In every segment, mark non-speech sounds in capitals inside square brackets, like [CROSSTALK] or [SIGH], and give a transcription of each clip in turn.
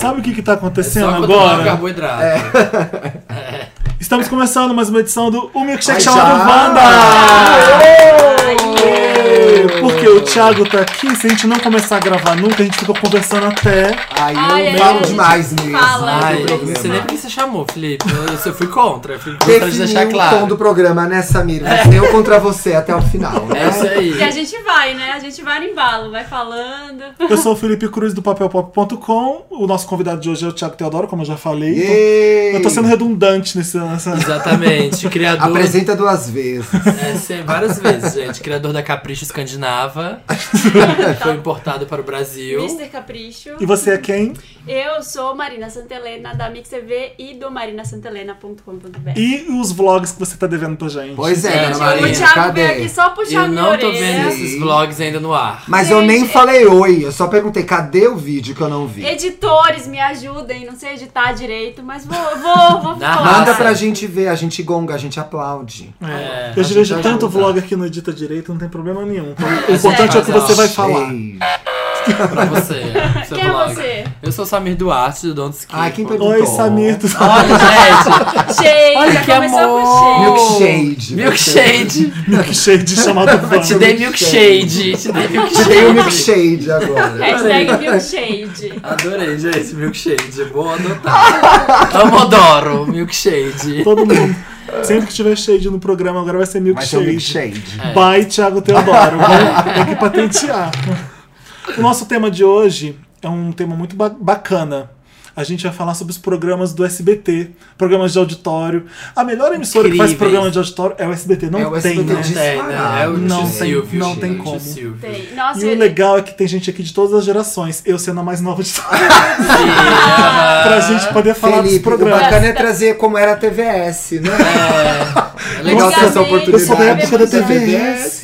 Sabe o que está É acontecendo Só quando dá agora? carboidrato. Estamos começando mais uma edição do O Milkshake Ai, chamado já. Wanda! Porque o Thiago tá aqui, se a gente não começar a gravar nunca, a gente fica conversando até. Aí Ai, eu ai, falo ai. demais mesmo. Fala. Não tem Ai, eu não sei nem problema. por que você chamou, Felipe. Eu, eu fui contra. Eu fui contra de deixar Definir o um tom claro. do programa, né, Samir? Vai ser eu contra você até o final. É isso Né? [LAUGHS] aí. E a gente vai, né? A gente vai no embalo, vai falando. Eu sou o Felipe Cruz do papelpop.com. O nosso convidado de hoje é o Thiago Teodoro, como eu já falei. Então, Yay! eu tô sendo redundante nesse, nessa. Exatamente. Criador. Apresenta duas vezes. É, sim, várias vezes, gente. Criador da Capricho [LAUGHS] Escandinava. foi importado para o Brasil. Mr. Capricho. E você é quem? Eu sou Marina Santelena, da Mix TV e do marinasantelena.com.br. E os vlogs que você tá devendo pra gente? Pois é, Gente, Ana O Maria, Thiago cadê? veio aqui só puxar Eu minha não tô vendo orelha. esses vlogs ainda no ar. Mas eu nem Gente, é- falei oi, eu só perguntei, cadê o vídeo que eu não vi? Editores, me ajudem. Não sei editar direito, mas vou, vou, vou Na falar. Manda raça. pra gente ver, a gente gonga, a gente aplaude. É, É, eu a dirijo gente tanto ajuda. vlog aqui no Edita Direito, não tem problema nenhum. Então, o É, importante é o que mas, ó, você vai falar. Ei. Pra [LAUGHS] você. Seu Quem é vlog. você? Eu sou o Samir Duarte, do Don't Skip. Ai, Ah, quem perguntou? Oi, Samir. tu- Olha, gente! Shade, Olha já que começou amor! com shade. Milkshade. Milkshade! Milkshade chamado [LAUGHS] Wanda. Te dei milkshade! Te dei milkshade! Te dei um milkshade agora. Hashtag milkshade. Adorei, gente, milkshade. Vou adotar. Amo, adoro milkshade. Todo mundo. Sempre que tiver shade no programa, agora vai ser Vai ser um milkshade. milkshade. By Thiago Teodoro. Vamos ter que patentear. O nosso tema de hoje é um tema muito ba- bacana. A gente vai falar sobre os programas do SBT, programas de auditório. A melhor emissora que faz Incríveis. programa de auditório é o SBT. Não É o tem, SBT né? de- Tem, né? É o Não tio tem- Silvio. não gente, tem tio como. Silvio. Tem. Nossa, E o ele- legal é que tem gente aqui de todas as gerações. Eu sendo a mais nova de todas. pra gente poder falar dos Felipe, o programas. bacana é trazer como era a TVS, né? É, é legal Legal ter ser essa Antigamente, oportunidade. eu sou da época da TVS.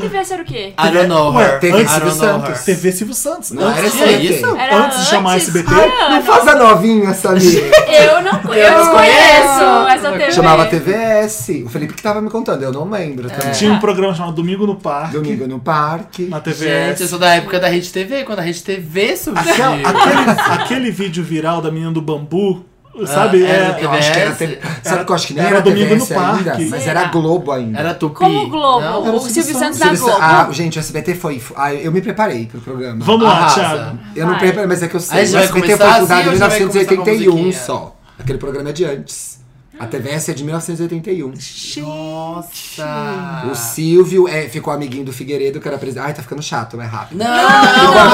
TVS era o quê? I don't know Ué, her. teve I antes don't do know her. Santos. TV Silvio Santos. Não, era antes, que SBT. é isso? Era antes de chamar antes? SBT. Ah, Não faz a novinha, [LAUGHS] Samir. Eu não conheço. Eu desconheço essa TV. Chamava TVS. O Felipe que tava me contando, eu não lembro É. também. Tinha um programa chamado Domingo no um Parque, Domingo no parque. na TVS. Gente, eu sou da época da Rede TV, quando a Rede TV surgiu. Aquela- aquele, aquele vídeo viral da menina do bambu, sabe? era É, do Eu acho que era TVS. TV... Sabe que eu acho que nem era era, Domingo TVS no Parque. ainda? Mas era Globo ainda. Era Tupi. Como o Globo. Não? Era o Silvio Santos na Silvio Globo. Santos- Ah, gente, o SBT foi. Ah, eu me preparei pro programa. Vamos lá, Arrasa. Thiago. Eu não Vai. preparei, mas é que eu sei. Aí já O vai SBT começar foi assim fundado em ou já vai começar com a 1981 musiquinha? só. Aquele programa é de antes. A TVS é de 1981. Nossa. O Silvio é, ficou amiguinho do Figueiredo, que era presidente. Ai, tá ficando chato, mas rápido. [LAUGHS] Não,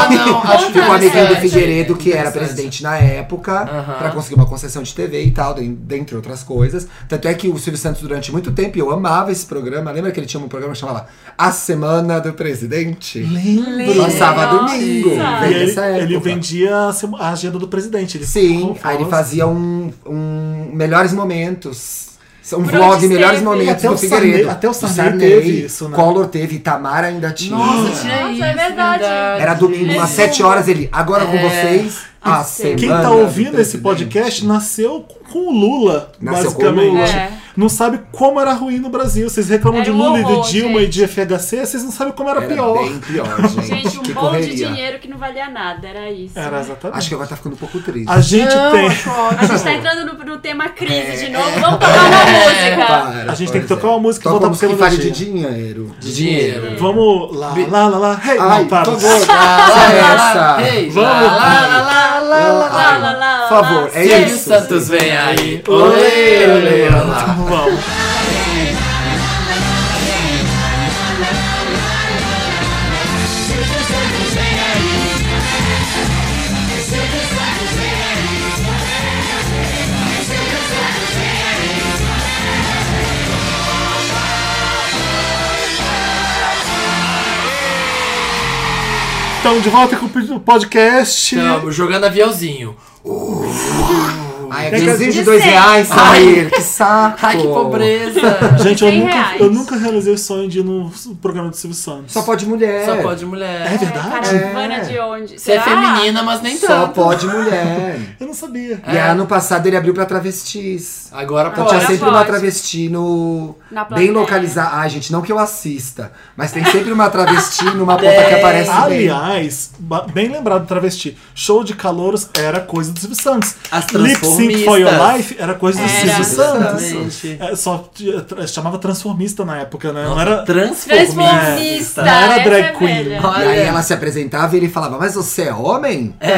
não, não, não. Acho que Ficou amiguinho do interessante. Figueiredo, que era Interessante. presidente na época, Aham. pra conseguir uma concessão de TV e tal, den- dentre outras coisas. Tanto é que o Silvio Santos, durante muito tempo, e eu amava esse programa. Lembra que ele tinha um programa que chamava A Semana do Presidente? Lembro. Lançava Nossa. domingo. E Vem E ele, dessa época. ele vendia a sem- a agenda do presidente. Ele Sim, falava aí ele assim. fazia um, um Melhores Momentos. Um Por onde vlog esteve. Melhores Momentos Até do o Sarney- Figueiredo. até o Do Sarney teve isso, né? Collor teve, Tamara ainda tinha. Nossa, tinha Nossa, é isso. verdade. Era domingo, umas 7 horas ele. Agora com É. vocês, a semana. Quem tá do ouvindo esse presidente. podcast nasceu com com o Lula, Nasceu com o basicamente. Lula. É. Não sabe como era ruim no Brasil. Vocês reclamam de Era um Lula e horror, de Dilma gente. e de FHC, vocês não sabem como era, Era pior. bem [LAUGHS] pior, gente. Gente, que um monte de correria. dinheiro que não valia nada, era isso. Era assim. exatamente. Acho que agora tá ficando um pouco triste. A gente tem. A gente [LAUGHS] tá entrando no, no tema crise É, de novo, vamos tocar na música. Para, A gente tem que pois é. tocar uma música e Toca voltar uma música que pro tema fale do de dia. dinheiro. De dinheiro. Vamos lá, lá, lá, lá. Hey, Ai, não, para. por [LAUGHS] favor, essa. Vamos Ai, lá, lá, Por favor, é Silvio isso. Santos vem aí. Olê, olê, olá. Estamos Então, de volta com o podcast. Tamo jogando aviãozinho. Tem Ai, que aqueles de dizer. dois reais, Samir. Que saco. Ai, que [LAUGHS] pobreza. Gente, eu 100 nunca, reais. eu nunca realizei o sonho de ir no programa do Silvio Santos. Só pode mulher. Só pode mulher. É verdade? Caravana É. de onde? Você é Será? feminina, mas nem Só tanto. [LAUGHS] pode mulher. Eu não sabia. E ano passado ele abriu pra travestis. Agora Então pode. tinha Agora sempre pode. uma travesti no. Na Bem plateia. localizada. Ai, gente, não que eu assista. Mas tem sempre uma travesti numa ponta que aparece bem. Aliás, ba- bem lembrado, travesti. Show de calouros era coisa do Silvio Santos. As Lip Sync for Your transformistas. Life era coisa do Era. Silvio Santos. Exatamente. É, só t- tra- chamava transformista na época, né? não Nossa, era. Transformista. Não era essa drag é queen. velha. Olha. E aí ela se apresentava e ele falava, mas você é homem? É.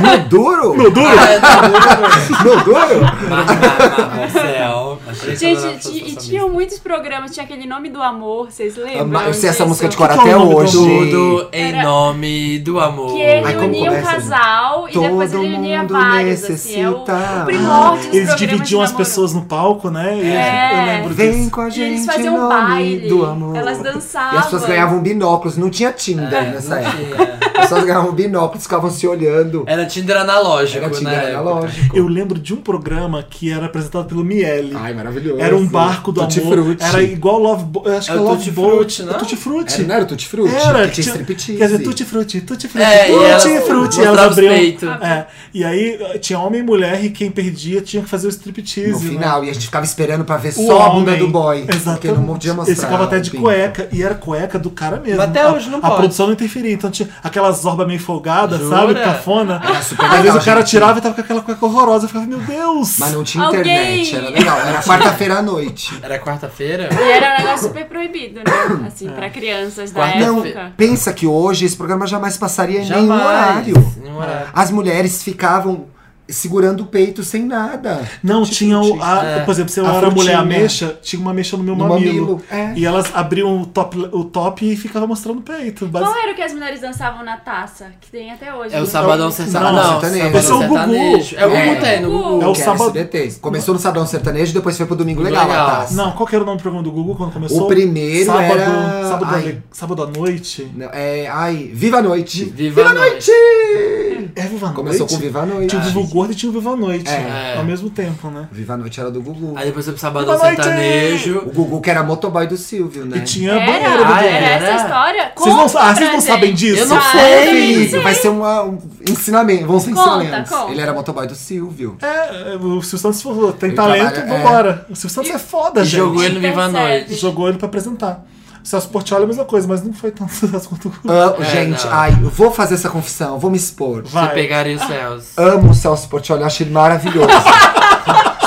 No duro? No Ah, duro? [LAUGHS] No duro? Mar- Mar- Mar- Marcel. Achei que ela era Gente, ti- e transformista. tinham muitos programas, tinha aquele nome do amor, vocês lembram? Eu sei essa disso? música de cor Que que é até o nome do hoje. Tudo em Era- nome do amor. Que ele Ai, como unia um começa, gente? casal e depois Todo ele unia mundo vários, assim. É o, necessita. o primórdio dos Eles programas dividiam de as namoro. pessoas no palco, né? E É. Eu lembro Vem disso. com a E gente eles em faziam nome baile, do amor. elas dançavam. E as pessoas ganhavam binóculos. Não tinha Tinder Ah, É, né, nessa não época. tinha. As pessoas ganhavam binóculos, ficavam se olhando. Era Tinder analógico, Era Tinder, né? era lógico. Eu lembro de um programa que era apresentado pelo Miele. Ai, maravilhoso. Era um barco do Tutti amor. Frutti. Era igual Love Boat. eu Acho É que é o Love Tutti Boat. Frutti, não? É Tutti Frutti. Era, não era o Tutti Frutti? Era, que tinha tinha- striptease. Quer dizer, Tutti Frutti, Tutti Frutti, É, e Tutti elas Frutti. mostravam Elas os abriam. peitos. é, e aí tinha homem e mulher e quem perdia tinha que fazer o striptease. No né? final, e a gente ficava esperando pra ver O só a bunda homem. do boy. Porque não Exatamente. podia mostrar. Esse ficava até o de pinto. cueca, e era cueca do cara mesmo. Mas até A- hoje não A pode. produção não interferia, então tinha aquelas orbas meio folgadas, Jura? sabe? Cafona. Era super Às vezes legal, o cara gente. tirava e tava com aquela cueca horrorosa. Eu ficava, meu Deus! Mas não tinha Alguém. internet, era legal. Era quarta-feira à noite. Era quarta-feira? E era um negócio super proibido, né? Assim, É. pra crianças da Quarta- Não, época. pensa que hoje esse programa jamais passaria em Jamais. nenhum horário. Nenhum horário. As mulheres ficavam segurando o peito sem nada. Não, Tipo, tinha o. tipo, a- é. por exemplo, se eu A era mulher frutinha. ameixa, tinha uma ameixa no meu No mamilo. mamilo, é. E elas abriam o top, o top e ficava mostrando o peito. basi- Qual era o que as mulheres dançavam na taça? Que tem até hoje. É o né? Sabadão Sertanejo. Não, Não, sertanejo. Sabadão Esse é o Gugu. Sertanejo. É o É. Gugu, tem, no Gugu. É o que era sábado- SBT. Começou no Sabadão Sertanejo, depois foi pro Domingo Domingo Legal, Legal. a taça. Não, qual que era o nome do programa do Google quando começou? O primeiro sábado, era- Sábado, Ai. à- sábado à noite. Não, é, ai, Viva a Noite! Viva a Noite. Noite! É Viva a Começou Noite? com Viva a Noite. Tinha o Viva o Gordo e tinha o Viva a Noite. É. Ao mesmo tempo, né? Viva a Noite era do Gugu. Aí depois foi pro Sabadão Boa noite. O Sertanejo. Gugu que era motoboy do Silvio, né? E tinha a Era, banheira do É. Ah, era, Gugu. é? essa era? história. Vocês não, ah, vocês Conta, não sabem gente. disso? Eu não Ah, é sei. Felipe, vai ser uma- um ensinamento. Vão ser Conta, ensinamentos. conta. Ele era motoboy do Silvio. É, o Silvio Santos falou, tem Ele talento, trabalha- é. vambora. O Silvio Santos é foda, E gente. jogou ele no Viva a Percebe. Noite. Jogou ele pra apresentar. O Celso Portiolli é a mesma coisa, mas não foi tanto [LAUGHS] sucesso quanto o Gugu. Amo- É, Ah, gente, não. ai, eu vou fazer essa confissão, vou me expor. Vai. Você pegaria os céus. Amo o Celso Portiolli, acho [LAUGHS] ele maravilhoso.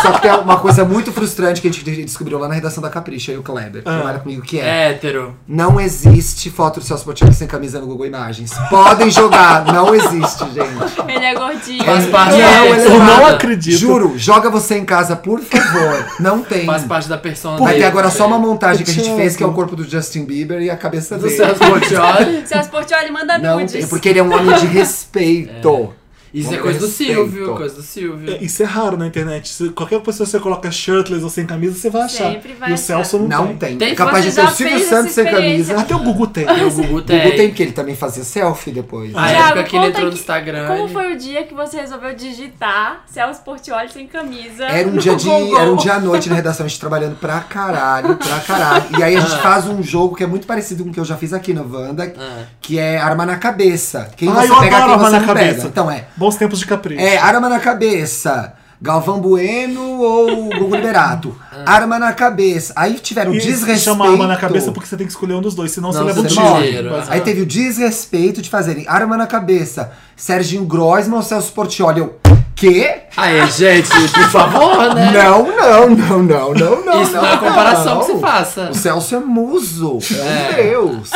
Só que tem uma coisa muito frustrante que a gente de- descobriu lá na redação da Capricha, eu e o Kleber, Ah. que trabalha comigo, que é, Hétero. Não existe foto do Celso Portiolli sem camisa no Google Imagens. Podem jogar, não existe, gente. Ele é gordinho. Faz parte Não, da ele é Eu persona. não nada. acredito. Juro, joga você em casa, por favor. Não tem. Faz parte da persona Vai ter dele. agora só uma montagem Eu que a gente te fez, amo. que é o corpo do Justin Bieber e a cabeça Do dele. Celso Portiolli. Celso Portiolli manda Não nudes. tem, porque ele é um homem de respeito. Isso é Vamos coisa do respeito. Silvio, coisa do Silvio. É, Isso é raro na internet. Se qualquer pessoa que você coloca shirtless ou sem camisa, você vai achar. Sempre vai e o achar. Celso É. não, Não tem. Tem Capaz foto, de ser o já Silvio fez essa Santos sem experiência. camisa. Até o Gugu tem. E É o Gugu Google tem um tem. porque ele também fazia selfie depois. A Thiago, época que ele conta entrou no aqui, Instagram. Como ele- foi o dia que você resolveu digitar Celso Portiolli sem camisa? Era um no dia de, Google? era um dia à noite na redação, a gente trabalhando pra caralho, pra caralho. E aí a Ah. gente faz um jogo que é muito parecido com o que eu já fiz aqui na Wanda, Ah. que é arma na cabeça. Quem Ah, eu você pega, adoro quem arma você na não cabeça. pega. Então é, Bons tempos de capricho. é arma na cabeça. Galvão Bueno ou Gugu Liberato? Arma na cabeça. Aí tiveram E desrespeito. Ah. chama arma na cabeça porque você tem que escolher um dos dois, senão você Não, leva um você tiro. morre. Mas- Aí teve o desrespeito de fazerem arma na cabeça. Serginho Groisman ou Celso Portiolli? Eu, quê? Aí, gente, por favor, né? Não, não, não, não, não, não. Isso não é comparação que se faça. O Celso é muso. É. um [LAUGHS] Deus.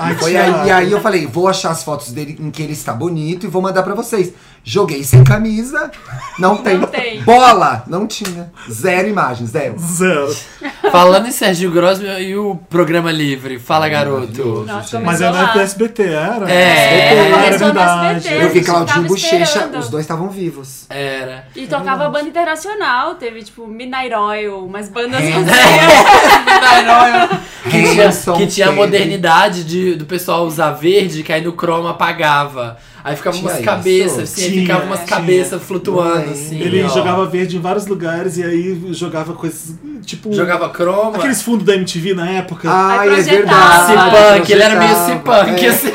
Ai, E foi Thiago. aí, e aí eu falei, vou achar as fotos dele em que ele está bonito e vou mandar pra vocês. Joguei sem camisa, não tem. tem. Bola, não tinha. Zero imagens, zero. Zero. Falando em Sérgio Grosman e o programa livre. Fala, garoto. Nossa, começou Mas era lá. do SBT, era? É. SBT, era Começou no verdade. SBT. Eu vi gente Claudinho tava Bochecha, esperando. os dois estavam vivos. [LAUGHS] Era. E tocava banda internacional, teve tipo Midnight Oil, umas bandas É. assim. Ai, não, eu- Que tinha, Hanson que tinha a teve. modernidade de, do pessoal usar verde, que aí no chroma apagava. Aí ficava Tinha umas isso? cabeças, assim, aí Tinha, ficava umas tinha. cabeças flutuando, Não assim. Ele ó. jogava verde em vários lugares e aí jogava coisas tipo. Jogava croma. Aqueles fundos da MTV na época. Ai, é projetava. verdade. Ah, Cipunk, ele era meio projetava, cipunk, é. assim.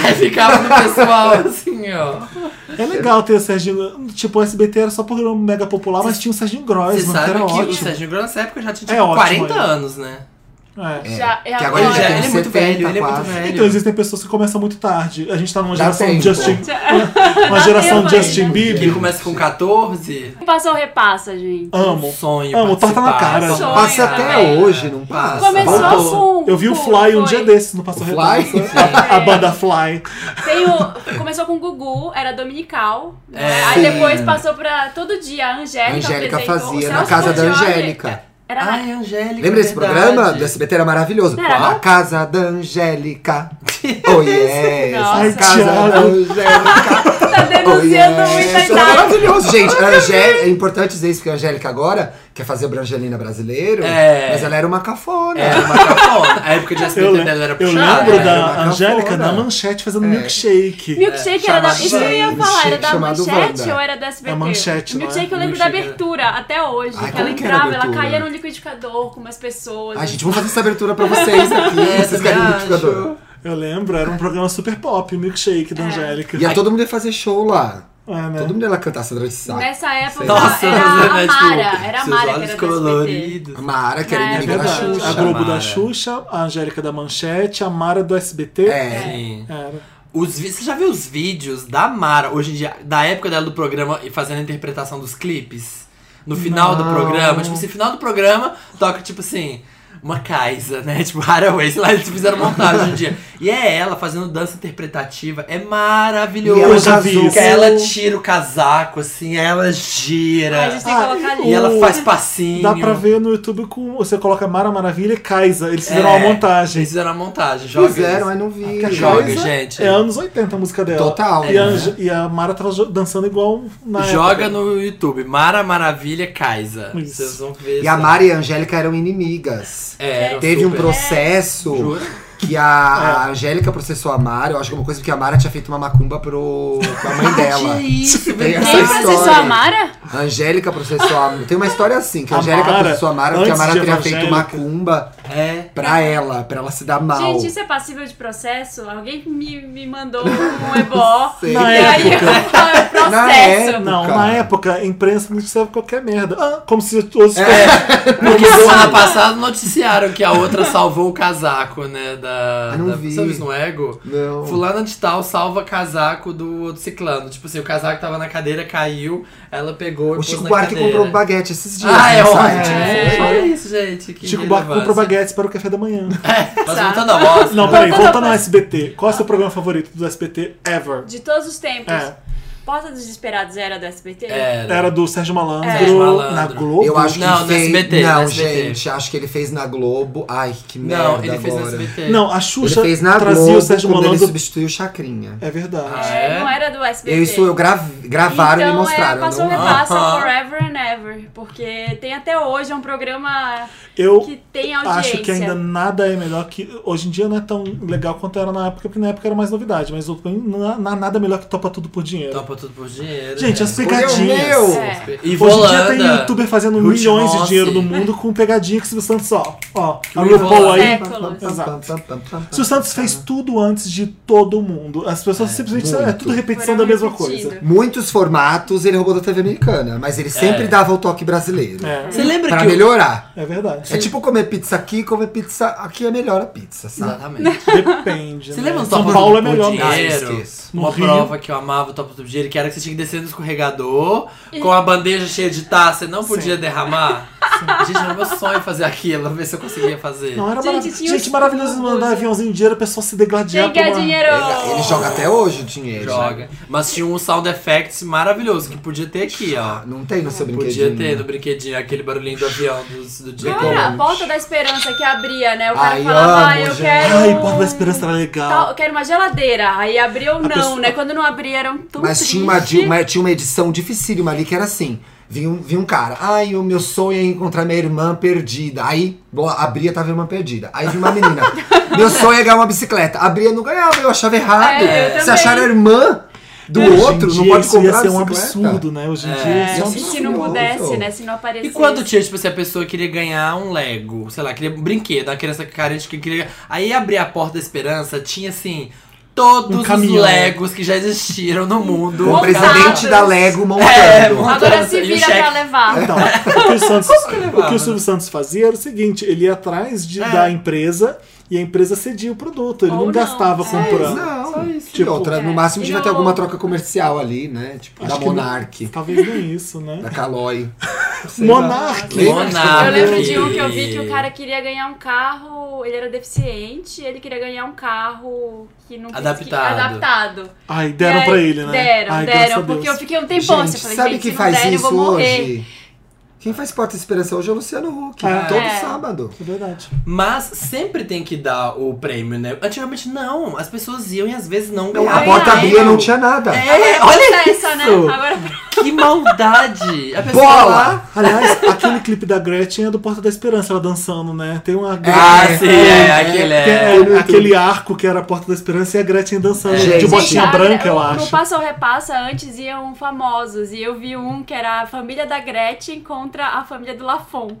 [LAUGHS] Aí ficava no pessoal, assim, ó. É legal ter o Serginho. Tipo, o SBT era só programa mega popular, mas tinha o Serginho Você Grossman, que sabe era que ótimo. o Sérgio Grosso nessa época já tinha É tipo, ótimo, 40 ele. anos, né? É. Já, é que agora ele Ele já já- tem um- ele uns é muito 70, velho, ele é muito quase. velho. Então existem pessoas que começam muito tarde. A gente tá numa Dá geração tempo. Justin. [LAUGHS] Uma Dá geração tempo Justin ainda. Que Bieber. começa com 14. Passa ou repassa, gente? Um Amo. sonho. Amo, torta na participar. cara. Sonho, Passa né? até hoje, não passa? Começou voltou. com. Eu vi o com- Fly um foi. dia desses no Passo O Redondo. Fly? A, a banda Fly. Tem o- começou com Gugu, era dominical. né? É. Aí Sim. depois passou pra todo dia. A A Angélica, Angélica apresentou, o fazia, na Celso casa da Portiolli- Angélica. Ah, Era na Ai, Angélica. Lembra desse verdade. programa do SBT? Era maravilhoso. Era. Na casa da Angélica. Oh, yes. Nossa. Na Ai, casa da Thiago. Angélica. Tá denunciando Oh, yes. muita Isso Era idade. maravilhoso, gente. A Angé- É importante dizer isso, porque a Angélica agora quer fazer Brangelina brasileiro, É. mas ela era uma cafona. Era uma capona. tá A época de Eu, SBT le- dela era eu puxada. lembro né? da Era Angélica na cafona. manchete fazendo milkshake. Milkshake era da. Chamado Isso eu ia Wanda. falar, era da Chamado manchete Wanda. ou era da SBT? É manchete, não é? Milkshake eu lembro da Milkshake era- abertura, até hoje. Ai, que ela como que era a entrava, ela abertura? caía num liquidificador com umas pessoas. Ai, gente, vamos fazer essa abertura pra vocês aqui. [LAUGHS] É, vocês também querem um acho. liquidificador. Eu lembro, era um programa super pop, o milkshake da Angélica. E a todo mundo ia fazer show lá. É, né? Todo mundo ia lá cantar Sandra de Sá. Nessa época Nossa, mas era a né, tipo, Mara, era a seus Mara que olhos era da SBT. coloridos. A Mara, que era É, É inimiga da verdade. Xuxa. A Globo da Mara. Xuxa, a Angélica da Manchete, a Mara do SBT. É. Sim. Era. Os vi- Você já viu os vídeos da Mara, hoje em dia, da época dela do programa e fazendo a interpretação dos clipes? No final do Não. programa? Tipo assim, final do programa, toca tipo assim. Uma Kaisa, né? [LAUGHS] Tipo, Haraway, sei lá, eles fizeram montagem hoje em dia. E é ela fazendo dança interpretativa. É maravilhoso. E ela Eu já vi casou. isso. Que ela tira o casaco, assim, ela gira. Ai, a gente tem que Ah, colocar ali. E ela O- faz passinho. Dá pra ver no YouTube com. Você coloca Mara Maravilha e Kaisa. Eles fizeram É, uma montagem. Eles fizeram a montagem. Joga Fizeram, é isso. mas não vi. Porque a Joga, Kaisa gente. Uhum. É anos 80 a música dela. Total, E a, né? Ange- e a Mara tava jo- dançando igual na Joga época. no YouTube. Mara Maravilha Kaisa. Isso. Vocês vão ver. E a essa- Mari e a Angélica eram inimigas. É, era Teve um super. É. processo Jura? que a, a Angélica processou a Mara. Eu acho que é uma coisa porque a Mara tinha feito uma macumba pro, [LAUGHS] pra mãe dela. Tinha isso, Tem verdade. essa Quem processou história. a Mara? A Angélica processou a Tem uma história assim, que a A Angélica Mara, processou a Mara porque a antes Mara de teria feito evangélica. macumba É. pra ela, pra ela se dar mal. Gente, isso é passível de processo? Alguém me, me mandou [LAUGHS] um ebó. Sei. E Na aí eu época. falo, [LAUGHS] é Na processo. época. Não, Cara. na época, a imprensa noticiava qualquer merda. Ah, como se todos É. [LAUGHS] Porque semana passada noticiaram que a outra salvou o casaco, né? Da. Eu Ah, não da- vi. Você viu isso no ego? Não. Fulana de tal salva casaco do outro ciclano. Tipo assim, o casaco tava na cadeira, caiu, ela pegou e O pôs Chico na Buarque cadeira. comprou um baguete esses dias. Ah, é não ótimo. sabe? É. Olha isso, gente. Que Chico Buarque relevância. compra baguetes para o café [LAUGHS] da manhã. Mas voltando ao Oscar. Não, peraí, Voltando voltando ao- ao SBT. Qual é o seu programa favorito do SBT ever? De todos os tempos. É. Porta dos Desesperados era do SBT? É. Era. Era do Sérgio Malandro, É. Sérgio Malandro. na Globo. Eu acho que Não, ele no fez... SBT, Não, no SBT. gente, acho que ele fez na Globo. Ai, que merda Não, ele fez agora. no SBT. Não, a Ele Xuxa fez na trazia Globo o Sérgio quando ele Malandro. substituiu o Chacrinha. É verdade. Ah, É, é? Não era do SBT. Eu, isso eu gra- gravaram então, e mostraram. É, eu passou não- repassa Ah. forever and ever. Porque tem até hoje, é um programa Eu que tem audiência. acho que ainda nada é melhor que. Hoje em dia não é tão legal quanto era na época, porque na época era mais novidade, mas o- não há nada melhor que topa tudo por dinheiro. Topa tudo por dinheiro. Gente, né? as pegadinhas. é Meu, meu! É. E Hoje em dia Volanda. tem youtuber fazendo Ruth milhões de Rossi. dinheiro no mundo com pegadinha que o Silvio Santos só. Ó, a Ruivo RuPaul aí. Séculos. Exato. O Silvio Santos fez tudo antes de todo mundo. As pessoas simplesmente. muito. É tudo repetição Foram da mesma repetindo. coisa. Muitos formatos ele roubou da TV americana, mas ele sempre É. dava o toque brasileiro. É, Você lembra Pra que o- melhorar. é verdade. É tipo comer pizza aqui, comer pizza aqui é melhor a pizza, sabe? Exatamente. Depende. Você né? lembra um do São Topa Paulo é Tudo melhor por mesmo. dinheiro? Ah, esqueço. No Uma Rio. prova que eu amava o Topa do Dinheiro, que era que você tinha que descer no escorregador com a bandeja cheia de taça, você não podia derramar. Gente, era meu sonho fazer aquilo, ver se eu conseguia fazer. Não, era Gente, maravilhoso. tinha um Gente, os maravilhoso tubos. mandar aviãozinho de dinheiro, a pessoa se degladiar. Quem quer por uma- dinheiro? Ele joga até hoje o dinheiro. Droga. Mas tinha um sound effects maravilhoso que podia ter aqui, Ah, ó. Não tem no seu brinquedinho. Podia ter no brinquedinho aquele barulhinho do avião dos- do, é, dia Não era a porta da esperança que abria, né? O cara Ai, falava, amo, ah, eu gente. quero. Ai, um- Porta da Esperança era legal. tal- eu quero uma geladeira. Aí abriu, não, pessoa- né? Quando não abria, era um tão Mas triste. tinha uma, di- uma- tinha uma edição dificílima ali que era assim: Vinha um, vinha um cara, ai, o meu sonho é encontrar minha irmã perdida. Aí, bo- abria, tava a irmã perdida. Aí vinha uma [LAUGHS] menina, meu sonho é ganhar uma bicicleta. Abria, não ganhava, eu achava errado. É, Se eu também. acharam a irmã do Hoje em outro, não dia pode isso ia comprar ser um bicicleta. absurdo, né? Hoje em dia É, isso é um e absurdo. se não maravilhoso. pudesse, né? Se não E aparecesse. quando tinha, tipo assim, a pessoa queria ganhar um Lego, sei lá, queria um brinquedo, a criança carente que queria. Aí abria a porta da esperança, tinha assim, Um todos os caminhão. Legos que já existiram no mundo. O Montados. presidente da Lego montando. É, monta- Agora se E o vira cheque? pra levar. Então, o que o, Santos, o que levava? o Silvio Santos fazia era o seguinte: ele ia atrás de- da empresa e a empresa cedia o produto, ele Ou não, não. gastava É, comprando. Não, Tipo, e outra, no é. máximo devia E ter no- alguma troca comercial ali, né? Tipo, Acho da que não- Monark, Talvez nem isso, né? [LAUGHS] da Caloi. Monarque! Monarque. Eu lembro de um que eu vi que o cara queria ganhar um carro, ele era deficiente, ele queria ganhar um carro que não Adaptado. Que, adaptado. Ai, E deram aí, pra ele, né? Deram, Ai, graças a deram, Deus. porque eu fiquei um tempão assim, Gente, eu falei, sabe gente, que se faz não derem, eu isso vou morrer. hoje? Quem faz Porta Esperança hoje é o Luciano Huck, É. todo É. sábado. É verdade. Mas sempre tem que dar o prêmio, né? Antigamente não, as pessoas iam e às vezes não Não, a Ai, porta ai, abria eu- não tinha nada. É, Agora olha pra essa, né? isso! Agora Que maldade! A pessoa lá- Bola! Aliás, aquele clipe da Gretchen é do Porta da Esperança, ela dançando, né? Tem uma. Ah, É, sim, é, é, aquele Tem- é. é, muito. aquele arco que era a Porta da Esperança e a Gretchen dançando Gente, de Tipo botinha a- branca, eu no acho. No Passa ou Repassa, antes iam famosos. E eu vi um que era a família da Gretchen contra a família do Lafon.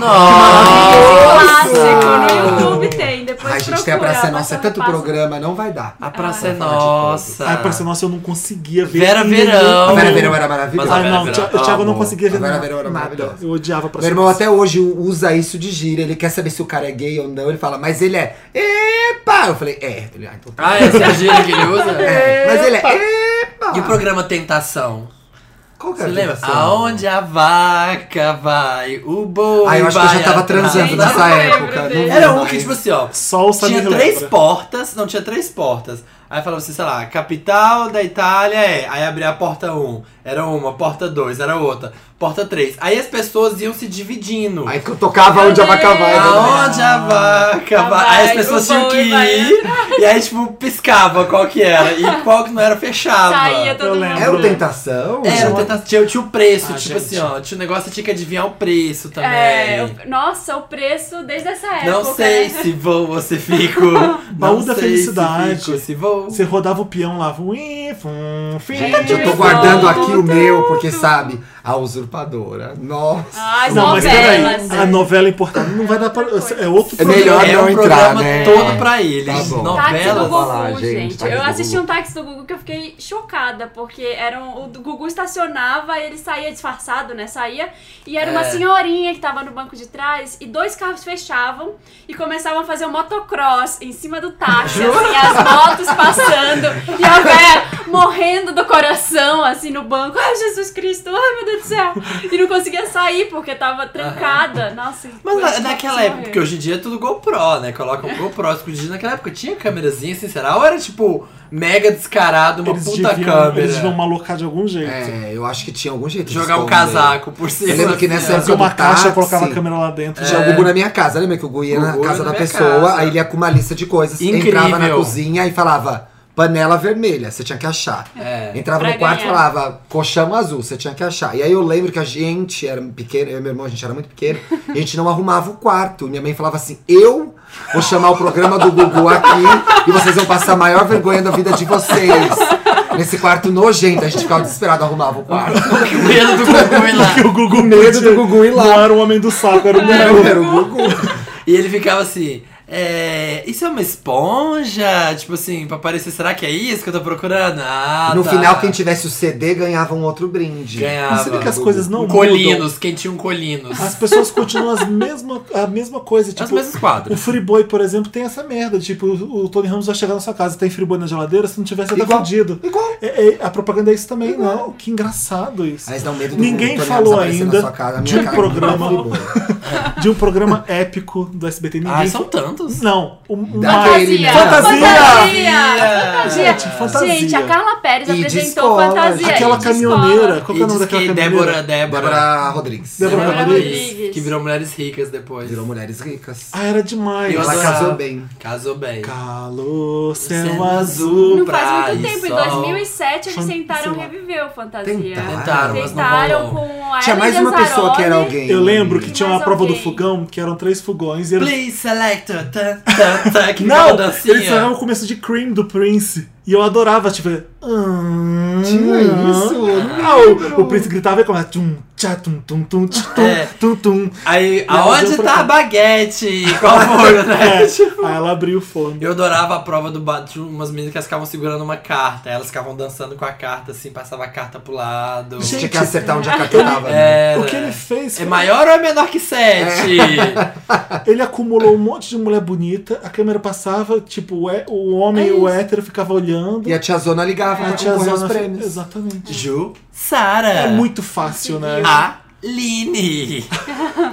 Nossa! Clássico, no YouTube tem. Depois Ai, gente, tem procura. a Praça é Passa Nossa, é ou tanto Repassa. programa, não vai dar. A praça é Vamos falar de tudo. nossa. Ai, é parece nossa, eu não conseguia ver. Vera ninguém. Verão. A Vera Verão era maravilhosa. Mas Ah, não, Vera o Verão, Thiago o Thiago não amo. conseguia ver A Vera nada. Verão era maravilhosa. Eu odiava pra Meu irmão até hoje usa isso de gíria, ele quer saber se o cara é gay ou não, ele fala, mas ele é, epa! Eu falei, é. Ele, ah, então tá. Ah, essa é a gíria que ele usa? [LAUGHS] É, mas ele é, epa! E o programa Tentação? Qual que Você era a lembra? tentação? Aonde a vaca vai, o boi Ah, eu acho que eu vai já tava atrás. transando Gente, nessa não lembro época. dele. não Era um mais. que, tipo assim, ó. Só o Samir Tinha três né? lembra. portas, não, tinha três portas. Aí falava assim, sei lá, capital da Itália é. Aí abria a porta 1, um, era uma, porta 2, era outra, porta 3. Aí as pessoas iam se dividindo. Aí que eu tocava onde a vaca vai. né? Aonde a vaca Ah, vai? vai, Aí as pessoas o tinham que boi vai ir. E aí, tipo, piscava qual que era. E qual que não era, fechava. Saía todo Eu mundo. lembro. Era É o Tentação? Era É, o tenta- tinha, tinha o preço, Ah, tipo gente. assim, ó. Tinha o negócio, tinha que adivinhar o preço também. É, o- nossa, o preço desde essa época. não sei né? se vou ou se fico. Baú Não sei da se felicidade. fico, Se vou. Você rodava o peão lá. Fui, fum, fui. Gente, eu tô guardando aqui o meu, porque sabe, a usurpadora. Nossa. Ai, Não, mas novelas. peraí, a novela importada não vai dar pra. É outro né? É melhor programa. é um não entrar, programa né? todo pra eles. Tá bom. um Táxi do Novelas. Gugu, Vamos lá, gente, gente. táxi Eu do assisti Gugu. um táxi do Gugu que eu fiquei chocada, porque era um, o do Gugu estacionava e ele saía disfarçado, né? Saía. E era uma É. senhorinha que tava no banco de trás e dois carros fechavam e começavam a fazer um motocross em cima do táxi, assim, as motos passando e a véia morrendo do coração, assim, no banco. Ai, Jesus Cristo, ai, meu Deus do céu. E não conseguia sair porque tava trancada. Nossa, Mas eu na- quase naquela morri. época, porque hoje em dia é tudo GoPro, né? Coloca um GoPro escondido. Naquela época tinha câmerazinha, assim, será? Ou era tipo mega descarado, uma Eles puta deviam, câmera? eles deviam malocar de algum jeito. É, eu acho que tinha algum jeito de Jogar um esconder. casaco por cima. Eu lembro que assim, nessa ó. Fazia época do uma caixa, táxi. colocava a câmera lá dentro. Tinha o Gugu na minha casa, lembra que o Gugu ia na Gugu casa É. na da minha pessoa, casa. aí ele ia com uma lista de coisas, Incrível. entrava na cozinha e falava panela vermelha, você tinha que achar. É. Entrava Pra no quarto e ganhar. falava colchão azul, você tinha que achar. E aí eu lembro que a gente era pequeno, eu e meu irmão, a gente era muito pequeno, a gente não arrumava o quarto. Minha mãe falava assim: eu vou chamar o programa do Gugu aqui e vocês vão passar a maior vergonha da vida de vocês. Nesse quarto nojento, a gente ficava desesperado, arrumava o quarto. Que medo do Gugu ir lá. Porque [LAUGHS] o Gugu medo do podia- Gugu ir lá. Não era o homem do saco, era o Não, Gugu. era o Gugu. E ele ficava assim. É, isso é uma esponja? Tipo assim, pra parecer, será que é isso que eu tô procurando? Ah, No tá. final, quem tivesse o CD ganhava um outro brinde. ganhava. Você vê que as coisas não Um mudam. Colinos, quem tinha um Colinos. As pessoas continuam as mesma, a mesma coisa. Tipo, As mesmas O quadras. Freeboy, por exemplo, tem essa merda. Tipo, o o Tony Ramos vai chegar na sua casa, tem Freeboy na geladeira, se não tivesse, você tá Igual. fudido. Igual. É, é, a propaganda é isso também, não. Que engraçado isso. Mas dá um medo do Ninguém Tony Ramos falou aparecer na ainda sua casa, a de minha um cara programa. é muito boa. de um programa [LAUGHS] épico do SBT. Ninguém Ai, Ah, são tantos. Não, o o mais. Daquele, né? Fantasia! Fantasia! Gente, fantasia. Gente, a Carla Pérez E de apresentou escola, fantasia. Aquela e de caminhoneira. escola. Qual que E é o diz nome daquela que caminhoneira? Débora, Débora. Débora Rodrigues. Débora Débora Rodrigues. Rodrigues. Que virou mulheres ricas depois. Virou mulheres ricas. Ah, era demais. Eu Ela adorava. casou bem. Casou bem. Calor, céu, Céu azul. Não Praia faz muito e tempo, em sol. 2007 eles Fan- sei tentaram lá. reviver o Fantasia. Tentaram. Tentaram, mas não Tentaram rolou. com a Tinha Ellen mais uma Zanzarone. pessoa que era alguém. Eu lembro que tinha uma Mais prova do alguém. fogão, que eram três fogões. E era... Please select. Tá, [LAUGHS] tá, tá, que Não, dancinha. eles fizeram o começo de Cream do Prince. E eu adorava, tipo... "Ah, Tinha isso? ah", o- o Prince gritava e começava... Tum, tchá, tum, tum, tum, tch, tum, É. tum, [LAUGHS] tum. Aí, ela aonde deu pra tá a cá. baguete? Qual [LAUGHS] foi, né? Aí ela abriu o forno. Eu adorava a prova do ba- de umas meninas que elas ficavam segurando uma carta. Elas ficavam dançando com a carta, assim, passava a carta pro lado. Gente, Tinha que acertar onde a carta tava. né? Era. O que ele fez É É. foi- maior ou é menor que sete? Ele acumulou um monte de mulher bonita, a câmera passava, tipo, o, hé- o homem e o hétero ficava olhando. É E a tia Zona ligava pra concorrer aos Zona- assim. prêmios. Exatamente. [LAUGHS] Ju, Sara. É muito fácil, né? Ah. Aline.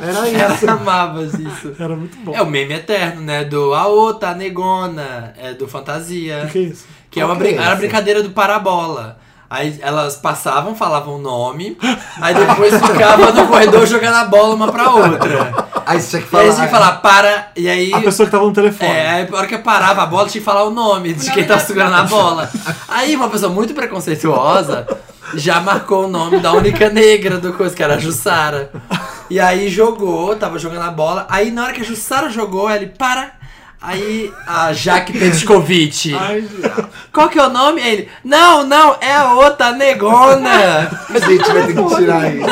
Era isso. Ela amava isso. Era muito bom. É o meme eterno, né? Do Aô, tá negona. É do Fantasia. O que é isso? Que é uma Qual que brin- é era a esse? brincadeira do Parabola. Aí elas passavam, falavam o nome, aí depois ficava no corredor jogando a bola uma pra outra. Aí você tinha que E aí eles tinham que falar, falar. para, e aí. A pessoa que tava no telefone. É, aí a hora que eu parava a bola, tinha que falar o nome de quem tava segurando a bola. Aí uma pessoa muito preconceituosa já marcou o nome da única negra do coisa, que era a Jussara. E aí jogou, tava jogando a bola. Aí na hora que a Jussara jogou, ele para. Aí a Jaque [LAUGHS] Petkovic. Ai, gente. Qual que é o nome? Aí Ele. Não, não, é a outra negona. A gente vai ter [LAUGHS] que tirar isso.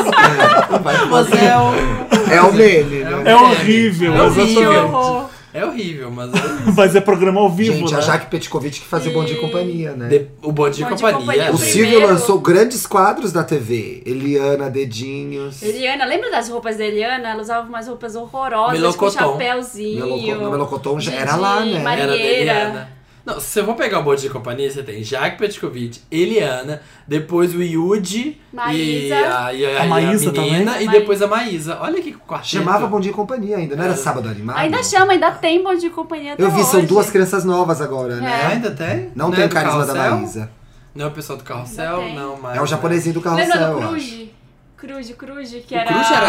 É, vai Mas fazer. é o. É o meme, né? É horrível, É horrível. exatamente. Horror. É horrível, mas. Mas é programa ao vivo, Gente, né? a Jaque Petkovic que fazia o Bom Dia e Companhia, né? De- O Bom Dia e Bom Dia e Companhia. né? Companhia. O O Silvio primeiro- lançou grandes quadros da TV. Eliana, Dedinhos. Eliana, lembra das roupas da Eliana? Ela usava umas roupas horrorosas, Melocotão. com chapéuzinho. Meloco- No Melocoton já era Didi, lá, né? Mari- Era Marieira. Eliana. Não, se eu for pegar o Bom Dia e Companhia, você tem Jaque Petkovic, Eliana, depois o Yudi e Maísa. a, e a, A e a Maísa menina, e também. depois a Maísa. Olha que quarteto. Chamava Bom Dia e Companhia ainda, não era Era. Sábado Animado? Ainda chama, ainda tem bom de companhia até Eu vi, são hoje. duas crianças novas agora, É, né? ainda tem? Não, é tem o do carisma da Carrossel? Maísa. Não é o pessoal do Carrossel, Não tem. não, mas... É o japonesinho do Lembra carrossel. do eu acho. Cruz? Cruz, Cruz, que O era... Cruz era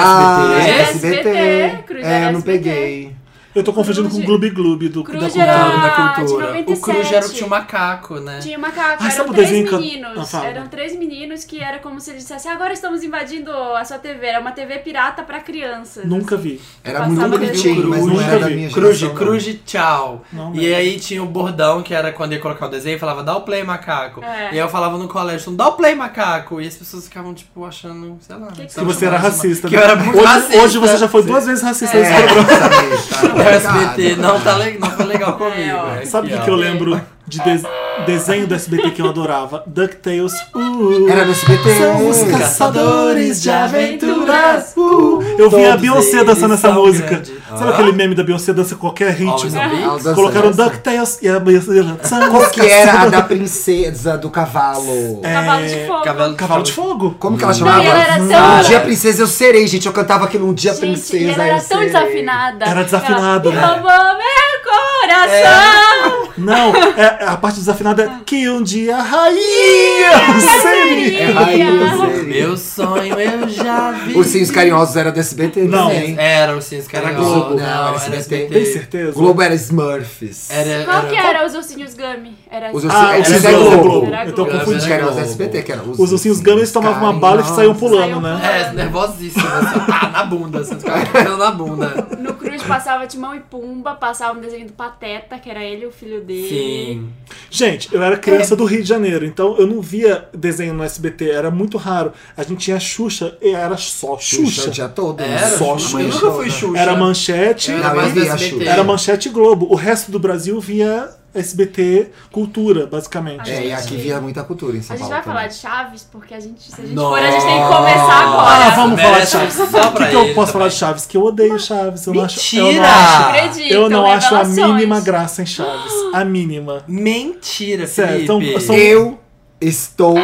SBT. Ah, era Era SBT. SBT, Cruz É, era eu não SBT. peguei. Eu tô confundindo com o Cruz- Gloob Gloob do Cruz da cultura. era- Cultura, da de cultura. o 97. Cruz era o tio Macaco, né? Tinha um macaco, Ah, sabe eram o três desenho que eu- Ah, meninos. fala. eram três meninos que era como se eles dissessem, agora estamos invadindo a sua TV. Era uma TV pirata pra crianças. assim. Nunca vi. Então Era Passava muito desenho. bonitinho, mas não Cruz, era da vi. minha Cruz, geração. não. Cruz, tchau. Não e lembro. aí tinha o bordão, que era quando ia colocar o desenho, falava, dá o play, macaco. É. E aí eu falava no colégio, dá o play, macaco. E as pessoas ficavam, tipo, achando, sei lá... Que Que você era racista. Que né? eu era muito hoje, racista. [LAUGHS] hoje você já foi duas vezes racista nesse É, programa. sabe, É O tá SBT ligado. não, tá le... não foi legal comigo. ó. é Sabe o que, ó. que eu lembro de, de- desenho do SBT que eu adorava? DuckTales. Uh, Era no SBT. São os Nunca. caçadores de aventuras. Uh, eu vi Todos a Beyoncé eles dançando essa são música. grandes. Sabe Ah. aquele meme da Beyoncé dança qualquer ritmo? Always on Beat? Elas dançando. Colocaram DuckTales e a Beyoncé dançando. Qual que era a da princesa do cavalo? Cavalo de fogo. Cavalo- Cavalo de fogo. Como que ela É. Não, chamava? e ela era tão... Um dia princesa eu serei, gente. Eu cantava aquilo um dia Gente, princesa. e ela eu era tão serei. desafinada. Era desafinada, ela, né? Roubou meu coração! Não, é- a parte desafinada é que um dia a [LAUGHS] rainha seria. É rainha, eu serei. Meu sonho eu já vi. Ursinhos Carinhosos era do SBT Não. também. Era o Sims Era Carinhoso. Globo, né? não, não, era era SBT. Tem SBT. certeza? Globo é era Smurfs. Era, Qual que era... era os ursinhos Gummy? Era Os assim. ursinhos- Ah, era os ursinhos Então da da Globo. Globo. Eu tô Era confundindo. Os carinhosos Globo. SBT, que era os Os ursinhos gama, eles tomavam uma bala e saíam pulando, né? É, nervosíssima. assim, ó, Tá na bunda, assim, ficava pegando na bunda. No Cruz passava Timão e Pumba, passava um desenho do Pateta, que era ele e o filho dele. Sim. Gente, eu era criança do Rio de Janeiro, então eu não via desenho no SBT, era muito raro. A gente tinha Xuxa e era só Xuxa. Xuxa. o dia todo. né? Era, Xuxa. Só Xuxa. Eu nunca fui Xuxa. Era manchete, Eu Não, era mais eu do via SBT. Xuxa. era manchete e Globo. O resto do Brasil via SBT Cultura, basicamente. É, e aqui via muita cultura em São A gente Paulo. vai falar também. de Chaves, porque a gente, se a gente Nossa. for, a gente tem que começar agora. Ah, vamos falar de Merece Chaves. só pra O que, que eu ele posso também. falar de Chaves? Que eu odeio Chaves. Eu não acho, eu Ah, não Mentira! acho, Acredito, Ah, é eu não acho a então revelações. mínima graça em Chaves. A mínima. Mentira, Sério, Felipe. então, são- Eu estou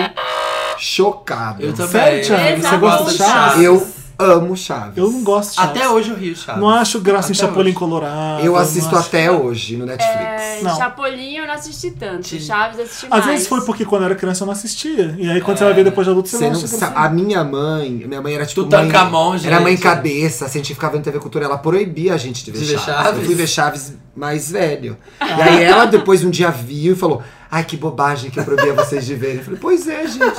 chocado. Eu também. Sério, Thiago? Eu Você gosta gosto de de Chaves. Eu amo Chaves. Eu não gosto de Chaves. Até hoje eu rio, Chaves. Não acho graça em Até Chapolin hoje. Colorado. Eu não assisto acho- até hoje no Netflix. É, Não. Chapolin eu não assisti tanto. Sim. Chaves eu assisti mais. Às vezes foi porque quando eu era criança eu não assistia. E aí quando você vai ver depois de adulto, você, Você não não acha sa- graça. a minha mãe, minha mãe era tipo. Tutankamon, mãe, gente. Era mãe cabeça, assim, a gente ficava vendo TV Cultura, ela proibia a gente de ver De ver Chaves. Chaves? Eu fui ver Chaves mais velho. E aí ela depois um dia viu e falou: Ai, que bobagem que eu proibia vocês de verem. Eu falei: Pois é, gente.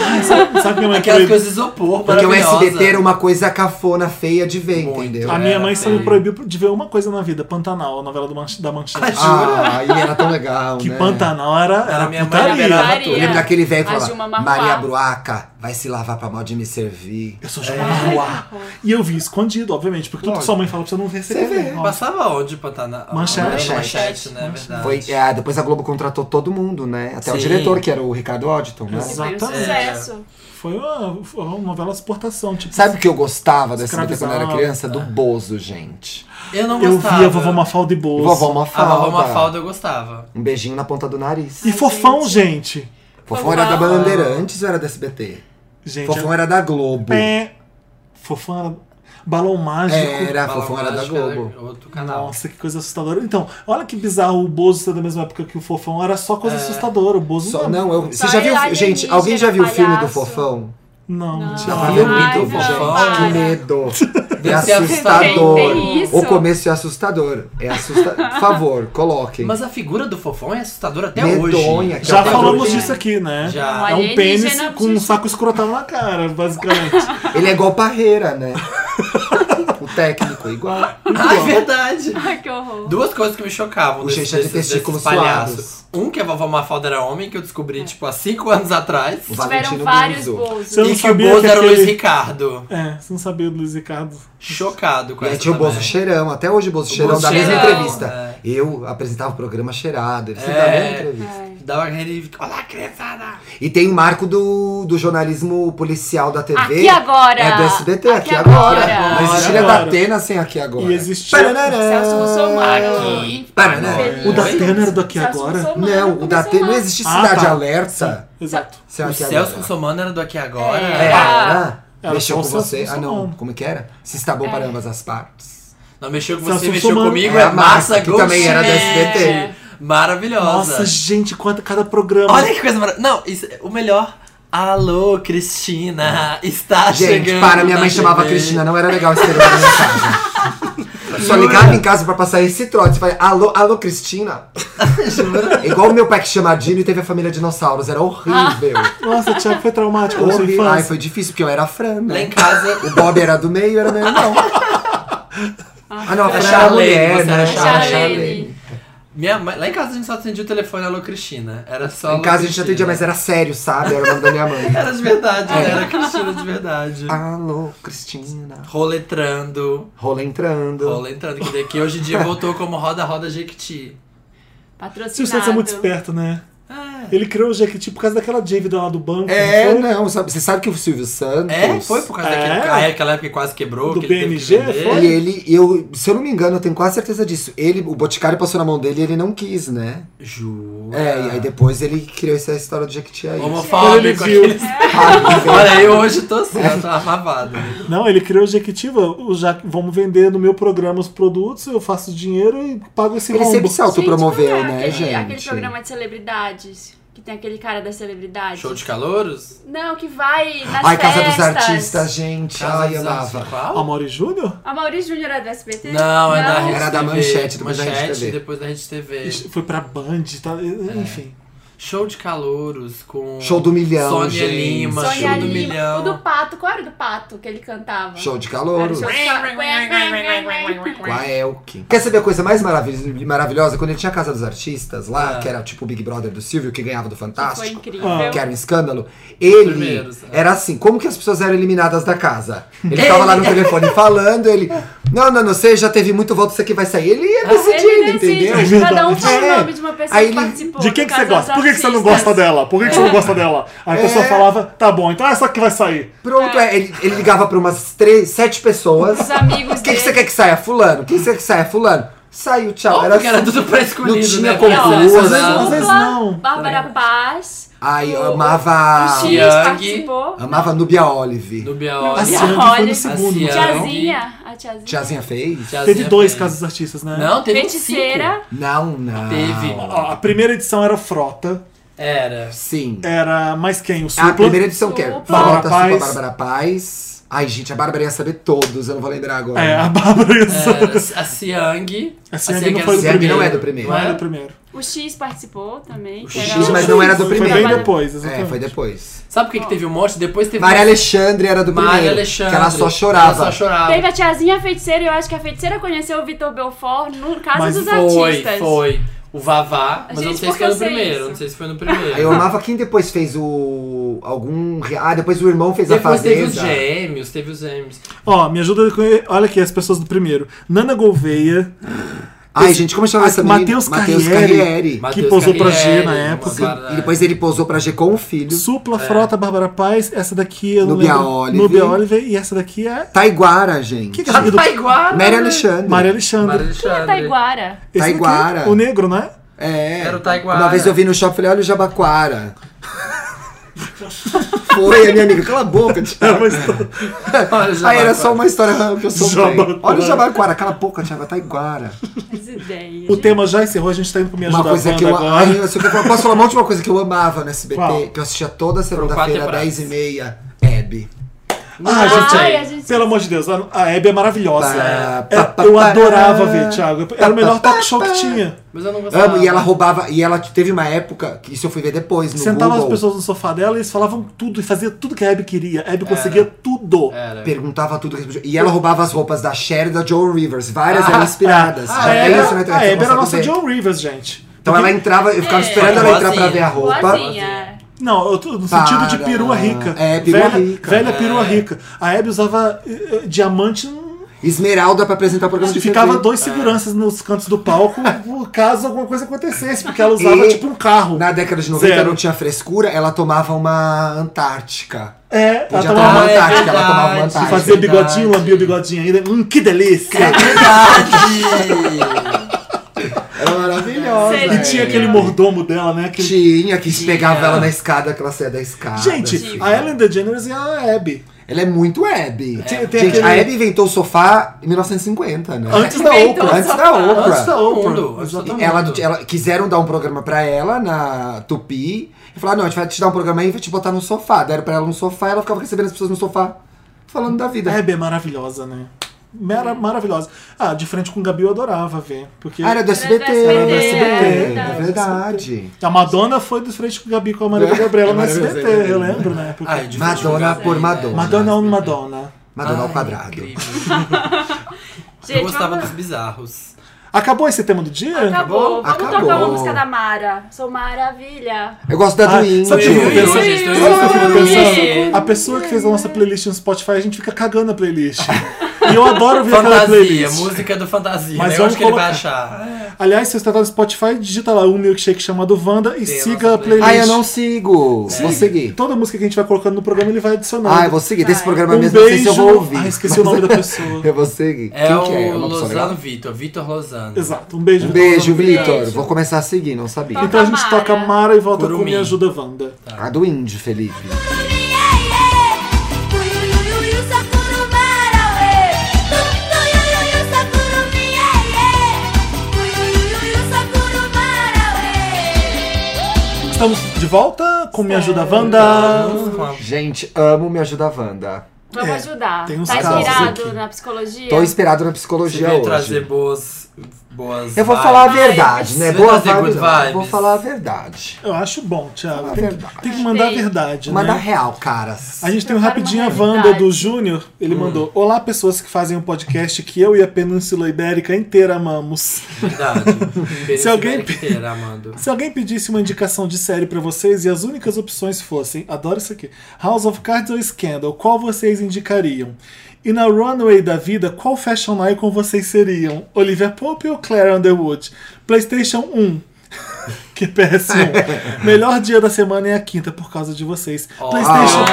Sabe minha mãe Aquelas proibiu? coisas isopor, Porque é um o Ah, é maravilhosa. SBT era uma coisa cafona, feia de ver, Muito. entendeu? A minha era, mãe só me sim. proibiu de ver uma coisa na vida: Pantanal, a novela do Manche- da Manchete. Ah, e era tão legal, que né? Pantanal era, era, Era minha mãe putaria. liberada. Maria. Eu lembro daquele velho que A falava, Gilma Maria Marruá. Bruaca vai se lavar pra mal de me servir. Eu sou jornal. E eu vi escondido, obviamente, porque tudo que sua mãe fala pra você não ver, você, Você quer ver. vê. óbvio. Passava onde, Pantanal? Manchete. Manchete, Manchete, né? Verdade. Foi, é, depois a Globo contratou todo mundo, né? Até o Sim. diretor, que era o Ricardo Odton, né? Exato. Foi um Exatamente. sucesso. Foi uma, foi uma novela exportação, tipo. Sabe o que eu gostava desse SBT quando Escravizado. eu era criança? Do Bozo, gente. Eu não eu gostava. vi a vovó Mafalda e Bozo. Vovó A Mafalda. vovó Mafalda eu gostava. Um beijinho na ponta do nariz. E Fofão, gente. Fofão era da Fofão. Bandeirantes ou era da SBT? Gente, Fofão era da Globo. é... Fofão era... Balão Mágico. É, Era, Balão Fofão era da Mágico Globo. era Outro canal. Nossa, que coisa assustadora. Então, olha que bizarro o Bozo ser da mesma época que o Fofão. Era só coisa assustadora. O Bozo Só, não. não, eu, você Só já viu. era Gente, alguém já viu o filme do palhaço. Fofão? Não, não. tinha Não, nada. mas é Ai, muito bom, não, gente. para. Que medo. É Deve ser assustador. Tem isso. O começo é assustador. É assustador. Por favor, coloquem. Mas a figura do Fofão é assustadora até Medonha, hoje. que Já Até falamos hoje, disso aqui, né? Já. É um Alienígena pênis com um de- saco escrotal na cara, basicamente. Ele é igual Parreira, né? o técnico, é igual. [LAUGHS] Ah, é verdade. Ai, que horror. Duas coisas que me chocavam O desses- Xexé de desses- testículos desses palhaços. suados. Um que a vovó Mafalda era homem, que eu descobri, tipo, há cinco anos atrás. O Tiveram Valentino vários Bozo. bolsos. Você não e que o sabia Bozo que era o Luiz aquele- Ricardo. é, você não sabia do Luiz Ricardo. Chocado com E aí essa tinha o Bozo também. Cheirão, até hoje o Bozo O Cheirão, Bozo da mesma Cheirão, entrevista. é. Eu apresentava o programa cheirado, ele sempre É. da mesma entrevista. Ai. Dava aquele... Olá, criançada! E tem o marco do, do jornalismo policial da TV. Aqui agora! É do SBT, aqui, Aqui agora. agora. Não existiria Agora. da Atena sem aqui agora. E existia- Parará. Celso Bolsonaro. Aqui. Paraná. Feliz. O da Atena era do aqui Celso agora? É. Russomano Não, o da começou Atena não é lá. existe Ah, Cidade tá. Alerta. Exato. Sem O aqui Celso agora. Somano era do Aqui Agora. É. É, Ah. É. era. Mexeu com Celso você. Ah, não. Russomano. Como que era? Se está bom para ambas as partes. Não mexeu com Celso você, mexeu Somano. comigo. É, É, a Márcia, Massa que Gold. também era da SBT. Maravilhosa. Nossa, gente, quanta, cada programa. Tá. Olha que coisa maravilhosa. Não, isso é o melhor. Alô, Cristina, está É. Gente, Tá chegando. para, minha na mãe chamava TV. Cristina, não era legal esperando a mensagem. [LAUGHS] Só ligava em casa pra passar esse trote. Falei, alô, [LAUGHS] alô, Cristina. Jura? É igual o meu pai que chama Dino e teve a família dinossauros. Era horrível. Ah. Nossa, Thiago, foi traumático na sua [LAUGHS] horrível. Ai, infância. foi difícil, porque eu era a Fran, Lá em né? casa. O Bob era do meio, era meio não. Ah, não, a É Fran era Charlene, mulher, você né? era Era Charlene. Charlene. Minha mãe, lá em casa a gente só atendia o telefone Alô Cristina. Era só. Em Alô, casa a gente Cristina. atendia, mas era É. sério, sabe? Era o nome da minha mãe. Era de verdade, né? era Cristina de verdade. Ah. Alô, Cristina. Roletrando. Rola entrando. Roletrando, que daqui hoje em dia voltou como Roda Roda Jequiti. Se o Celso Patrocinado. é muito esperto, né? Ele criou o Jequiti por causa daquela dívida lá do banco. É, não foi? não, sabe, você sabe que o Silvio Santos. É, foi por causa É? daquele. Ah, é aquela época que quase quebrou. Do que ele teve que BMG, vender. foi? E ele, eu, se eu não me engano, eu tenho quase certeza disso. Ele, o Boticário passou na mão dele e ele não quis, né? Jura. É, e aí depois ele criou essa história do Jequiti aí. Quando ele Homofóbico. viu. aqueles- Ah, que Olha, eu hoje tô assim, eu tô amavado. Não, ele criou o Jequiti, o ja... vamos vender no meu programa os produtos, eu faço dinheiro e pago esse Ele sempre rombo. se Gente, autopromoveu, como é né, aquele, gente? Aquele programa de celebridades, que tem aquele cara das É. celebridades. Show de calouros? Não, que vai nas Ai, Casa festas. dos Artistas, gente. Ai, amava. Qual? Amaury Júnior? A Maurício Júnior era do SBT? Não, é da Rede Era da TV, Manchete, depois da Rede Manchete, TV. depois da Rede TV. Ixi, Foi pra Band, tá? enfim. Show de calouros com. Show do milhão, Sônia gente. Lima, Sônia show do Lima. milhão. O do Pato, qual era o do Pato que ele cantava? Show de Era calor. o É, show de calor. Com a Elke. é Quer saber a coisa mais maravilhosa, maravilhosa? Quando ele tinha a Casa dos Artistas lá, Ah. que era tipo o Big Brother do Silvio, que ganhava do Foi Fantástico. incrível. Ah, que era um escândalo, ele primeiros, é. era assim, como que as pessoas eram eliminadas da casa? Ele tava lá no telefone falando, ele. Não, não, não, você já teve muito voto, isso aqui vai sair. Ele ia decidindo, Ah, Ele assim. decide, entendeu? É Cada um fala É. o nome de uma pessoa Aí que ele- participou. De quem do que você Casa dos gosta? Por que, que você não Artistas. gosta dela? Por que, que você não gosta dela? Aí a pessoa É. falava, tá bom, então é essa que vai sair. Pronto, é, ele, ele ligava pra umas três, sete pessoas. Os amigos Quem que dele. você quer que saia? Fulano. Quem que você quer que saia? Fulano. Saiu, tchau. assim. Óbvio que era tudo pré-escolhido, Então, Não tinha né? como Era duas, Às vezes, sensacional. às vezes não. Bárbara Paz. Ai, eu o- amava. O X Yang. participou. Amava Nubia Olive. Do Bial. A Assim, Ciane foi Olha, no segundo. a Ciane. Tiazinha. A tiazinha. Tiazinha fez? Teve dois casos artistas, né? Não, teve um cinco. Feiticeira. Não, não. Teve. Ó, A primeira edição era Frota. [LAUGHS] Era. Sim. Era mais quem? O É, Supla. Ah, A primeira edição que é Supla. Volta Bárbara Supla, Paz. Bárbara Paz. Ai, gente, a Bárbara ia saber todos, eu não vou lembrar agora. É, a Bárbara e o Sandra. Era assim, a Siang. A Siang não era foi do do primeiro. não é do primeiro. Não é? era o primeiro. O X participou também. O que X, era- mas não era do Foi primeiro. bem depois, exatamente. É, foi depois. Sabe por que, que teve um monte? Depois teve Maria mais- Alexandre era do primeiro. Maria Alexandre. Que ela só chorava. Ela só chorava. Teve a tiazinha feiticeira e eu acho que a feiticeira conheceu o Vitor Belfort no Casa Mas dos foi, Artistas. foi. O Vavá, mas eu não Gente, sei se por que foi no eu sei primeiro. isso? Não sei se foi no Aí eu primeiro. amava quem depois fez o. algum. re- Ah, depois o irmão fez a Depois fazenda. teve os gêmeos, teve os gêmeos. Ó, me ajuda com. Olha aqui as pessoas do primeiro. Nana Gouveia, Ai, gente, como chama essa menina? Matheus Mateus Ah, Carriere. Carriere. Matheus posou pra G Carriere, na uma época. barra- E depois ele posou pra G com o filho. Supla, Frota, Bárbara Paz. Essa daqui eu não Nubia lembro. Olive. Nubia Olive. E essa daqui é. Taiguara, gente. Que que é amigo do... tá Taiguara. Maria né? Alexandre. Maria Ah, Alexandre. Maria A Alexandre. é Taiguara. Esse daqui é Taiguara. o negro, não é? É. Era o Taiguara. Uma vez eu vi no shopping e falei, olha o Jabaquara. [LAUGHS] Foi, a minha amiga, cala a [LAUGHS] boca, Era Thiago. uma história. Olha, já Aí era vai, só uma história que eu sou Jabaquara. Olha o Jabaquara, cala a boca, Thiago, é Taiguara. As ideias. O tema já encerrou, a gente tá indo pra me ajudar Uma coisa Wanda que eu, agora. ai, eu só quero- Posso falar um uma última coisa que eu amava no SBT? Qual? Que eu assistia toda segunda-feira, Pro Quatro e 10 e meia. Hebe. Ah, gente, Ai, a gente- Pelo amor de Deus, a a Hebe é maravilhosa. Pá, É, pá, pá, eu pá, adorava pá, ver, Thiago. Era o melhor talk show que tinha. Mas eu não gostava. Amo, e ela roubava, e ela teve uma época, que isso eu fui ver depois no Sentava as Google, tá pessoas no sofá dela e eles falavam tudo e fazia tudo que a Hebe queria. A É. Hebe conseguia tudo. Era. perguntava tudo. que- E ela roubava as roupas da Cher e da Joan Rivers, várias eram inspiradas. Ah, A Já Hebe, tem Ah, é? isso né? na internet, a você Hebe era a consegue nossa ver. Joan Rivers, gente. Então ela entrava, eu ficava É. tipo assim. esperando Tipo ela entrar pra assim, Boazinha. ver a roupa. Boazinha. Não, eu tô no sentido de Para. perua rica. É, perua velha, rica. Velha perua rica. A Hebe usava eh, eh, diamante Esmeralda pra apresentar o programa que de ficava TV. dois seguranças nos cantos do palco [LAUGHS] caso alguma coisa acontecesse, porque ela usava E- tipo um carro. Na década de 90 Zero. não tinha frescura, ela tomava uma Antártica. É, ela Podia tomava tomar uma é Antártica, ela tomava uma verdade. E Antártica. fazia Ai, bigodinho, verdade. lambia o bigodinho ainda. Hum, que delícia! Verdade! Era maravilhosa. Seria. E tinha aquele mordomo dela, né? Aquele... Tinha, que pegava Tinha. ela na escada, que ela saía da escada. Gente, assim. a Ellen DeGeneres é a Abby. Ela é muito Abby. Tem- tem Gente, aquele- a Abby inventou o sofá em 1950, né? Então, Antes da Oprah. Inventou o Antes da sofá. Oprah. Antes da Oprah. Mundo, antes de todo Ela, mundo. ela- quiseram dar um programa pra ela na Tupi e falaram: não, a gente vai te dar um programa aí e vai te botar no sofá. Deram pra ela um sofá e ela ficava recebendo as pessoas no sofá falando da vida. A Abby é maravilhosa, né? Mara- Hum. maravilhosa. Ah, de frente com o Gabi eu adorava ver. Porque Ah, era do SBT. Era do SBT, É é verdade. a Madonna foi de frente com o Gabi com a Maria É, Gabriela no é maravilhoso, SBT, é eu verdade. lembro, né? Porque... Ai, de Madonna por Madonna. Madonna é uma Madonna. Madonna ao né? Ai, quadrado. incrível. Gente, Eu gostava vamos- dos bizarros. Acabou esse tema do dia? Acabou. Vamos Acabou. tocar uma música da Mara. Sou maravilha. Eu gosto da Ah, do Índio. sabe o que eu fico pensando? Gente, tô Sabe o que eu fico pensando? indo. A pessoa que fez a nossa playlist no Spotify, a gente fica cagando a playlist. E eu adoro ver aquela Fantasia, playlist. música do fantasia. Mas Mas eu vamos acho que ele vai colocar. achar. Aliás, se você está no Spotify, digita lá um milkshake chamado Wanda e Tem a siga a nossa playlist. playlist. Ai, eu não sigo. Vou seguir. Toda música que a gente vai colocando no programa, ele vai adicionando. Ai, vou seguir. Desse programa Tá. um mesmo, não sei se eu vou beijo. ouvir. Ah, esqueci o nome da pessoa. [LAUGHS] Eu vou seguir. É Quem o que é? Uma pessoa legal? Lozano Vitor, Vitor Lozano. Exato, um beijo. Um beijo, Vitor. Vitor. Beijo. Vou começar a seguir, não sabia. Então tá. a gente Mara. toca Mara e volta com Curumim. Me Ajuda Wanda. A do Índio, Felipe. Estamos de volta com Me Ajuda Wanda. Vamos com a- Gente, amo Me Ajuda Wanda. Vamos É, ajudar. tem uns tá casos inspirado aqui. na psicologia? Tô inspirado Você na é psicologia veio hoje. trazer boas. boas Eu vou vibes. falar a verdade, né? Você Boa vai trazer vibe. good não. vibes? Vou falar a verdade. Eu acho bom, Thiago. Fala a Tem que, verdade. tem que mandar a Tem. verdade, Uma da né? real, caras. A gente tem um Eu quero rapidinho a é uma Wanda realidade. do Júnior. Ele mandou: Olá, pessoas que fazem um podcast que eu e a Península Ibérica inteira amamos. Verdade. [LAUGHS] Se alguém- Inteira, [LAUGHS] amando. Se alguém pedisse uma indicação de série pra vocês e as únicas opções fossem, adoro isso aqui, House of Cards ou Scandal, qual vocês indicariam? E na runway da vida, qual fashion icon vocês seriam? Olivia Pope ou Claire Underwood? PlayStation 1. [LAUGHS] que é PS1. Melhor dia da semana é a quinta, por causa de vocês. PlayStation,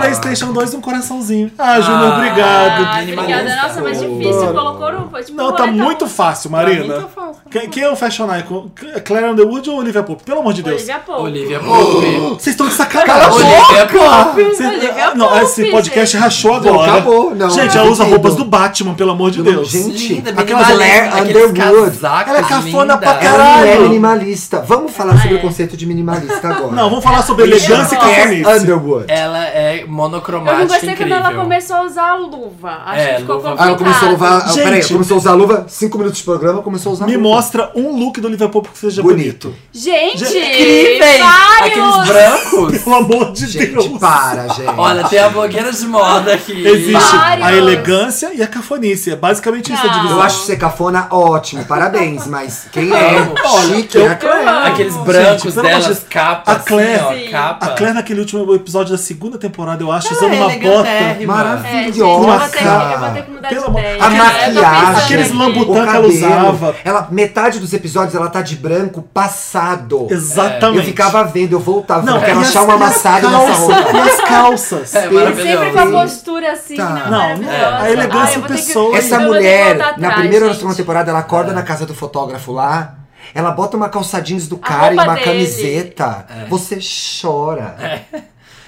PlayStation 2, um coraçãozinho. Ah, Júnior, Ah, obrigado. obrigada. Nossa, mas difícil. Colocou no foi tipo Não, tá moletom. muito fácil, Pra mim Marina. tá é fácil. Quem, quem é o fashion icon? Claire Underwood ou Olivia Pope? Pelo amor de Deus. Olivia Pope. Olivia Pope. Vocês estão de sacanagem. Olivia Pope. Vocês- Olivia ah, não, Pope, esse podcast é rachou agora. acabou, não. Gente, ela usa Entendo. roupas do Batman, pelo amor de Pelo- Deus. gente, Linda, aquela minimalista, é Blair aqueles Underwood. casacos Ela é cafona lindas. pra Ela não é Caralho. minimalista. Vamos falar sobre é. o conceito de minimalista agora. Não, vamos falar sobre Ela- elegância é e Ela- cafonice. Underwood. Ela é Eu monocromática não gostei quando incrível. ela começou a usar a luva. Acho É, que ficou luva. complicado. Ah, ela começou a usar. ah, Gente. Peraí, ela começou a usar a luva, cinco minutos de programa, começou a usar Me luva. mostra um look do Olivia Pope que seja bonito. Bonito. Gente, Incríveis! Aqueles vários! brancos. Pelo amor de Gente, Deus. [LAUGHS] para, gente. Olha, tem a blogueira de moda aqui. Existe Vários. a elegância e a cafonice. É basicamente isso a Não. divisão. Eu acho ser cafona ótimo, parabéns, mas quem é Amo. chique é a Claire. né? Aqueles Gente, brancos pelo amor de delas, Deus. capa, A assim, Claire- ó, Sim. capa. A Claire, naquele último episódio da segunda temporada, eu acho, Ela usando é uma bota. elegantérrima. Maravilha. É, gente, eu Nossa. vou, ter que, eu vou ter que mudar Pelo de amor- ideia. É, A Eu tô pensando maquiagem. Aqueles aqui. lambu- O botão que ela cabelo. usava. Ela, metade dos episódios ela tá de branco passado. Exatamente. É, Eu ficava vendo, eu voltava, não, Não, eu quero e as- achar uma e as amassada nessa calças, roupa. E as calças. É Sempre com a maravilhosa. postura assim, Tá. né? Não, maravilhosa. é. A elegância Ai, eu vou ter que- pessoa. Essa então eu vou ter que mulher, voltar na atrás, primeira ou na gente. segunda temporada, ela É. acorda na casa do fotógrafo lá. Ela bota uma calça jeans do cara e roupa uma dele. camiseta. É. Você chora.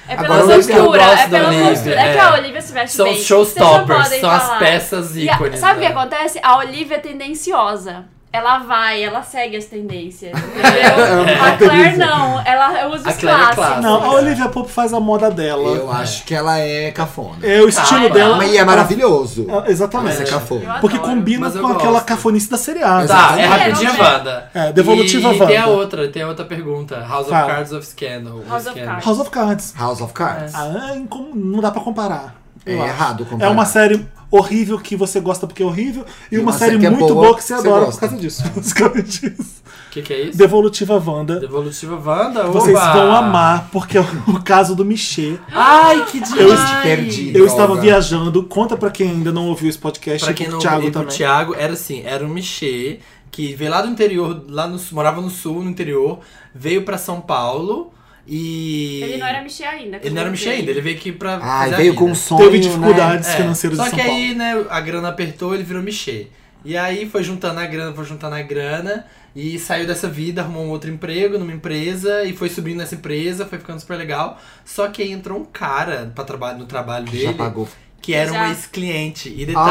É Agora, pela o que eu postura, gosto é pela da Olivia, postura. É que é. a Olivia se veste São bem. os Vocês não showstoppers, podem são as falar. peças E a- ícones. sabe o que né? acontece? A Olivia é tendenciosa. Ela vai, ela segue as tendências, [LAUGHS] entendeu? A Claire não, ela usa A os Claire é clássicos. clássica. Não, a Olivia Pope faz a moda dela. acho que ela é cafona. É o estilo Ah, dela. Mas é maravilhoso. Ah, Exatamente. Mas é Eu cafona. adoro. Porque combina mas eu com aquela gosto. cafonice da seriada. Tá, é Exatamente. rapidinha É, Wanda. É, devolutiva e, E tem Wanda. a outra, tem a outra pergunta. House of Fala. Cards of Scandal. House of Scandal. Cards. House of Cards. House of Cards. Ah, é incom- não dá pra comparar. É eu acho. errado É comparar. uma série horrível que você gosta porque é horrível e, uma, série, que é muito boa boa que você que você adora por gosta. causa disso. [LAUGHS] Basicamente isso. O que, que é isso? Devolutiva Wanda. Devolutiva Wanda? Vocês oba! vão amar, porque é o caso do Michê. Ai, que demais! Eu estive perdido. Eu Droga. estava viajando. Conta pra quem ainda não ouviu esse podcast Pra e quem pro não Thiago e pro também. Thiago, era assim, era um Michê que veio lá do interior, lá no, morava no sul, no interior, veio pra São Paulo e. Ele não era Michê ainda. Ele não era Michê ainda, ele veio aqui pra. Ai, fazer a veio vida. com um sonho, Teve dificuldades É, financeiras Só em São que Paulo. aí, né, a grana apertou, ele virou Michê. E aí foi juntando a grana, foi juntando a grana. E saiu dessa vida, arrumou um outro emprego numa empresa e foi subindo nessa empresa, foi ficando super legal. Só que aí entrou um cara pra trabalho, no trabalho Né? dele, Já pagou. que era um Já. ex-cliente. E detalhe,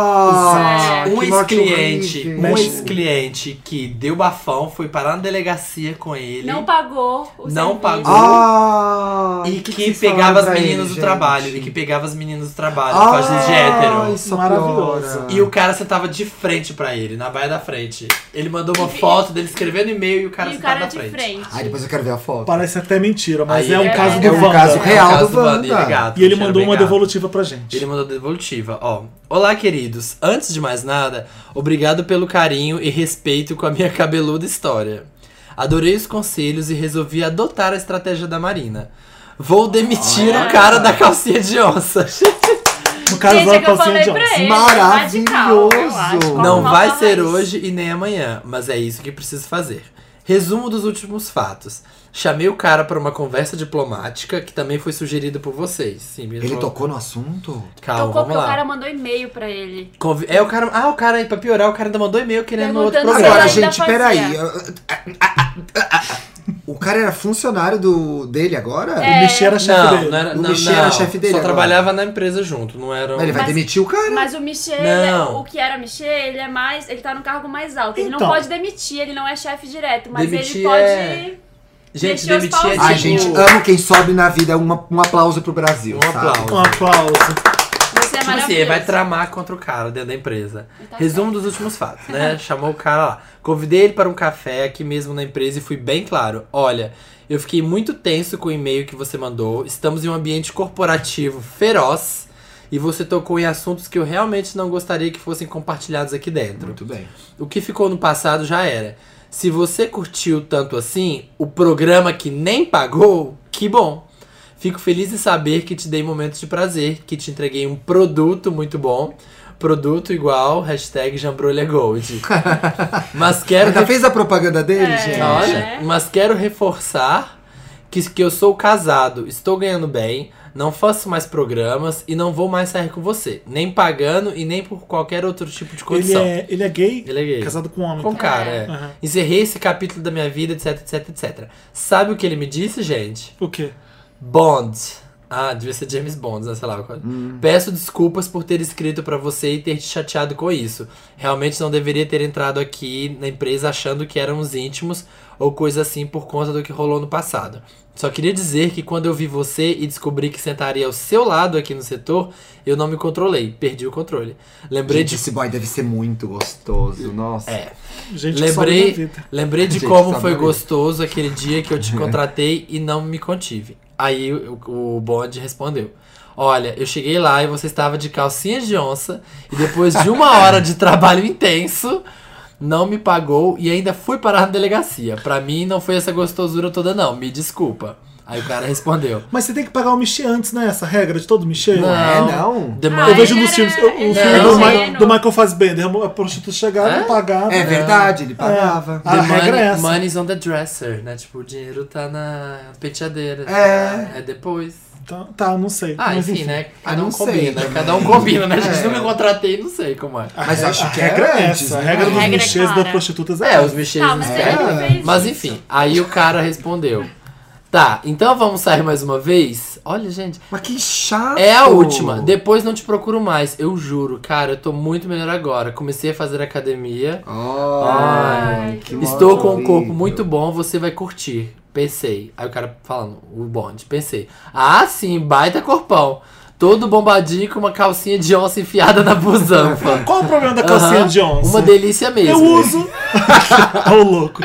Ah, Gente, um que morte ex-cliente, horrível. um Mexe. ex-cliente que deu bafão, foi parar na delegacia com ele. Não pagou o Não serviço. pagou. Ah, e que que, vocês pegava falaram as pra meninas ele, do trabalho. gente? E que pegava as meninas do trabalho. Ah, faz de hétero. isso é Maravilhoso. piora. E o cara sentava de frente pra ele, na baia da frente. Ele mandou uma E- foto dele escrevendo e-mail e o cara E o sentava cara é na de frente. frente. Ai, depois eu quero ver a foto. Parece até mentira, mas Aí é um ele- caso do é um Wanda. caso É o Real caso do do Wanda. ele é Wanda. gato, E ele bicho, era mandou bem uma gato. devolutiva pra gente. Ele mandou devolutiva, ó. Olá, queridos. Antes de mais nada, obrigado pelo carinho e respeito com a minha [LAUGHS] cabeluda história. Adorei os conselhos e resolvi adotar a estratégia da Marina. Vou demitir o cara da calcinha de onça. No caso Gente, é da que calcinha eu falei de pra onça. ele. Maravilhoso. radical, eu acho. Como Não falta vai ser mais? hoje e nem amanhã, mas é isso que preciso fazer. Resumo dos últimos fatos. Chamei o cara para uma conversa diplomática, que também foi sugerido por vocês. Sim, me Ele falou- tocou no assunto? Calma, Tocou porque vamos o lá. cara mandou e-mail pra ele. Convi- É o cara. Ah, o cara, pra piorar, o cara ainda mandou e-mail querendo no outro Perguntando se programa. Agora, ela ainda gente, fazia. peraí. Ah, ah, ah, ah, ah. [LAUGHS] O cara era funcionário do, dele É. agora? O Michê era é chefe Não, dele. não era. O Não, Michel era não. chefe dele Só agora. trabalhava na empresa junto, não era. um- Ele vai Mas- demitir o cara? Mas o Michê, Não. o que era Michê, ele é mais. Ele tá no cargo mais alto. Ele Então. não pode demitir, ele não é chefe direto, mas Demitir ele pode. é- Gente, é Mexeu os demitia pauzinhos. Ai, Sim. gente, amo quem sobe na vida. Uma, um aplauso pro Brasil. Um sabe? aplauso. Um aplauso. Você Tipo é assim, maravilhoso. ele vai tramar contra o cara dentro da empresa. Ele tá Resumo dos últimos fatos, né? [LAUGHS] Chamou o cara lá. Convidei ele para um café aqui mesmo na empresa e fui bem claro. Olha, eu fiquei muito tenso com o e-mail que você mandou. Estamos em um ambiente corporativo feroz e você tocou em assuntos que eu realmente não gostaria que fossem compartilhados aqui dentro. Muito bem. O que ficou no passado já era. Se você curtiu tanto assim, o programa que nem pagou, que bom. Fico feliz em saber que te dei momentos de prazer, que te entreguei um produto muito bom, produto igual, hashtag jambrolha [LAUGHS] gold. Mas quero Tá Ainda fez a propaganda dele, É. gente? Olha, né? É. mas quero reforçar que, que eu sou casado, estou ganhando bem, não faço mais programas e não vou mais sair com você. Nem pagando e nem por qualquer outro tipo de Ele condição. é, ele é gay? Ele é gay. Casado com um homem. Com cara, é. Aham. Encerrei esse capítulo da minha vida, etc, etc, etc. Sabe o que ele me disse, gente? O quê? Bond. Ah, devia ser James Bond, né? sei lá. Peço desculpas por ter escrito pra você e ter te chateado com isso. Realmente não deveria ter entrado aqui na empresa achando que éramos íntimos ou coisa assim por conta do que rolou no passado. Só queria dizer que quando eu vi você e descobri que sentaria ao seu lado aqui no setor, eu não me controlei, perdi o controle. Lembrei Gente, de esse boy deve ser muito gostoso, nossa. É. Gente, que sobe na Lembrei, vida. lembrei de Gente, como sabe foi a vida. gostoso aquele dia que eu te contratei e não me contive. Aí o, o Bond respondeu: Olha, eu cheguei lá e você estava de calcinha de onça e depois de uma hora de trabalho intenso, não me pagou e ainda fui parar na delegacia. Pra mim não foi essa gostosura toda, não. Me desculpa. Aí o cara respondeu: Mas você tem que pagar o Michê antes, né? Essa regra de todo Michê? É, não? The Ah, Eu money- vejo ele nos era- filmes. eu- O ele filme era do, ingênuo. Ma do Michael Fassbender. A prostituta chegava e É? não pagava. É verdade, ele pagava. Ah. The a regra é money- essa. money's on the dresser, né? Tipo, o dinheiro tá na penteadeira. É. É depois. Tá, tá, não sei. Ah, Mas, enfim, né? Cada eu um não sei combina, também. cada um combina, né? A gente É. nunca contratei, não sei como é. Mas eu acho A que é regra é antes, essa. A né? regra A dos regra é Michês clara. das prostitutas é É, os essa. bicheiros. Tá, mas né? ele não fez Mas isso. enfim, aí o cara respondeu. Tá, então vamos sair mais uma vez? Olha, gente. Mas que chato! É a última. Depois não te procuro mais. Eu juro, cara, eu tô muito melhor agora. Comecei a fazer academia. Ai, Ai, que Estou com um maravilha. corpo muito bom, você vai curtir. Pensei. Aí o cara falando, o bonde, pensei. Ah, sim, baita corpão. Todo bombadinho com uma calcinha de onça enfiada na busanfa. Qual o problema da calcinha Aham, de onça? Uma delícia mesmo. né? Eu [LAUGHS] uso. [LAUGHS] Ô, louco.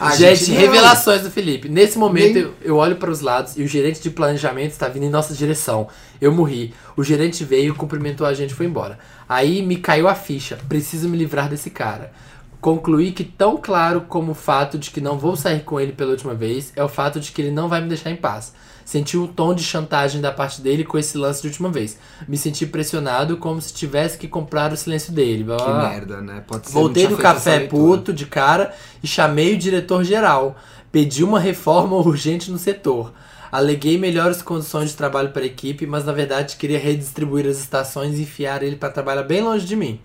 Ah, gente, não. revelações do Felipe. Nesse momento, Nem- eu, eu olho para os lados e o gerente de planejamento está vindo em nossa direção. Eu morri. O gerente veio, cumprimentou a gente e foi embora. Aí me caiu a ficha. Preciso me livrar desse cara. Concluí que tão claro como o fato de que não vou sair com ele pela última vez é o fato de que ele não vai me deixar em paz. Senti um tom de chantagem da parte dele com esse lance de última vez. Me senti pressionado como se tivesse que comprar o silêncio dele. Blá, blá, Que blá. merda, né? Pode ser. Ah. Voltei não do tinha feito essa café leitura. puto de cara e chamei o diretor geral. Pedi uma reforma [LAUGHS] urgente no setor. Aleguei melhores condições de trabalho para a equipe, mas na verdade queria redistribuir as estações e enfiar ele para trabalhar bem longe de mim.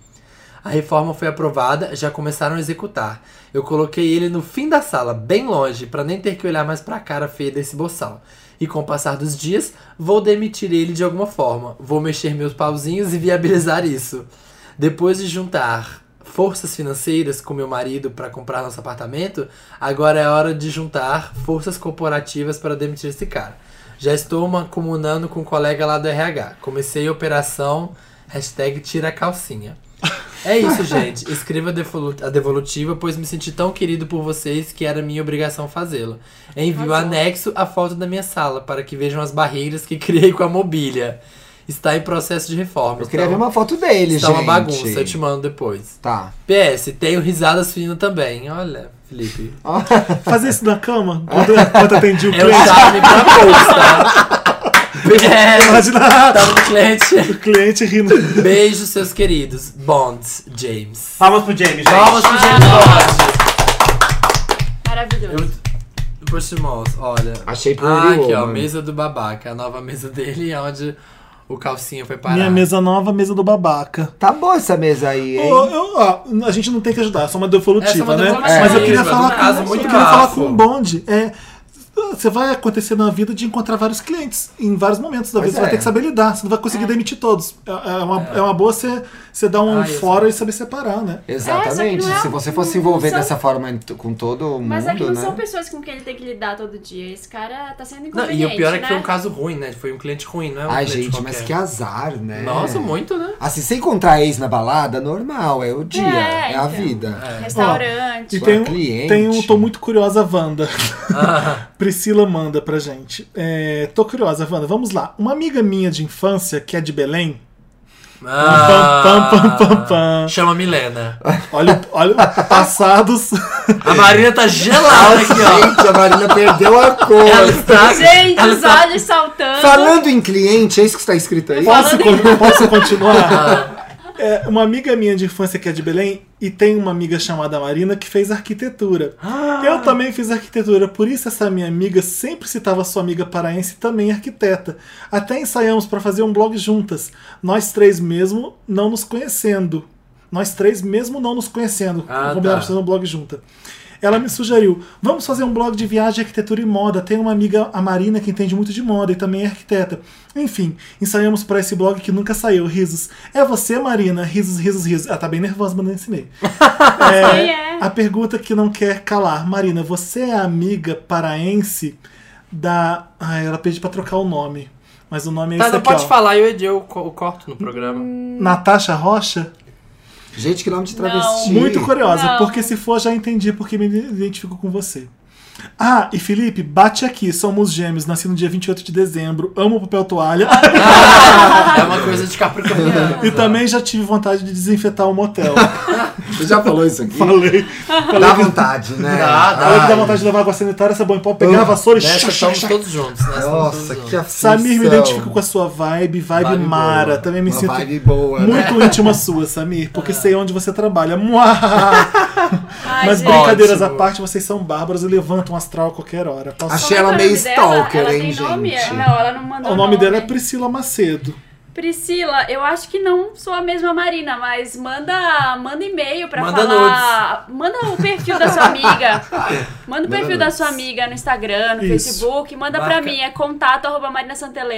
A reforma foi aprovada, já começaram a executar. Eu coloquei ele no fim da sala, bem longe, para nem ter que olhar mais para a cara feia desse boçal. E com o passar dos dias, vou demitir ele de alguma forma. Vou mexer meus pauzinhos e viabilizar isso. Depois de juntar forças financeiras com meu marido para comprar nosso apartamento, agora é hora de juntar forças corporativas para demitir esse cara. Já estou me comunando com um colega lá do RH. Comecei a operação hashtag tira a calcinha. É isso, gente. Escreva a devolu- a devolutiva, pois me senti tão querido por vocês que era minha obrigação fazê-lo. Envio o anexo a foto da minha sala, para que vejam as barreiras que [LAUGHS] criei com a mobília. Está em processo de reforma. Eu queria então- ver uma foto dele, Está gente. uma bagunça, eu te mando depois. [LAUGHS] Tá. PS, tenho risada suína também. Olha, Felipe. Fazer isso na cama, quando, quando atendi o É o cliente. charme pra poucos, tá? [LAUGHS] PS, Imagina tá no cliente. o cliente rindo. Beijo, seus queridos. Bonds, James. Palmas pro James, gente. Palmas pro James Bond. Maravilhoso. Eu... Push Mouse, olha. Achei por Ah, aqui, ó. mano. Mesa do babaca. A nova mesa dele [LAUGHS] é onde o calcinha foi parar. Minha mesa nova, mesa do babaca. Tá boa essa mesa aí, hein? Ô, eu- ó, a gente não tem que ajudar, é só uma devolutiva, Essa é uma né? devolutiva, Mas eu é, queria mas falar no com, caso, eu muito queria falar bafo. com um bonde. É, você vai acontecer na vida de encontrar vários clientes em vários momentos da Pois vida. Você vai é. ter que saber lidar, você não vai conseguir demitir todos. É, é uma, é. uma boa você, você dar um Ah, isso. fora e saber separar, né? É, Exatamente. só que não é- Se você fosse se não envolver são- dessa forma em t- com todo mundo, Mas é que não né? são pessoas com quem ele tem que lidar todo dia. Esse cara tá sendo Não, inconveniente, e o pior é que né? foi um caso ruim, né? Foi um cliente ruim, não é um Ai, cliente gente, mas qualquer. que azar, né? Nossa, muito, né? Assim, sem encontrar ex na balada, normal, é o dia, é, É, a então. vida. E Restaurante. Sua tem, um- cliente. tem um Tô Muito Curiosa Wanda. Ah, [LAUGHS] Priscila manda pra gente. É, tô curiosa, Wanda. Vamos lá. Uma amiga minha de infância, que é de Belém, ah. Pam, pam, pam, pam, pam. Chama [LAUGHS] Milena. olha, olha passados. A Marina tá gelada Nossa, aqui, ó. gente, a Marina perdeu a cor. Ela está. Gente, ela os tá- olhos saltando. Falando em cliente, é isso que está tá escrito aí? Posso, con- posso continuar? É, uma amiga minha de infância que é de Belém e tem uma amiga chamada Marina que fez arquitetura. Eu também fiz arquitetura, por isso essa minha amiga sempre citava sua amiga paraense também arquiteta. Até ensaiamos para fazer um blog juntas. Nós três mesmo não nos conhecendo. Nós três mesmo não nos conhecendo. Ah, Combinamos pra tá. fazer um blog junta. Ela me sugeriu, vamos fazer um blog de viagem, arquitetura e moda. Tem uma amiga, a Marina, que entende muito de moda e também é arquiteta. Enfim, ensaiamos para esse blog que nunca saiu, risos. É você, Marina, risos, risos, risos. Ela tá bem nervosa, mas não ensinei. Sei, é. A pergunta que não quer calar. Marina, você é amiga paraense da... Ai, ela pediu pra trocar o nome. Mas o nome é Tá, esse não aqui, pode ó. falar, eu, eu, co- eu corto no programa. Natasha Rocha? Gente, que nome de travesti. Muito curiosa, Não. porque se for, já entendi porque me identifico com você. Ah, e Felipe, bate aqui, somos gêmeos, nasci no dia 28 de dezembro, amo papel toalha Ah, [LAUGHS] é uma coisa de capricorniano. [LAUGHS] e também já tive vontade de desinfetar o motel. Ah, Você já falou isso aqui? Falei. Dá vontade, né? Dá, dá. Ela que dá Ai, vontade de levar água sanitária, sabão em pó, Ah, pegar a vassoura e Nessa estamos todos juntos, né? Estamos Nossa, todos juntos. que aflição. Samir, me identifico com a sua vibe, vibe, Vibe Mara. boa. Também me Uma sinto vibe boa, né? muito íntima sua, Samir, porque sei onde você trabalha. Muá! Ah. [LAUGHS] Ai, Mas gente. brincadeiras à Ótimo. parte, vocês são bárbaros e levantam astral a qualquer hora. Posso- Achei Como é ela que é o meio nome dela? stalker, ela hein, tem Nome? Ah, gente? Não, ela não mandou O nome dela é Priscila Macedo. Priscila, eu acho que não sou a mesma Marina, mas manda, manda e-mail pra Manda falar. Manda o perfil da sua amiga. [LAUGHS] Manda o Manda perfil da nudes. sua amiga no Instagram, no Isso. Facebook. Manda pra Marca. mim, é contato arroba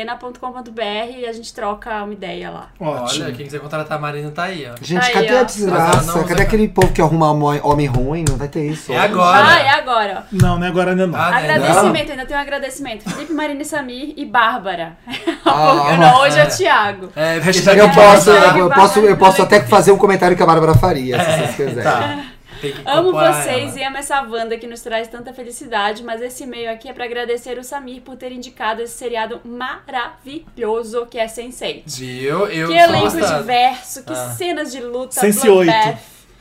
marinasantelena.com.br e a gente troca uma ideia lá. Ótimo. Olha, quem quiser contratar a Marina tá aí, ó. Gente, Aí, cadê ó. a Ah, desgraça? não, você- cadê aquele povo que arruma homem homem ruim? Não vai ter isso. É hoje. agora. Olha. Ah, é agora. Não, não é agora ainda não. Tá Ah, né? Agradecimento, ainda tem um agradecimento. Felipe, Marina e Samir e Bárbara. [LAUGHS] Ah, hoje é o Thiago. É, porque já Hashtag tem eu que posso, Hashtag eu posso, eu posso Bárbara até fazer um comentário que a Bárbara faria, se vocês quiserem. Tá. Tem que Amo incorporar vocês ela. e amo essa Wanda que nos traz tanta felicidade, mas esse e-mail aqui é pra agradecer o Samir por ter indicado esse seriado maravilhoso que é Sense8. Viu? Eu sou Que elenco gostado. diverso, que Ah. cenas de luta, Sense8. bloodbath,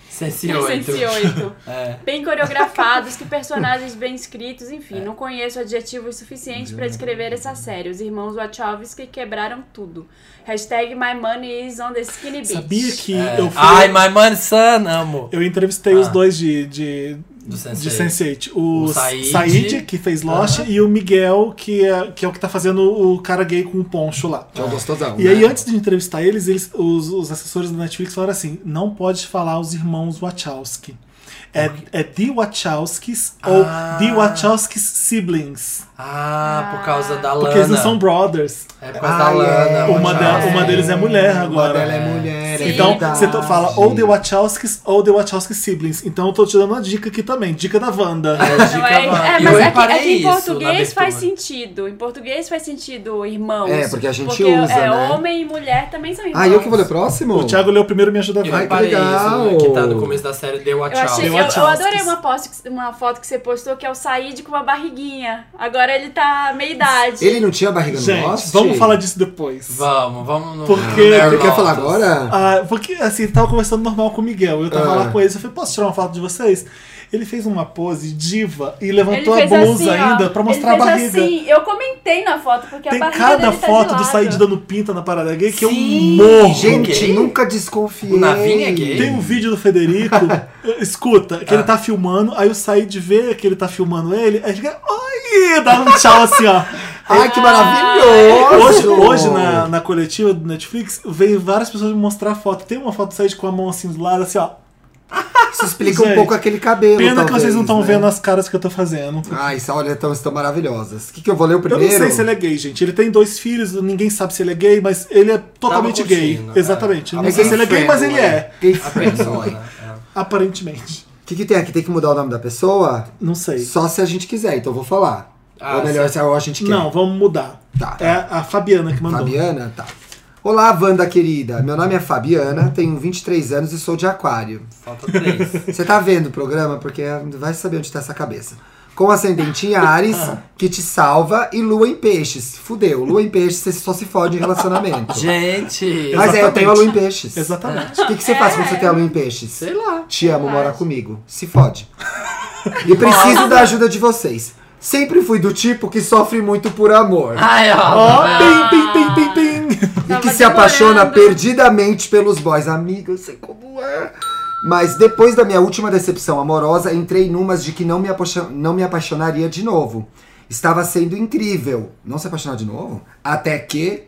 Sense oito. [LAUGHS] Sense8. É. Bem coreografados, que personagens bem escritos, enfim, É. não conheço adjetivos suficientes pra descrever essa série. Os irmãos Wachowski quebraram tudo. Hashtag My Money is on the Skinny Beach. Sabia que É. eu fui. Ai, my man son, amo. Eu entrevistei Ah. os dois de, de, Do Sense8. de Sense8. O, O Said, Said. que fez Lost, e o Miguel, que é, que é o que tá fazendo o cara gay com o poncho lá. Que é o gostosão. E né? aí, antes de entrevistar eles, eles- os, os assessores da Netflix falaram assim: não pode falar os irmãos Wachowski. É, é The Wachowskis ou Ah. The Wachowskis Siblings. Ah, por causa da Lana. Porque eles não são brothers. É por causa da Ah, é. Lana. Uma, Wachowski. dela- uma deles é mulher Uma agora. dela é mulher. é Sim. Então, verdade. você to- fala ou The Wachowskis ou The Wachowskis Siblings. Então, eu tô te dando uma dica aqui também. Dica da Wanda. É, Não dica é, Lana. é, E mas eu é que, é reparei que em isso na português faz abertura. sentido. Em português faz sentido, irmãos. É, porque a gente Porque, usa, é, né? homem e mulher também são irmãos. Ah, eu que vou ler o próximo? O Thiago leu primeiro e me ajuda a Eu ver. Ai, que reparei legal. isso, que tá no começo da série The Eu, achei, Wachowski. eu, Tem eu Wachowskis. adorei uma, post, que- uma foto que você postou que é o Said com uma barriguinha. Agora ele tá meia idade. Ele não tinha barriga no Gente, Lost? vamos falar disso depois. Vamos, vamos no. Porque- no Blair Você quer Lotus. falar agora? Ah, porque assim, ele tava conversando normal com o Miguel. Eu tava Ah. lá com ele, eu falei, posso tirar uma foto de vocês? Ele fez uma pose diva e levantou a ele fez blusa assim, ó. ainda pra mostrar a ele fez barriga. assim, eu comentei na foto, porque a Tem barriga cada dele tá foto de do lado. Said dando pinta na parada gay que Sim, eu morro. Gente, Gay? nunca desconfiei. O Navinha é gay? Tem um vídeo do Federico, [LAUGHS] eh, escuta, que ele Ah. tá filmando, aí o Said vê que ele tá filmando ele, aí fica, oi, dá um tchau assim, ó. Ai, que maravilhoso! Hoje, hoje na, na coletiva do Netflix, veio várias pessoas me mostrar a foto. Tem uma foto do Said com a mão assim do lado, assim, ó. Isso explica Gente, um pouco aquele cabelo, Pena que talvez, vocês não estão né? vendo as caras que eu tô fazendo. Ai, essa, olha, estão, estão maravilhosas. O que, que eu vou ler o Eu primeiro? não sei se ele é gay, gente. Ele tem dois filhos, ninguém sabe se ele é gay, mas ele é totalmente curtindo, gay. é. Exatamente. Eu Não É sei gay se ele é gay, friendly, mas ele é. Gay A friendly. persona. é. Aparentemente. O né? que, que tem aqui? Tem que mudar o nome da pessoa? Não sei. Só se a gente quiser, então eu vou falar. Ah, Ou melhor, se a gente quer. Não, vamos mudar. Tá. É a Fabiana que mandou. Fabiana? Tá. Olá, Wanda querida. Meu nome é Fabiana, tenho 23 anos e sou de Aquário. Falta três. [LAUGHS] Você tá vendo o programa? Porque vai saber onde tá essa cabeça. Com ascendente [LAUGHS] em Ares, que te salva, e Lua em Peixes. Fudeu, Lua em Peixes, você só se fode em [LAUGHS] relacionamento. Gente. Mas é, eu tenho a Lua em Peixes. Exatamente. O que, que você faz É. quando você tem a Lua em Peixes? Sei lá. Te amo, mora comigo. Se fode. E preciso da ajuda de vocês. Sempre fui do tipo que sofre muito por amor. Ai, ó. Ah. Ó, pim, pim, pim, pim, pim. e Ah, Tava que se apaixona demorando. perdidamente pelos boys. Amiga, eu sei como é. Mas depois da minha última decepção amorosa, entrei numas de que não me, apaixo- não me apaixonaria de novo. Estava sendo incrível. Não se apaixonar de novo? Até que.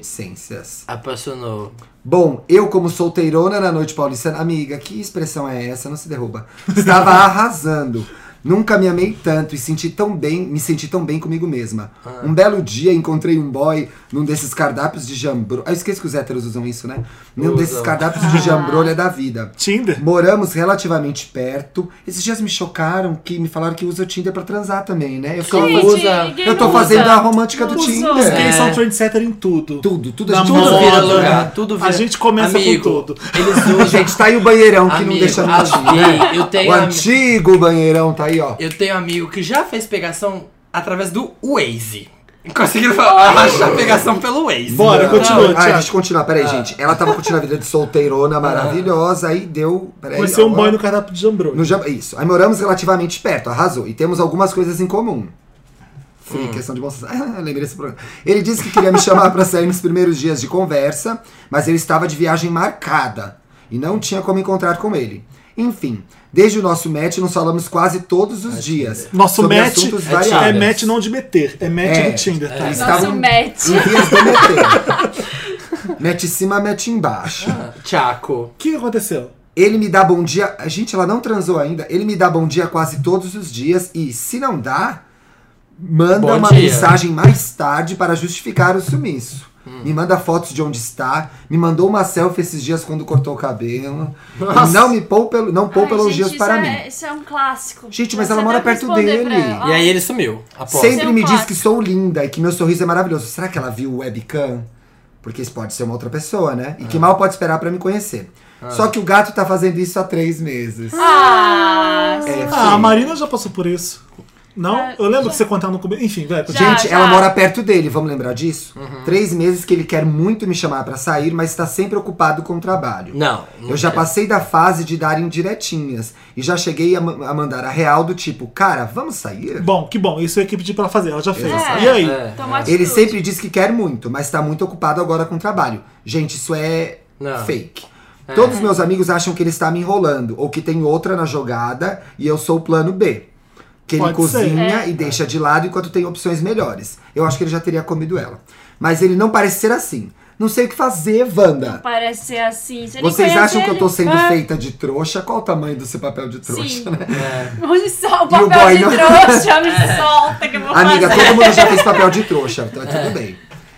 Reticências. Apaixonou. Bom, eu como solteirona na noite paulistana, amiga, que expressão é essa? Não se derruba. Estava [LAUGHS] arrasando. Nunca me amei tanto e senti tão bem, me senti tão bem comigo mesma. Ah. Um belo dia encontrei um boy num desses cardápios de jambrolha. Eu esqueci que os héteros usam isso, né? Num Usam. desses cardápios de jambrolha da vida. Tinder? Moramos relativamente perto. Esses dias me chocaram que me falaram que usa o Tinder pra transar também, né? Eu, ficava, Gente, "Usa". quem eu tô não fazendo usa? a romântica do Não usa. Os Tinder. gays É. são trendsetter em tudo. Tudo, tudo a Na gente moda, Tudo vira né? lugar, tudo vira. A gente começa Amigo, com tudo. um Eles [LAUGHS] A usam. gente tá aí o banheirão que não Amigo, deixa as mentir. gay, eu tenho O ami- antigo banheirão tá aí, ó. Eu tenho um amigo que já fez pegação através do Waze. Conseguiram fa- achar pegação pelo Waze. Bora, Não, continua. Ah, Thiago. deixa eu continuar, peraí, gente. Ela tava curtindo a vida de solteirona maravilhosa, aí deu. Peraí, Conheceu É, um ó, boy no cardápio de jambrolha. no Jap- Isso. Aí moramos relativamente perto, arrasou. E temos algumas coisas em comum. Fui, questão de bolsas. [LAUGHS] Ah, lembrei desse programa. Ele disse que queria me chamar pra sair nos primeiros dias de conversa, mas eu estava de viagem marcada e não tinha como encontrar com ele. Enfim, desde o nosso match nos falamos quase todos os dias. Nosso sobre match assuntos é variados. É match não de meter, é match É. do Tinder, tá? Eles Nosso estavam match. em vias do meter. mete em cima, mete embaixo. Tchaco. O que aconteceu? Ele me dá bom dia. Gente, ela não transou ainda. Ele me dá bom dia quase todos os dias. E se não dá, manda Bom uma dia. mensagem mais tarde para justificar o sumiço. Hum. Me manda fotos de onde está. Me mandou uma selfie esses dias quando cortou o cabelo. E não me poupa, não poupa Ai, elogios gente, para isso mim. É, isso é um clássico. Gente, mas ela Você mora deve perto responder dele. pra ela. E aí ele sumiu. Aposto. Sem- Sempre Seu me diz clássico. que sou linda e que meu sorriso é maravilhoso. Será que ela viu o webcam? Porque isso pode ser uma outra pessoa, né? E que mal pode esperar pra me conhecer. Só que o gato tá fazendo isso há três meses. Ah, É, Ah, a sim. Marina já passou por isso. Não? Ah, eu lembro já. que você contava no começo. Enfim, vai. Já. continua. Gente, ela mora perto dele, vamos lembrar disso? Três meses que ele quer muito me chamar pra sair, mas está sempre ocupado com o trabalho. Não. não Eu já quero. passei da fase de dar indiretinhas e já cheguei a, ma- a mandar a real do tipo, cara, vamos sair? Bom, que bom. Isso é a equipe de pra fazer. Ela já fez. Exato. E aí? É. tomou atitude. Ah, Ele sempre diz que quer muito, mas tá muito ocupado agora com o trabalho. Gente, isso é Não. fake. É. Todos os meus amigos acham que ele está me enrolando ou que tem outra na jogada e eu sou o plano B. Que ele Pode ser. cozinha É. e deixa de lado enquanto tem opções melhores. Eu acho que ele já teria comido ela. Mas ele não parece ser assim. Não sei o que fazer, Wanda. Parece ser assim. Você nem Vocês conhece acham que eu tô ele. sendo Ah, feita de trouxa? Qual o tamanho do seu papel de trouxa, Sim. né? É. [LAUGHS] Onde só o E o boy papel de não- trouxa [LAUGHS] me solta que eu vou Amiga, fazer. todo mundo já fez papel de trouxa, tá tudo bem.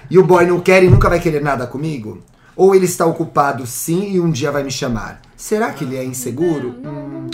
E o boy não quer e nunca vai querer nada comigo? Ou ele está ocupado sim e um dia vai me chamar? Será que ele é inseguro? Hum.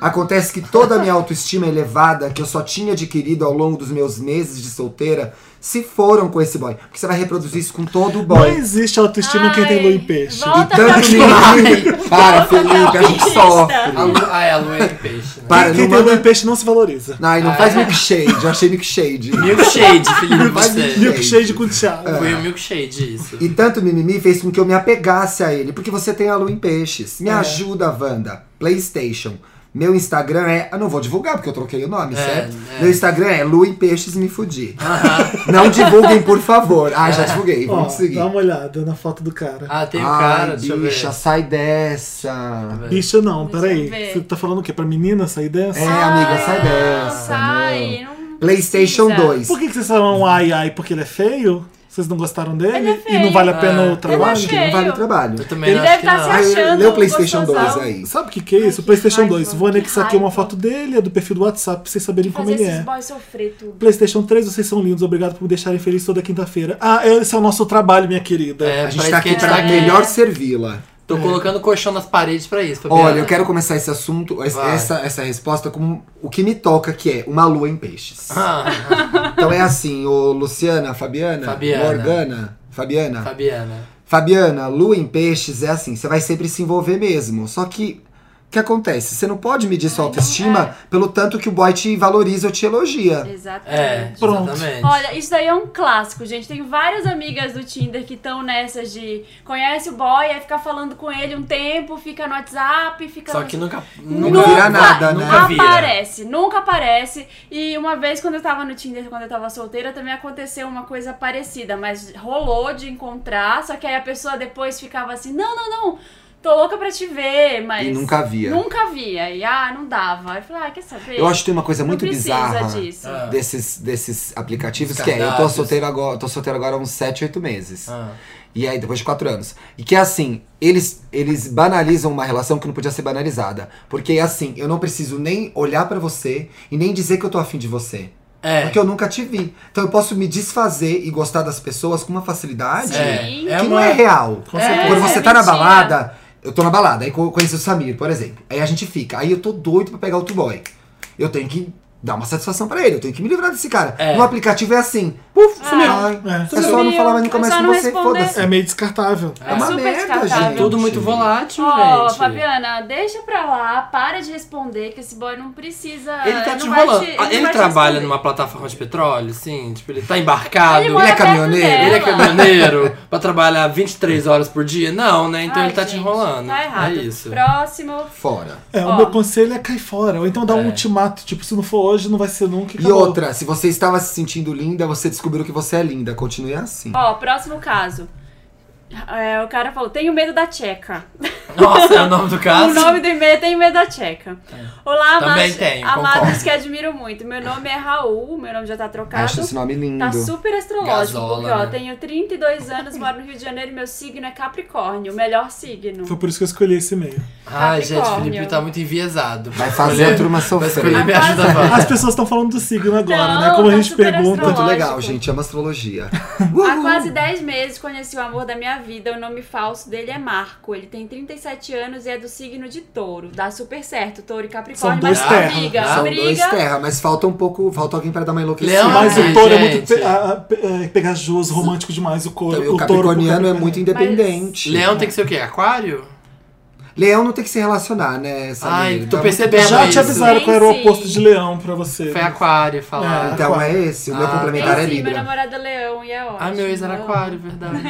Acontece que toda a minha autoestima é elevada que eu só tinha adquirido ao longo dos meus meses de solteira se foram com esse boy. Porque você vai reproduzir isso com todo Não o boy. existe autoestima em quem tem lua em peixe. Volta E tanto menino. Para, Felipe, a gente sofre. A Lu... Ah, é a lua e peixe. [LAUGHS] Né? Para, Quem tem não lua manda... em peixe não se valoriza. Ai, não faz milkshade, eu achei milkshade. Milkshade, Felipe, Mas você. milk- Milkshade com Thiago. É, Foi o milkshade, isso. E tanto mimimi fez com que eu me apegasse a ele, porque você tem a lua em peixes. É. Me ajuda, Wanda. PlayStation. Meu Instagram é. Eu não vou divulgar porque eu troquei o nome, É, certo? é. Meu Instagram é Lua em Peixes Me Fudi. [LAUGHS] Não divulguem, por favor. Ah, já divulguei. Ó, Vamos seguir. dá uma olhada na foto do cara. Ah, tem o Ai, cara, deixa eu ver. bicha, sai dessa. Deixa eu ver. Bicha, não, peraí. Deixa eu ver. Você tá falando o quê? Pra menina sair dessa? É, amiga, sai Ah, dessa. Sai. não. não PlayStation precisa. 2. Por que, que vocês falam ai ai? Porque ele é feio? Vocês não gostaram dele? Ele é e não feio. vale a pena Ah. o Eu trabalho? acho que não vale o trabalho. Eu também Ele acho deve que tá não. se achando. Aí, lê o PlayStation 2 gostosão. aí. Sabe o que, que é isso? Ai, que PlayStation raiva, 2. Vou que anexar aqui uma raiva. foto dele, é do perfil do WhatsApp, pra vocês saberem como Fazer ele esses é. boys sofrer tudo. PlayStation 3, vocês são lindos, obrigado por me deixarem feliz toda quinta-feira. Ah, esse é o nosso trabalho, minha querida. É, A gente pra tá isso que aqui pra tá melhor servi-la. Tô colocando colchão nas paredes pra isso, Fabiana. Olha, eu quero começar esse assunto, es- Vai. essa, essa resposta, com o que me toca, que é uma lua em peixes. Ah, [LAUGHS] Então é assim, ô Luciana, Fabiana, Fabiana. Morgana, Fabiana. Fabiana. Fabiana, lua em peixes é assim, você vai sempre se envolver mesmo. Só que que acontece? Você não pode medir sua autoestima pelo tanto que o boy te valoriza ou te elogia. É, Exatamente. Pronto. exatamente. Olha, isso daí é um clássico, gente. Tem várias amigas do Tinder que estão nessas de conhece o boy, aí fica falando com ele um tempo, fica no WhatsApp, fica. Só que nunca, Nunca nunca vira nada, né? nunca vira. aparece, nunca aparece. E uma vez quando eu tava no Tinder, quando eu tava solteira, também aconteceu uma coisa parecida, mas rolou de encontrar, só que aí a pessoa depois ficava assim: "Não, não, não. Tô louca pra te ver", mas E nunca via. Nunca via. E ah, não dava. Aí eu falei: "Ah, quer saber? Eu acho que tem uma coisa não muito precisa bizarra disso. Ah. desses, desses aplicativos, Dos que é, eu tô cardápios. solteiro agora, tô solteiro agora há uns 7, 8 meses. Ah, E aí, depois de quatro anos. E que é assim, eles, eles banalizam uma relação que não podia ser banalizada. Porque é assim, eu não preciso nem olhar pra você e nem dizer que eu tô afim de você. É. Porque eu nunca te vi. Então eu posso me desfazer e gostar das pessoas com uma facilidade É, é que não uma- é real. Com certeza. Quando você é tá na mentira. balada, eu tô na balada, aí co- conheço o Samir, por exemplo. Aí a gente fica, aí eu tô doido pra pegar outro boy. Eu tenho que dar uma satisfação pra ele, eu tenho que me livrar desse cara. É. No aplicativo é assim, puf, sumiu. Ai, É. é só não Sumiu, falar mais nunca é mais só com não você, responder. foda-se. É meio descartável. É uma super merda, descartável. gente. é Tudo muito volátil, Ó, gente. Fabiana, deixa pra lá, para de responder que esse boy não precisa. Ele tá não te vai enrolando. não Ah, Ele, vai te trabalha responder. numa plataforma de petróleo, assim, tipo, ele tá embarcado. Ele mora é perto caminhoneiro? dela. Ele é caminhoneiro pra trabalhar 23 horas por dia? Não, né? Então Ai, ele tá te gente, enrolando. Tá errado. É isso. Próximo. Fora. É, Ó. o meu conselho é cair fora. Ou então dá um É. ultimato, tipo, se não for hoje, não vai ser nunca. E acabou. outra, se você estava se sentindo linda, você descobriu que você é linda. Continue assim. Ó, próximo caso. É, o cara falou: tenho medo da tcheca. Nossa, é o nome do [LAUGHS] O caso? nome do e-mail é Tenho Medo da Tcheca. Olá, É. Também amados, tenho, amados concordo. que admiro muito. Meu nome é Raul, meu nome já tá trocado. Acho esse nome lindo. Tá super astrológico, Gasola, porque ó, né? tenho 32 anos, moro no Rio de Janeiro e meu signo é Capricórnio, o melhor signo. Foi por isso que eu escolhi esse e-mail. Ai, gente, o Capricórnio. Felipe tá muito enviesado. Vai fazer a turma Vai sofrer. escolher me ajuda agora. As pessoas estão falando do signo agora, Não, né? Como tá a gente super pergunta. astrológico. Muito legal, Lógico. gente. Amo [LAUGHS] astrologia. Há quase 10 meses conheci o amor da minha vida. O nome falso dele é Marco. Ele tem 37 anos e é do signo de touro. Dá super certo, touro e Capricórnio, São dois mas terra. briga, São São dois briga. terra, mas falta um pouco. Falta alguém pra dar uma enlouquecida. Leão, Mas Ai, o touro é muito gente. pe- a- a- pe- é, pegajoso, romântico demais. O, cor, Então, e o o touro pro capricorniano é capricorniano. muito independente. Leão tem que ser o quê? Aquário? Leão não tem que se relacionar, né, Samir? Ai, tô Então- percebendo Já te isso. avisaram qual era o Sim, sim. oposto de leão pra você. Foi né? é aquário, falaram. Então é esse. O meu Ah, complementar é Sim, meu Libra. namorado é leão e é ótimo. Ah, meu ex era aquário, verdade.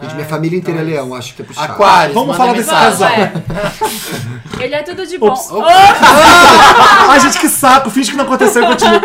Gente, Ai, minha família inteira é então leão, acho que é puxado. Aquários, Vamos manda falar desse mensagem. casal. Vamos, é. [LAUGHS] Ele é tudo de bom. Ops. Opa! [LAUGHS] Ai, gente, que saco. Finge que não aconteceu e continua.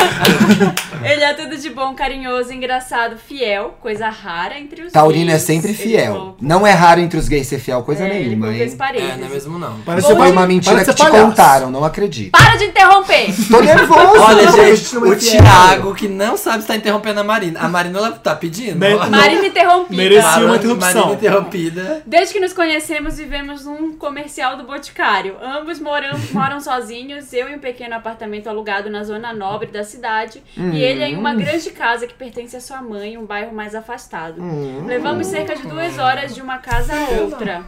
[LAUGHS] Ele é tudo de bom, carinhoso, engraçado, fiel, coisa rara entre os Taurino é gays. sempre Ele fiel. colocou- Não é raro entre os gays ser fiel, coisa É, ele nenhuma, colocou esse hein? parênteses. É, não é mesmo não. Parece Bom, Foi palha- uma mentira parece que ser te palhaço. contaram, não acredito. [LAUGHS] Para de interromper! Tô nervoso! Olha, porque a gente, não é o fiel. Thiago, que não sabe se tá interrompendo a Marina. A Marina, ela tá pedindo. Bem, Ela- não. Marina interrompida. Merecia uma Marina- interrupção. Marina interrompida. Desde que nos conhecemos, vivemos num comercial do Boticário. [LAUGHS] Ambos moram, moram sozinhos, eu em um pequeno apartamento alugado na zona nobre da cidade, e ele é em Hum. uma grande casa que pertence à sua mãe, em um bairro mais afastado. Hum. Levamos cerca de duas horas de uma casa a outra.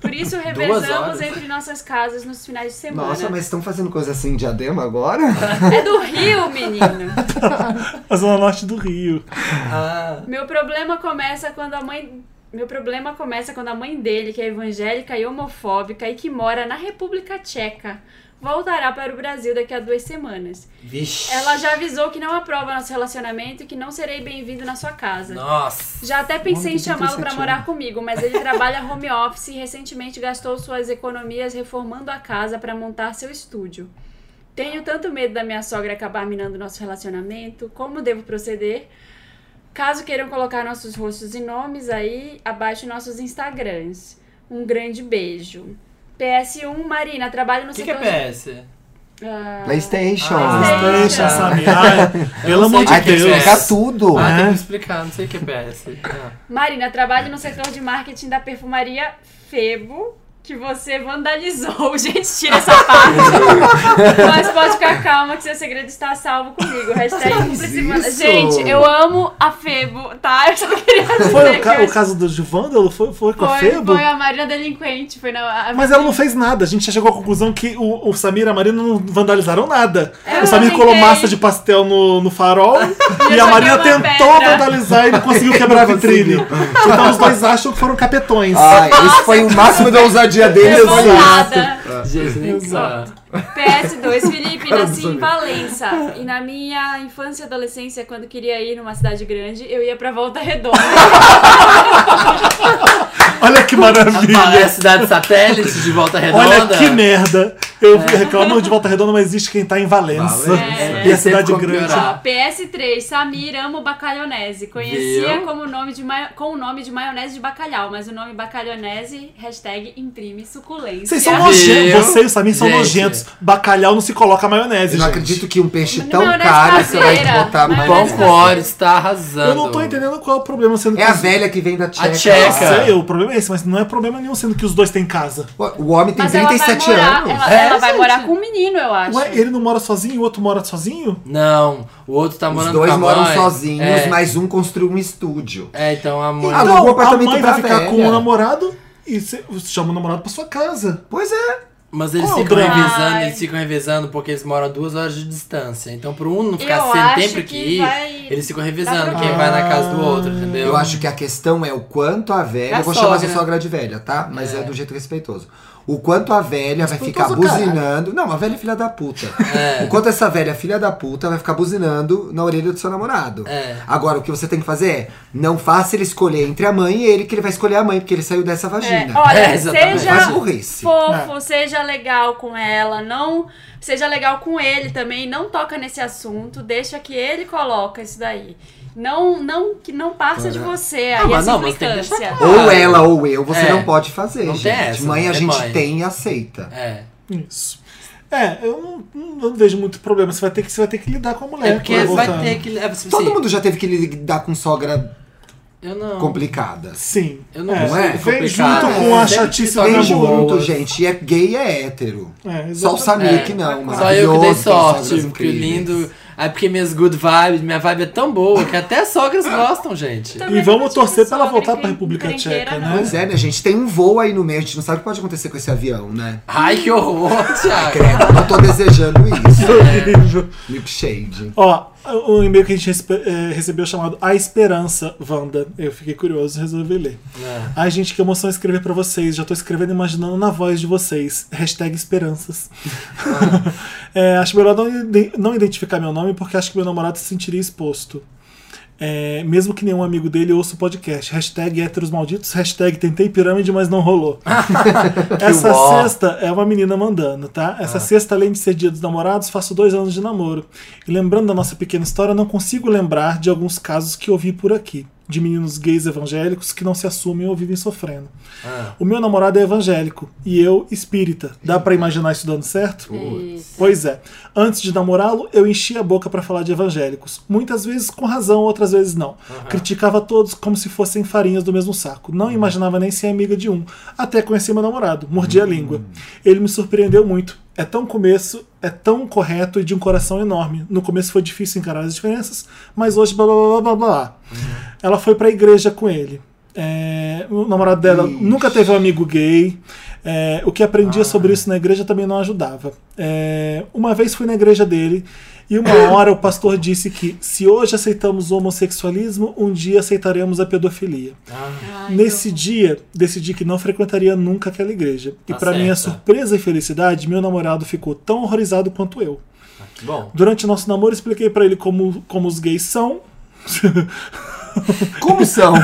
Por isso, revezamos horas? entre nossas casas nos finais de semana. Nossa, mas estão fazendo coisa assim em diadema agora? É do Rio, menino! A Zona Norte do Rio. Ah, Meu problema começa quando a mãe. Meu problema começa quando a mãe dele, que é evangélica e homofóbica e que mora na República Tcheca, voltará para o Brasil daqui a duas semanas. vixe. Ela já avisou que não aprova nosso relacionamento e que não serei bem-vindo na sua casa. Nossa. Já até pensei Homem em de chamá-lo para 37 morar anos. comigo, mas ele trabalha home office e recentemente gastou suas economias reformando a casa para montar seu estúdio. Tenho tanto medo da minha sogra acabar minando nosso relacionamento. Como devo proceder? Caso queiram colocar nossos rostos e nomes aí, abaixo nossos Instagrams. Um grande beijo. PS1 Marina, trabalho no O que, que setor. é PS? Ah, PlayStation. Ah, Deixa, tá. sabe? Ai, pelo Eu não amor sei de Ai, tem que o Deus. é. explicar tudo. Ah, tem É. que explicar, não sei o que é PS. Ah. Marina, trabalho no setor de marketing da perfumaria Febo, que você vandalizou. [LAUGHS] Gente, tira essa parte. Mas pode ficar calma que seu segredo está salvo comigo. Hashtag Fez cúmplice vanda- isso? Gente, eu amo a Febo, tá? Eu só queria dizer Foi o, ca- que o caso do Givândalo? Foi, foi com a foi, Febo? foi a Marina delinquente. Foi na... a- Mas ela não fez nada. A gente já chegou à conclusão que o, o Samir e a Marina não vandalizaram nada. É, Eu o Samir não colou ninguém. massa de pastel no, no [LAUGHS] farol e joguei a Marina uma tentou pedra. vandalizar e não conseguiu quebrar a Não vitrine. Então os dois acham que foram capetões. é Ai, esse foi o máximo da ousadia deles. Revoltada. Ah, [LAUGHS] Gente, nem Exato. PS2, Felipe, Cara do nasci em zumbi. Valença. E na minha infância e adolescência, quando queria ir numa cidade grande, eu ia pra Volta Redonda. Olha que maravilha! Parece cidade satélite de volta Olha redonda. que merda! Eu É. reclamo de Volta Redonda, mas existe quem tá em Valença. Valença. E É, a cidade sempre como grande. piorar. PS3, Samir, amo bacalhonese. Conhecia Viu? como nome de maio- com o nome de maionese de bacalhau, mas o nome bacalhonese, hashtag imprime suculência. Vocês são Viu? nojentos. Você e o Samir são Gente. nojentos. Bacalhau não se coloca maionese, Eu não gente. acredito que um peixe Não, tão não é caro você vai caseira, botar não é Pão mais. com óleo está arrasando. Eu não tô entendendo qual é o problema sendo É que a os- velha que vem da Tcheca. tcheca. lá. Sei, o problema é esse, mas não é problema nenhum sendo que os dois têm casa. O homem tem Mas ela vai 37 morar, anos. ela, É, ela vai gente. morar com um menino, eu acho. Ué, ele não mora sozinho e o outro mora sozinho? Não, o outro tá Os morando dois com a moram mãe. sozinhos, é, mas um construiu um estúdio. É, então a mãe... Ah, Alugou Então, a apartamento mãe pra vai ficar velha. com o namorado e você chama o namorado pra sua casa. Pois é. Mas eles Qual o ficam drama? revezando, Ai. eles ficam revezando porque eles moram a duas horas de distância. Então, pro um não ficar Eu acho sem tempo que que ir, vai- eles ficam revezando pra- quem vai na casa do outro, entendeu? Eu acho que a questão é o quanto a velha. É a eu vou chamar sogra. essa sogra de velha, tá? Mas é, do jeito respeitoso. O quanto a velha vai ficar Respeitoso, caralho. buzinando. Não, a velha é filha da puta. É. O quanto essa velha filha da puta vai ficar buzinando na orelha do seu namorado. É. Agora, o que você tem que fazer é não faça ele escolher entre a mãe e ele, que ele vai escolher a mãe, porque ele saiu dessa É, vagina. olha, É, exatamente. Faz seja burrice. né? fofo, seja legal com ela, não seja legal com ele também, não toca nesse assunto, deixa que ele coloca isso daí. Não, não que não passa de você aí Ah, é mas essa não, mas tem que deixar implicância. claro. Ou ela ou eu, você É. não pode fazer, Não tem gente. essa, mãe a é gente mãe. tem e aceita. É. Isso. É, eu não, não- não vejo muito problema. Você vai ter que, você vai ter que lidar com a mulher. É porque quando vai voltar. ter que... É, assim, Todo mundo já teve que lidar com sogra Eu não... complicada. Sim. Eu não é. sei, é Vem complicado. junto com Ah, a É, sempre chatice se do torna Vem namoro. junto, boas. gente. E é gay e é hétero. É, Só o exatamente. Samir É. que não, mas. Só eu que dei sorte, porque lindo... É porque minhas good vibes, minha vibe é tão boa que até sogras gostam, gente. Também E vamos não torcer tive pra ela sogra voltar pra encren- República encrenqueira, Tcheca, não. né? Pois é, né, gente? Tem um voo aí no meio, a gente não sabe o que pode acontecer com esse avião, né? Ai, que horror, Thiago. Credo, não tô desejando isso. Horrível. Lipshade. Ó, um e-mail que a gente respe- eh, recebeu chamado A Esperança, Wanda. Eu fiquei curioso e resolvi ler. É. Ai, gente, que emoção escrever pra vocês. Já tô escrevendo e imaginando na voz de vocês. Hashtag esperanças. É, acho melhor não, ide- não identificar meu nome, porque acho que meu namorado se sentiria exposto. É, mesmo que nenhum amigo dele ouça o podcast. Hashtag héteros malditos, hashtag tentei pirâmide, mas não rolou. Essa uó. sexta é uma menina mandando, tá? Essa sexta, além de ser dia dos namorados, faço dois anos de namoro. E lembrando da nossa pequena história, não consigo lembrar de alguns casos que ouvi por aqui. De meninos gays evangélicos que não se assumem ou vivem sofrendo. Ah. O meu namorado é evangélico e eu espírita. Dá pra imaginar isso dando certo? Pois é. Antes de namorá-lo, eu enchia a boca pra falar de evangélicos. Muitas vezes com razão, outras vezes não. Criticava todos como se fossem farinhas do mesmo saco. Não imaginava nem ser amiga de um. Até conheci meu namorado. Mordi a língua. Ele me surpreendeu muito. É tão começo, é tão correto e de um coração enorme. No começo foi difícil encarar as diferenças, mas hoje blá blá blá blá blá. blá. Ela foi pra igreja com ele. É, o namorado dela nunca teve um amigo gay. É, o que aprendia sobre isso na igreja também não ajudava. É, uma vez fui na igreja dele e uma hora o pastor disse que se hoje aceitamos o homossexualismo, um dia aceitaremos a pedofilia. Ai, Nesse dia, decidi que não frequentaria nunca aquela igreja. E Tá pra minha certa. surpresa e felicidade, meu namorado ficou tão horrorizado quanto eu. Bom. Durante nosso namoro, expliquei pra ele como, como os gays são. Como são?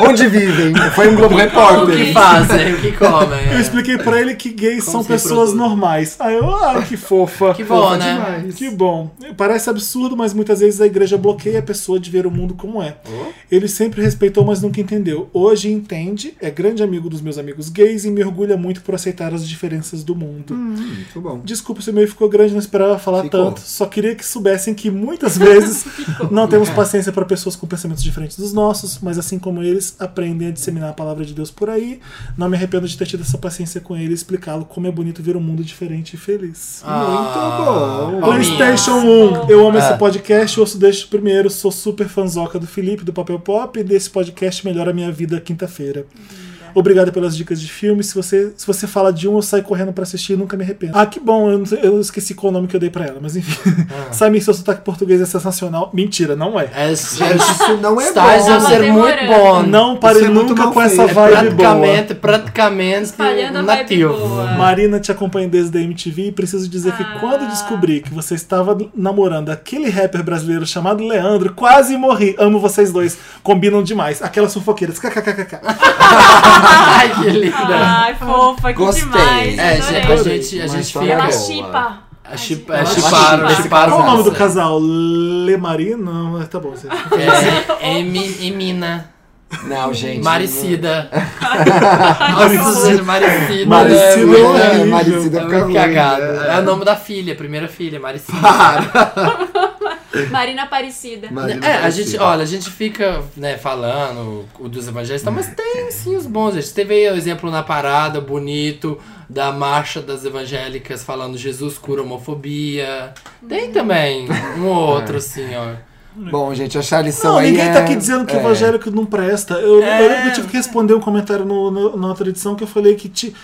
Onde vivem? Foi um Globo O que Repórter. fazem? O que comem? Eu expliquei pra ele que É. gays Como são se pessoas reproduz. normais. Aí eu, ah, que fofa. [LAUGHS] Que bom, Fofa né? demais. Que bom. Parece absurdo, mas muitas vezes a igreja bloqueia a pessoa de ver o mundo como é. Ele sempre respeitou, mas nunca entendeu. Hoje entende, é grande amigo dos meus amigos gays e me orgulha muito por aceitar as diferenças do mundo. Muito bom. Desculpa se o e-mail ficou grande, não esperava falar Ficou. tanto. Só queria que soubessem que muitas vezes não temos paciência para pessoas com pensamentos diferentes dos nossos, mas assim como eles aprendem a disseminar a palavra de Deus por aí, não me arrependo de ter tido essa paciência com ele e explicá-lo como é bonito ver um mundo diferente e feliz. Ah, Muito bom. Palminhas. PlayStation 1, eu amo Ah. É. esse podcast, ouço desde o primeiro, sou super fanzoca do Felipe, do Papel Pop, e desse podcast melhora a minha vida quinta-feira. Obrigado pelas dicas de filmes. Se você, se você fala de um, eu saio correndo pra assistir e nunca me arrependo. Ah, que bom, eu, não sei- eu esqueci qual o nome que eu dei pra ela, mas enfim. Ah. Samir, seu sotaque português é sensacional. Mentira, não é. É, Gente, isso não é Stars é um Tava bom. ser muito demorando. bom. Não pare é muito nunca mal com essa feito. vibe boa. praticamente, praticamente Espalhando a vibe nativo. boa. Marina te acompanha desde a MTV e preciso dizer que quando descobri que você estava namorando aquele rapper brasileiro chamado Leandro, quase morri. Amo vocês dois. Combinam demais. Aquelas sufoqueiras. KKKKK. [LAUGHS] Ai, que linda. Ai, fofa, que Gostei. demais. É, a gente, a Ah, Adorei. gente, a Mas gente fala fica. Ela boa. chipa. A chip- Ela é, chipa. Chiparam, chiparam. Qual o nome do nossa. casal? Le Marino? Tá bom, você. É, Emi- Emina. Não, gente. Maricida. [LAUGHS] Maricida. Nossa, gente, Maricida. Maricida. É, horrível. É, é Maricida fica muito ruim, cagada. né? É o nome da filha, primeira filha, Maricida. Marina Aparecida. Marina É, a Aparecida. gente, olha, a gente fica, né, falando o dos evangelhos, e tal, mas tem sim os bons, gente. Teve aí o exemplo na parada, bonito, da marcha das evangélicas falando Jesus cura a homofobia. Tem também [LAUGHS] um outro, assim, ó. Bom, gente, achar a lição Não, aí ninguém tá é- aqui dizendo que é. evangélico não presta. Eu, É. eu lembro que eu tive que responder um comentário no, no- na outra edição que eu falei que ti-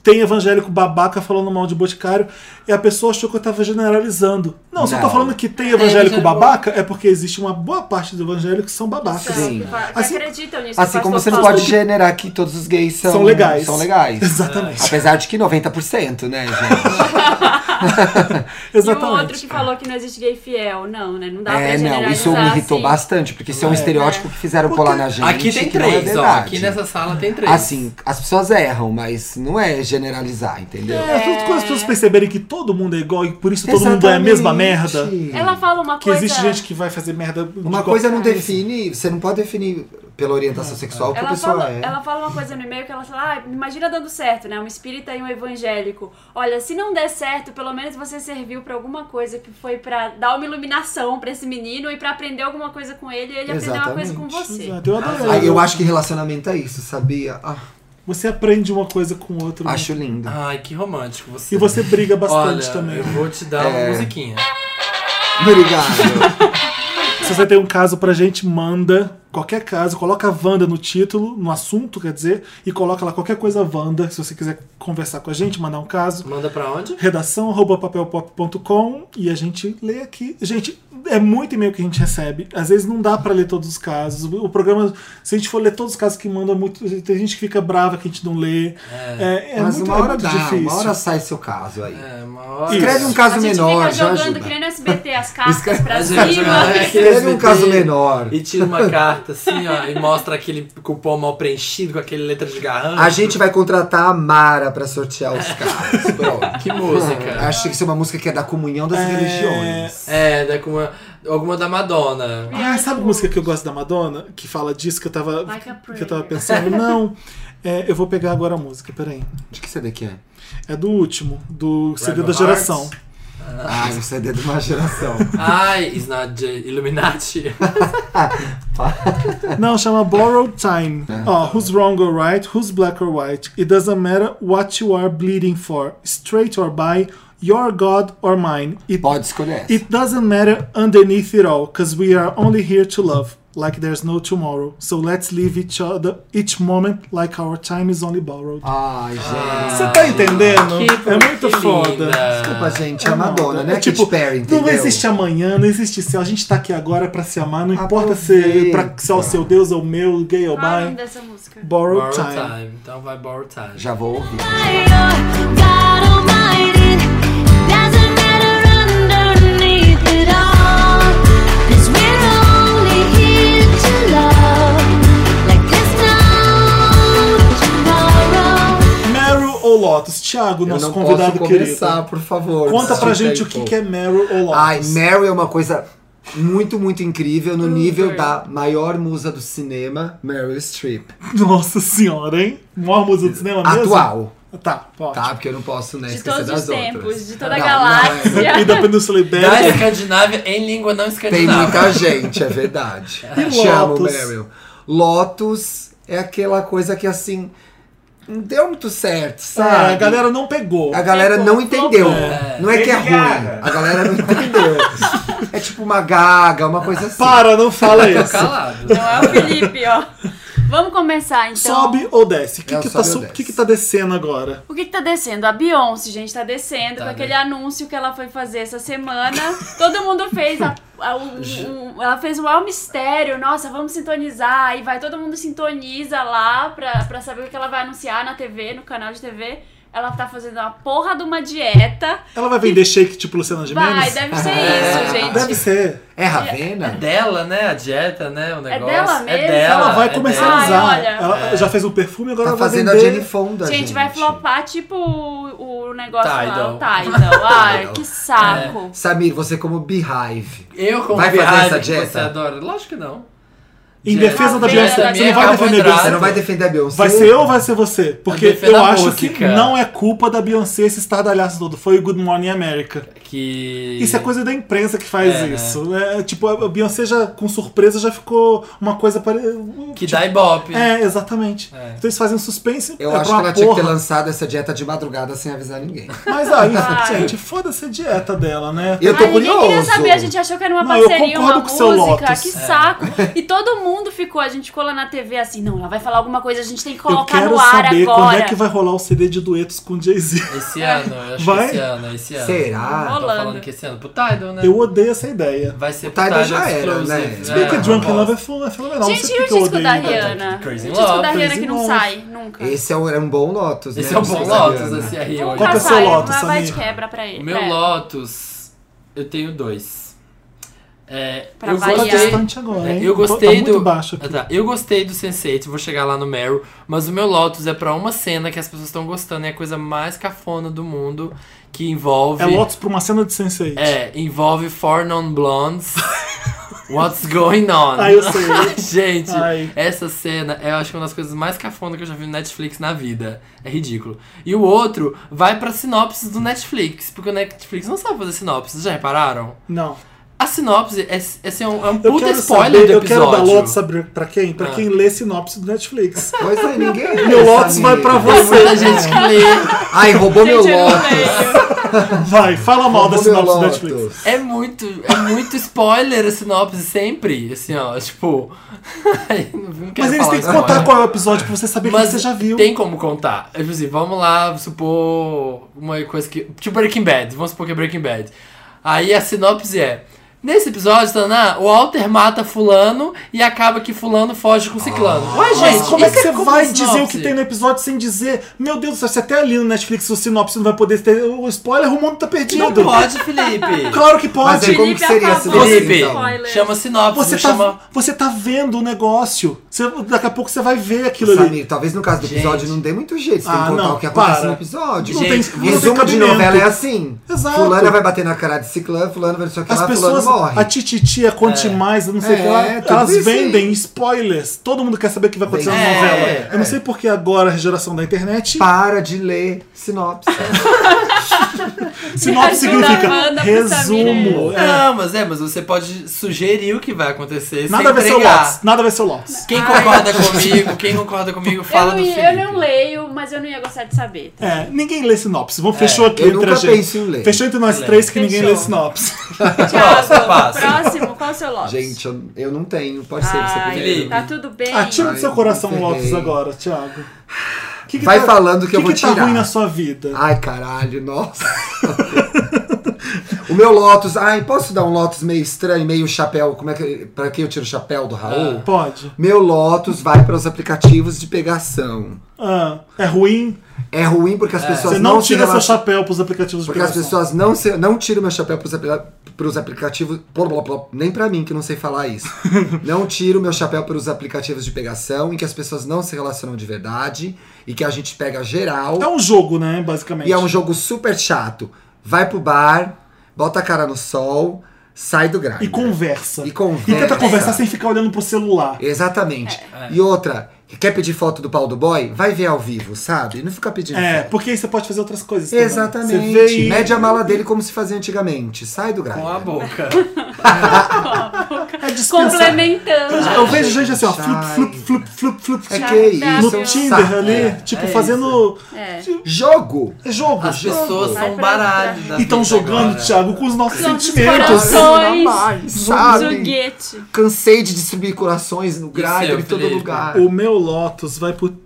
tem evangélico babaca falando mal de boticário e a pessoa achou que eu tava generalizando. Não, se eu tô Não. falando que É, tem evangélico evangélico. babaca é porque existe uma boa parte dos evangélicos que são babacas. Sabe, Sim. que fa- que Assim- acreditam nisso. Assim que como pastor você não Paulo pode generar que todos os gays são, São legais. São [LAUGHS] legais. Exatamente. Ah. Apesar de que 90%, né, gente? E o outro Exatamente. que falou que não existe gay fiel. Não, né? Não dá pra é, generalizar não, isso me irritou assim. bastante, porque isso é um estereótipo que fizeram colar na gente. aqui tem que não é três, ó. verdade. Aqui nessa sala tem três. Assim, as pessoas erram, mas não é generalizar, entendeu? É, tudo quando as pessoas perceberem que todo mundo é igual e por isso todo mundo é a Exatamente. mesma merda. Ela fala uma Que coisa... existe gente que vai fazer merda. de Uma qualquer- coisa não Sim. define, você não pode definir pela orientação sexual o que a Ela pessoa fala, é. ela fala uma coisa no e-mail que ela fala, ah, imagina dando certo, né? Um espírita e um evangélico. Olha, se não der certo, pelo menos você serviu pra alguma coisa que foi pra dar uma iluminação pra esse menino e pra aprender alguma coisa com ele e ele aprender uma coisa com você. Exato, Eu adoro. Ai, eu acho que relacionamento é isso, sabia? Ah, Você aprende uma coisa com o outro. né? acho lindo. Ai, que romântico você. E você briga bastante Olha, também. eu vou te dar É. uma musiquinha. Obrigado. Se você tem um caso pra gente, manda. Qualquer caso, coloca a Wanda no título, no assunto, quer dizer, e coloca lá qualquer coisa Wanda, se você quiser conversar com a gente, mandar um caso. Manda pra onde? Redação arroba papelpop.com e a gente lê aqui. Gente, é muito e-mail que a gente recebe. Às vezes não dá pra ler todos os casos. O programa, se a gente for ler todos os casos que mandam, é muito, tem gente que fica brava que a gente não lê. É, é Mas muito, uma é hora muito dá, difícil. uma hora sai seu caso aí. É, uma hora. Escreve um A caso gente menor, fica já jogando, ajuda. é que nem no [LAUGHS] SBT, as cartas Escreve- pra Mas, é né? cima. gente, olha, Escreve um SBT, caso menor. E tira [LAUGHS] uma carta assim, ó, e mostra aquele cupom mal preenchido com aquele letra de garrancho. A gente vai contratar a Mara pra sortear É. os [LAUGHS] carros. Pronto. Que música. Acho que isso é uma música que é da comunhão das religiões. É, da, com uma, alguma da Madonna. Ah, sabe a música que eu gosto da Madonna? Que fala disso que eu tava, Like a que eu tava prayer. [LAUGHS] pensando. Não, é, eu vou pegar agora a música, peraí. De que CD que é? É do último, do CD da Hearts? geração. Ah, o CD de uma geração. Ai, it's not the [LAUGHS] Illuminati. Não, chama Borrowed Time. Ó, who's wrong or right, who's black or white. It doesn't matter what you are bleeding for, straight or bi, your God or mine. It, Pode escolher essa. it doesn't matter underneath it all, cause we are only here to love. Like there's no tomorrow. So let's live each other each moment like our time is only borrowed. Ai, gente. Você tá entendendo? Ah, Que- é muito que foda. linda. Desculpa, gente. É a Madonna, né? É tipo, Katy Perry, entendeu? não existe amanhã, não existe céu. A gente tá aqui agora pra se amar, não importa se, Aproveita. pra, se é o seu Deus ou o meu, gay ou [LAUGHS] Qual é o nome bi. dessa música? Borrowed Borrow time. time. Então vai borrow time. Já vou ouvir. God Almighty, doesn't matter underneath it all, 'cause we're only here to love, like there's no tomorrow. Meryl ou Lotus? Thiago, Eu nosso não convidado posso começar, querido. por favor. Conta pra Desculpa gente aí, o que, pô. que é Meryl ou Lotus. Ai, Meryl é uma coisa muito, muito incrível no nível da maior musa do cinema, Meryl Streep. [LAUGHS] Nossa senhora, hein? Maior musa do cinema mesmo? Atual. Tá, ótimo. Tá? Porque eu não posso, né, De esquecer todos das os tempos, outras. de toda Não, a é [LAUGHS] não, galáxia. E da Península Da Ibérica. Escandinávia em língua não é. Tem escandinava. muita gente, é verdade. E Te amo, Lotus? Meryl. Lotus é aquela coisa que, assim, não deu muito certo, sabe? É, a galera não pegou. A galera Tem não como, entendeu. Não é que é Lady ruim. Gaga. A galera não entendeu. É tipo uma gaga, uma coisa assim. Para, não fala Tô isso. calado. Não é o Então, Felipe, ó. Vamos começar então. Sobe ou desce? O que, É, que, sobe tá, ou su- desce. que que tá descendo agora? O que, que tá descendo? A Beyoncé, gente, tá descendo Tá, com aquele né? anúncio que ela foi fazer essa semana. Todo mundo fez a, a- um- um- ela fez o maior mistério. Nossa, vamos sintonizar. E vai, todo mundo sintoniza lá pra, pra saber o que ela vai anunciar na TV, no canal de TV. Ela tá fazendo uma porra de uma dieta. Ela vai vender shake tipo Luciana Vai, Gimenez? deve ser [LAUGHS] isso, gente. Deve ser. É Ravena? Dela, né? A dieta, né? O negócio. É dela mesmo? dela. Ela vai é começar dela. a usar. Ai, olha. Ela já fez um perfume, agora Tá ela vai fazendo a vender. Jenny Fonda, Gente, gente. vai flopar tipo o, o negócio Tidal. [LAUGHS] lá, o Tidal. Ai, que saco. Samir, você como Beehive. Eu como Vai fazer viagem, essa que dieta? Você adora? Lógico que não. Em Dieta. defesa da Uma Beyoncé, vez, você não amiga, vai defender a carboidrato. Você Beyoncé. não vai defender a Beyoncé? Vai ser eu ou vai ser você? Porque defendo eu a acho música. que não é culpa da Beyoncé esse estardalhaço todo. Foi o Good Morning America. Que. Isso é coisa da imprensa que faz É, né? isso. É, tipo, a Beyoncé já, com surpresa, já ficou uma coisa parecida. Que dá ibope. É, exatamente. Então eles fazem suspense Eu é, pra acho que uma ela tinha que ter porra. lançado essa dieta de madrugada sem avisar ninguém. Mas aí, Ai. gente, foda-se a dieta dela, né? Eu tô Ai, ninguém queria curioso. saber, a gente achou que era uma Não, eu parceria, concordo uma com o seu Lotus. música, É. que saco. E todo mundo ficou, a gente ficou lá na TV assim, não, ela vai falar alguma coisa, a gente tem que Eu colocar quero no ar saber agora. quando é que vai rolar o CD de duetos com Jay-Z. [LAUGHS] Esse ano, eu acho Vai? que esse ano, esse ano. Será? Tô Rolando. falando que esse ano. Pro Tidal, né? Eu odeio essa ideia. Vai ser pro Tidal Tidal já era, Exclusive. né? Se Se bem que é, Drunk in uma Love é bosta. fu- é fenomenal. não Gente, sei e o porque eu disco da odeio. tá? Rihanna? O Crazy in disco Love, da Rihanna Crazy que in não Love. sai, nunca. Esse é um, é um bom Lotus, né? Esse é um Não bom sei se Lotus, Ariana. esse aí Nunca hoje. Qual que é o seu sai, Lotus, mas vai de Samir? quebra pra ele. É. O meu pra ela. Lotus, eu tenho dois. É, Pra eu Tá variar. gostei, É, distante agora, hein? eu Tô- gostei tá do. muito baixo aqui. Ah, tá. Eu gostei do Sense8, vou chegar lá no Meryl, mas o meu Lotus é pra uma cena que as pessoas estão gostando, é a coisa mais cafona do mundo, que envolve. É Lotus pra uma cena de Sense8. É, envolve Four Non [LAUGHS] Blondes. What's going on? Ah, eu sei. [LAUGHS] Gente, Ai. essa cena é, eu acho que uma das coisas mais cafona que eu já vi no Netflix na vida. É ridículo. E o outro vai pra sinopse do Netflix, porque o Netflix não sabe fazer sinopse, vocês já repararam? Não. A sinopse é, é, assim, é um, é um Eu puta quero spoiler saber, do eu quero episódio. dar Lotus sabe pra quem? Pra Ah. quem lê sinopse do [LAUGHS] Netflix. Pois é, ninguém. Meu Lotus vai pra Tem você. muita é gente que lê. Ai, roubou meu Gente, eu não Lotus. leio. Vai, fala mal da Roubou meu sinopse do Netflix. Lotus. É muito, é muito spoiler a sinopse sempre. Assim, ó, tipo. [LAUGHS] não quero Mas eles falar têm que agora. contar qual é o episódio pra você saber que Mas você já viu. Tem como contar. É, Tipo assim, vamos lá supor uma coisa que. Tipo Breaking Bad, vamos supor que é Breaking Bad. Aí a sinopse é. Nesse episódio, Taná, o Walter mata fulano e acaba que fulano foge com ciclano. Ué, gente, Mas como é isso que você vai uma dizer o que sinopse? tem no episódio sem dizer? Meu Deus do céu, se até ali no Netflix o sinopse não vai poder ter o spoiler, o mundo tá perdido. Não pode, Felipe. [LAUGHS] Claro que Mas pode. é como que Felipe seria a acabou. sinopse, Felipe, então? chama sinopse, Você você tá, chama. você tá vendo o negócio. Você- daqui a pouco você vai ver aquilo ali. Samir, talvez no caso do Gente. episódio não dê muito jeito. Você tem Ah, que contar não, o que acontece para. no episódio. Não Gente, tem, não tem Resumo de cabimento. novela é assim. Exato. Fulana vai bater na cara de ciclano, fulano vai não sei o que As lá, pessoas, fulano morre. a tititi, a conte mais, eu não sei o que É, lá, tudo elas isso aí. vendem spoilers. Todo mundo quer saber o que vai acontecer na É, novela. é. Eu não sei porque agora a geração da internet, Para de ler [LAUGHS] sinopse. sinopse Ajuda a significa Amanda pro resumo. É. Não, mas é, mas você pode sugerir o que vai acontecer. Nada sem a ver seu entregar. Lotus, nada a ver seu Lotus. Quem concorda comigo, quem concorda comigo, fala [LAUGHS] Eu não, do ia- Felipe. eu não leio, mas eu não ia gostar [LAUGHS] de saber. É, ninguém lê sinopse. Vamos, fechou aqui eu entre nunca a gente. penso em ler. Fechou entre nós Lê. três que ninguém lê Fechou. sinopse. Próximo, Thiago, passa. próximo, qual é o seu Lotus? Gente, eu, eu não tenho. Pode ser você Ai, primeiro. tá tudo bem. Ah, tira do seu Ai, coração o ferrei. Lotus agora, Thiago. Que que Vai falando que eu vou que tá tirar. ruim na sua vida? Ai, caralho, nossa. o meu Lotus. Ai, posso dar um Lotus meio estranho, meio chapéu? Como é que. Pra que eu tiro o chapéu do Raul? Ah. Pode. Meu Lotus vai para os aplicativos de pegação. Ah, é ruim? É ruim porque as pessoas Você não, se tira seu relacionam- chapéu pros aplicativos de Porque as pegação. pessoas não se, não tiram meu chapéu pros, apli- pros aplicativos. Blá, blá, blá, nem pra mim, que não sei [LAUGHS] falar isso. não tiro meu chapéu pros aplicativos de pegação, em que as pessoas não se relacionam de verdade e que a gente pega geral. É um jogo, né, basicamente. E é um jogo super chato. Vai pro bar, bota a cara no sol, sai do grau. E conversa. E E, conversa. tenta conversar sem ficar olhando pro celular. Exatamente. É, E outra, quer pedir foto do pau do boy? Vai ver ao vivo, sabe? Não fica pedindo É, foto. porque aí você pode fazer outras coisas. também. Exatamente. Você vê e... Mede a mala dele como se fazia antigamente. Sai do grau. Com a boca. É dispensa. Complementando. Eu vejo gente assim, ó, flup, Ai. flup, flup, flup, flup. flup, É que Chato. isso. é No um Tinder saco. ali, É, tipo, é isso. fazendo É. Jogo. jogo. As pessoas Vai são pra baralho. outra. da E vida estão Então jogando, agora. Thiago, com os nossos Nossos sentimentos. corações. Dois. Não dá mais, sabe? Joguete. Cansei de distribuir corações no seu, grinder em todo Felipe? lugar. O meu Lotus vai pro.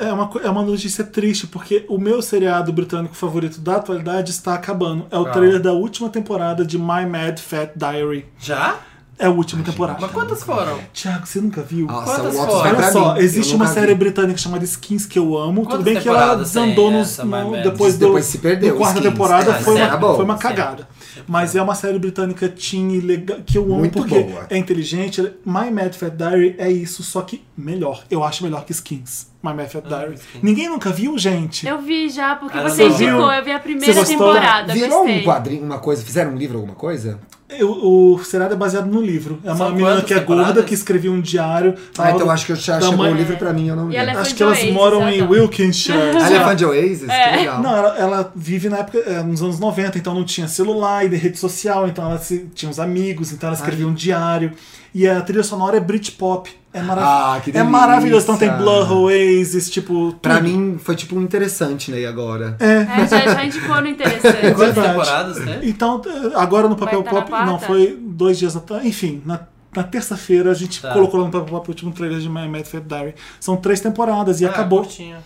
É uma, co- é uma notícia triste, porque o meu seriado britânico favorito da atualidade está acabando. É o Qual? trailer da última temporada de My Mad Fat Diary. Já? É a última temporada. Mas quantas foram? Thiago, você nunca viu? Nossa, Quantas o Lotus vai foram? Olha pra só, mim. existe Eu uma nunca série vi. britânica chamada Skins que eu amo. Quantas Tudo bem que ela temporadas tem desandou nos, essa My no- Bad? depois, Depois do, se perdeu, do quarta Skins. temporada. Ah, foi, isso uma, era bom, foi uma isso era cagada. Mas é uma série britânica teen e legal, que eu amo Muito porque boa. é inteligente. My Mad Fat Diary é isso, só que melhor. Eu acho melhor que Skins. My Mad Fat Diary. Ah, Skins. Ninguém nunca viu, gente? Eu vi já, porque Ah, você não, não. indicou. Eu vi a primeira Você gostou? temporada. Virou um gostei. quadrinho, uma coisa? Fizeram um livro, alguma coisa? Eu- o seriado é baseado no livro. É uma São menina quantas que é gorda, temporadas? que escrevia um diário. Ah, falava então do- acho que eu já da chegou mãe- o livro pra mim, eu não li. [LAUGHS] E ela é Acho fã que de elas Oasis, moram em adoro. Wilkinshire. Ah, sabe? Ela é fã de Oasis? Que legal. Não, ela, ela vive na época, eh, nos anos 90, então não tinha celular e de rede social, então ela se- tinha uns amigos, então ela escrevia um diário. E a trilha sonora é Britpop. É, marav Ah, que é delícia. maravilhoso. Então tem Blur, Oasis, tipo. Pra tudo. mim, foi tipo um interessante, né? E agora? É, já, já indicou no interessante. Quantas É Verdade. temporadas né? tem? Então, eh, agora no Papel Vai estar então na Pop. Não, quarta? foi dois dias atrás. Enfim, na, na terça-feira a gente Tá. colocou lá no Papel Pop o último trailer de My Mad Fat Diary. São três temporadas e Ah, acabou. curtinha.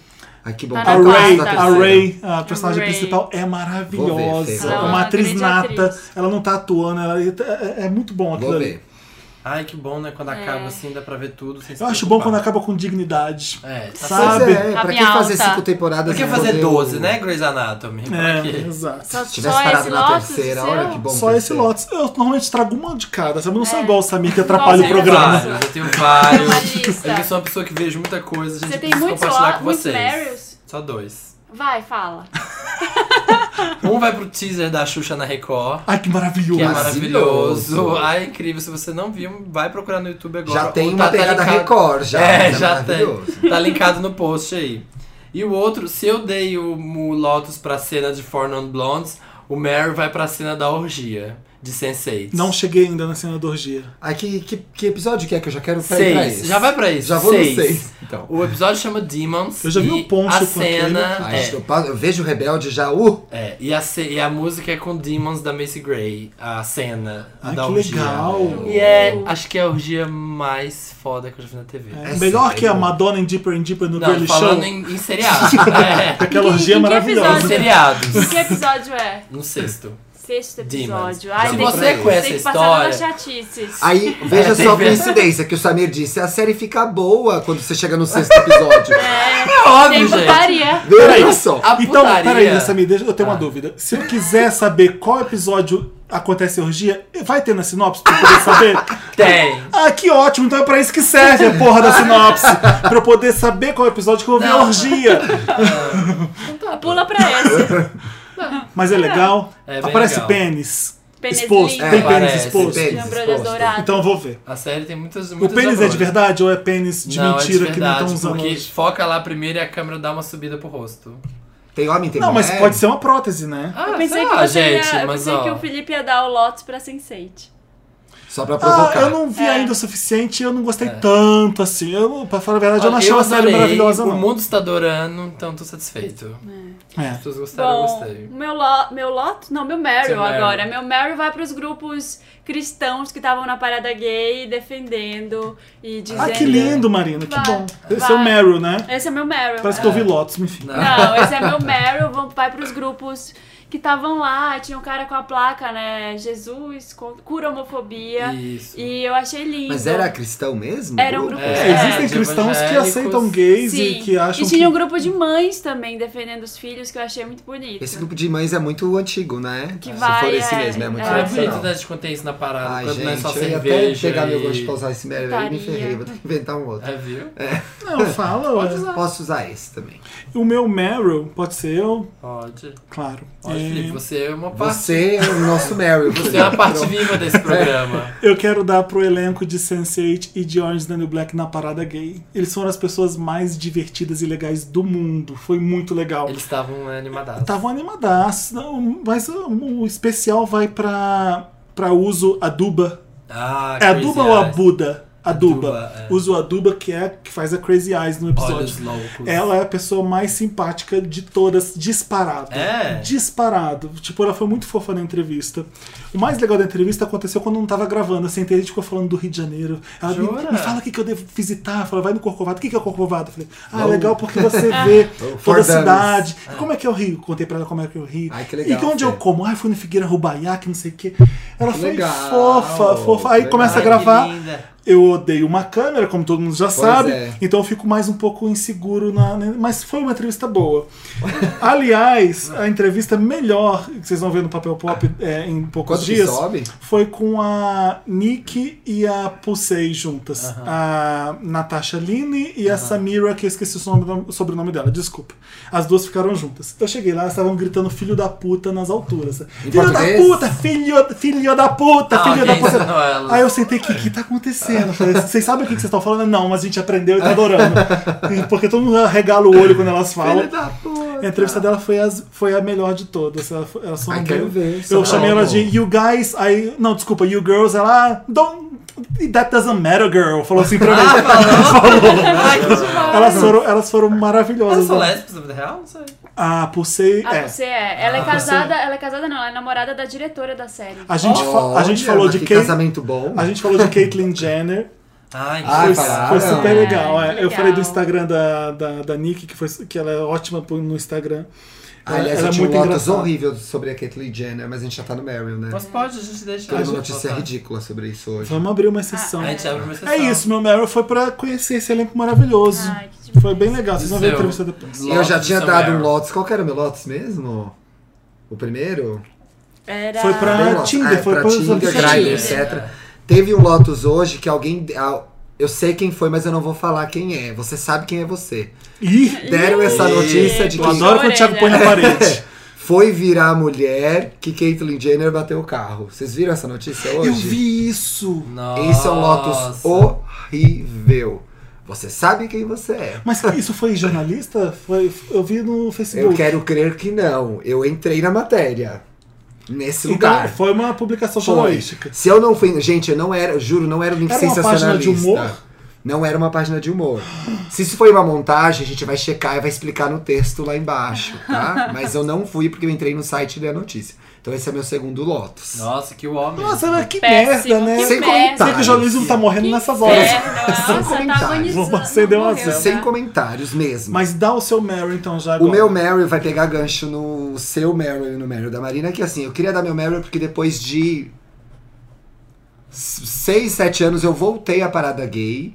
Ai, que bom. Tá A na Eu gosto Ray, da quarta. a terceira. Ray, a personagem Ray. principal, é Vou ver, maravilhosa. Fê, é vou uma ver. atriz Ela é uma grande nata, atriz. ela não tá atuando, ela é, é- é muito bom aquilo Vou ali. ver. Ai, que bom, né? Quando É. acaba assim, dá pra ver tudo. Sem se Eu acho bom quando preocupar. acaba com dignidade. É, tá Sabe? Pois é, Tá pra em quem fazer alta. cinco temporadas... Por que e não fazer poder- 12, né, Grey's Anatomy? Pra É, quê? exato. Só, Se tivesse só parado esse na Lotus, terceira, seu? olha que bom. Só esse terceiro. Lotus. Eu normalmente trago uma de cada, sabe? Eu não É. sou igual o Samir que atrapalha o Igual o programa. Samir. Vários, eu tenho vários. Uma lista. Eu sou uma pessoa que vejo muita coisa, gente. Você tem preciso muitos compartilhar lo- com muitos vocês. Meryls? Só dois. Vai, fala. Um vai pro teaser da Xuxa na Record. Ai, que maravilhoso. Que é Maravilhoso. maravilhoso. Ai, incrível. Se você não viu, vai procurar no YouTube agora. Tá Já tem Ou uma pegada linkado- Record, já. É, né? já Maravilhoso. tem. Tá linkado no post aí. E o outro, se eu dei o, o Lotus pra cena de Four Non Blondes, o Mary vai pra cena da orgia, de Sense8. Não cheguei ainda na cena da orgia. Ai, que, que, que episódio que é que eu já quero pra ir pra Seis. esse? Já vai pra isso. Já vou seis. no seis, então. O episódio chama Demons. Eu já vi e o Poncho a com aquele. né? cena. Ai, é, eu, pa- eu vejo o Rebelde já... Uh, é, e, a, ce- e a música é com Demons da Macy Gray. A cena Ai, da que orgia. legal. E é, acho que é a orgia mais foda que eu já vi na TV. É, É melhor sério? que a Madonna em Deeper and Deeper no Não, Girly Show. falando em, em seriado. [LAUGHS] é, Aquela Em que- orgia em que em maravilhosa. episódio? seriados. Que episódio é? No sexto. Sexto Demons. episódio. Ai, Se tem que- você conhece tem que a passar todas as história- chatices. Aí, veja É, só a teve- coincidência que o Samir disse. A série fica boa quando você chega no [LAUGHS] sexto episódio. É tem óbvio, gente. putaria. Veja só. A Então, putaria. peraí, Samir, deixa, eu tenho uma Ah. dúvida. Se eu quiser saber qual episódio acontece a orgia, vai ter na sinopse pra eu poder [LAUGHS] saber? Tem. Ah, que ótimo! Então é pra isso que serve a porra da sinopse. pra eu poder saber qual episódio que eu vi a Não. orgia. tá Pula pra esse. Mas é legal. É bem Aparece legal. É, pênis. Pênis Exposto. lindo. tem Aparece. pênis exposto. Tem pênis. Lembranças exposto. douradas. Então eu vou ver. A série tem muitas, O muitas pênis é de horrores. verdade ou é pênis de não, mentira é de que não verdade, estão usando porque hoje? foca lá primeiro e a câmera dá uma subida pro rosto. Tem homem, tem Não, mas mulher. é. pode ser uma prótese, né? Ah, Eu pensei, sei que, lá, você ia- gente, eu mas pensei ó. que o Felipe ia dar o Lotus pra Sense8. Só pra Ah, provocar. eu não vi É. ainda o suficiente e eu não gostei É. tanto assim. Eu, pra falar a verdade, eu não Olha, achei uma série adorei, maravilhosa, O não. mundo está adorando, então tô satisfeito. As É. pessoas gostaram, Tá, eu Bom, gostei. meu, lo, meu Lotus? Não, meu Meryl Seu Meryl. agora. Meu Meryl vai pros grupos cristãos que estavam na parada gay defendendo e dizendo... Ah, que lindo, Marina, que Vai, bom. Esse é o vai. Meryl, né? Esse é meu Meryl. Parece que eu vi Lotus, mas enfim. Não. Não, esse é meu Meryl, vão- vai pros grupos que estavam lá, tinha um cara com a placa, né? Jesus co- cura a homofobia. Isso. E eu achei lindo. Mas era cristão mesmo? Era um grupo- É, É, existem de cristãos que evangélicos. aceitam gays Sim. e que acham E tinha um que... grupo de mães também defendendo os filhos, que eu achei muito bonito. Esse grupo de mães é muito antigo, né? Que Se vai, for esse é, mesmo, é muito é. Ah, é bonito, tradicional. né? De contar isso na parada. Ai, quando gente, não é só eu ia até cerveja. pegar meu e- gosto pra usar esse merda aí, me Putaria. ferrei, vou ter que inventar um outro. É, viu? Não, É, fala, olha. Posso usar esse também. O meu Meryl, pode ser eu? Pode. Claro. Pode, É, Felipe, você é uma parte. Você é o nosso Meryl. Você é a [LAUGHS] parte viva desse programa. Eu quero dar pro elenco de Sense8 e de Orange is the New Black na parada gay. Eles foram as pessoas mais divertidas e legais do mundo. Foi muito legal. Eles Tá. estavam animadados. Estavam animadaços, não, mas o, o especial vai pra pra uso aduba. Ah, É Crazy aduba ou Eyes. abuda? Aduba. Aduba, é. Uso aduba, que é a que faz a Crazy Eyes no Olhos episódio. loucos. Ela é a pessoa mais simpática de todas, disparado. É? Disparado. Tipo, ela foi muito fofa na entrevista. O mais legal da entrevista aconteceu quando não tava gravando. Assim, a gente ficou falando do Rio de Janeiro. Ela me, Jura? me fala o que, que eu devo visitar. Fala, vai no Corcovado. O que, que é o Corcovado? Eu falei, ah, legal porque [LAUGHS] você vê toda a Fort Dennis. cidade. E Como é que é o Rio? Contei pra ela como é que é o Rio. Ai, que legal, E onde eu Fê. como? Ah, fui no Figueira Rubaiá, que não sei o quê. Ela foi legal, fofa, fofa. Aí que começa a legal. gravar. Ai, que linda. Eu odeio uma câmera, como todo mundo já sabe. é. Então eu fico mais um pouco inseguro na. né, Mas foi uma entrevista boa. [LAUGHS] Aliás, a entrevista melhor que vocês vão ver no papel pop é, em poucos Quanto que dias sobe? foi com a Nick e a Pulsei juntas. A Natasha Line e a Samira, que eu esqueci o sobrenome, o sobrenome dela, desculpa. As duas ficaram juntas. Eu cheguei lá, elas estavam gritando filho da puta nas alturas. Filho português? da puta, filho, filho da puta, Ah, filho da alguém puta. ensinou elas. Aí eu sentei, o que, que tá acontecendo? Eu falei, Vocês sabem o que que vocês estão falando? Não, mas a gente aprendeu e tá adorando. Porque todo mundo regala o olho quando elas falam. Tá A entrevista dela foi, as- foi a melhor de todas. Ela, foi- ela só Ai, não deu- quero ver, Eu só tá chamei ela não. de You guys, aí. Não, desculpa, you girls, ela. "Ah, Don't. That doesn't matter, girl. Falou assim pra Ah, mim. Ai, que demais. assim, elas, foram, elas foram Elas maravilhosas. são lésbicas na vida real? Não sei. Ah, Pulsei. Ah, é. você é. Ela é casada, ela é casada não, ela é namorada da diretora da série. A gente, fa- a gente Olha, falou mas de que Kate- casamento bom. A gente falou de Caitlyn Jenner. Ai, que Ah, Foi, coisa. falaram. foi super legal. Ah, é. que Eu legal. falei do Instagram da, da, da Nick, que, foi, que ela é ótima pro- no Instagram. Ah, Aliás, ela eu é tinha muito um lotus engraçada. horrível sobre a Caitlyn Jenner, mas a gente já tá no Meryl, né? Mas pode, a gente deixa. Teve a uma gente notícia voltar. ridícula sobre isso hoje. Vamos abrir uma Ah, exceção. A gente abre uma exceção. É isso, meu Meryl foi pra conhecer esse elenco maravilhoso. Ai, que demais. foi bem legal, vocês vão ver a Seu. entrevista depois. E eu já Lotus tinha do dado um Meryl. Lotus. Qual que era o meu Lotus mesmo? O primeiro? Era... Foi pra- Bem Lotus. Tinder, é, foi pra pros Tinder, aplicativos. Grindr, etc. Teve um Lotus hoje que alguém. ah, Eu sei quem foi, mas eu não vou falar quem é. Você sabe quem é você. Ih, Deram essa Ih, notícia de eu que adoro quando o Thiago põe na parede. [LAUGHS] foi virar a mulher que Caitlyn Jenner bateu o carro. Vocês viram essa notícia hoje? Eu vi isso! né? Nossa. Esse é um Lotus horrível. Você sabe quem você é. Mas isso foi jornalista? Foi, eu vi no Facebook. Eu quero crer que não. Eu entrei na matéria. Nesse então, lugar. foi uma publicação Foi. jornalística. Se eu não fui. Gente, eu não era, eu juro, não era um link Era uma sensacionalista. página de humor? Não era uma página de humor. Se isso foi uma montagem, a gente vai checar e vai explicar no texto lá embaixo, [LAUGHS] tá? Mas eu não fui porque eu entrei no site e li a notícia. Então esse é meu segundo Lotus. Nossa, que homem. Nossa, é mas que Péssimo, merda, né? que Sempre Sem merda. comentar. que o jornalismo tá morrendo nessas horas. Inferno, Nossa, tá comentários. agonizando. Vamos acender não uma morreu, acesa. Sem né? comentários mesmo. Mas dá o seu Meryl então já O agora. meu Meryl vai pegar gancho no seu Meryl e no Meryl da Marina, que assim, eu queria dar meu Meryl porque depois de 6, 7 anos eu voltei à parada gay,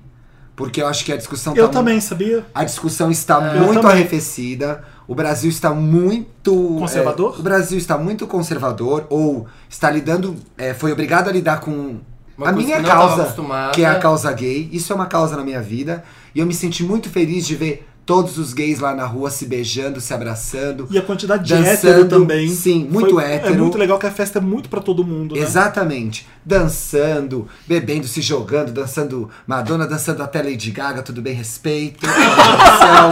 porque eu acho que a discussão tá Eu mu- também, sabia? A discussão está eu muito também. arrefecida. O Brasil está muito. Conservador? é, o Brasil está muito conservador, ou está lidando. é, foi obrigado a lidar com Uma a coisa minha que eu não tava causa, acostumada. que é a causa gay. Isso é uma causa na minha vida. E eu me senti muito feliz de ver todos os gays lá na rua se beijando, se abraçando. E a quantidade de Dançando, hétero também. sim, muito Foi- É hétero. muito legal que a festa é muito pra todo mundo, né? Exatamente. Dançando, bebendo, se jogando, dançando Madonna, dançando até Lady Gaga, tudo bem, respeito. atenção.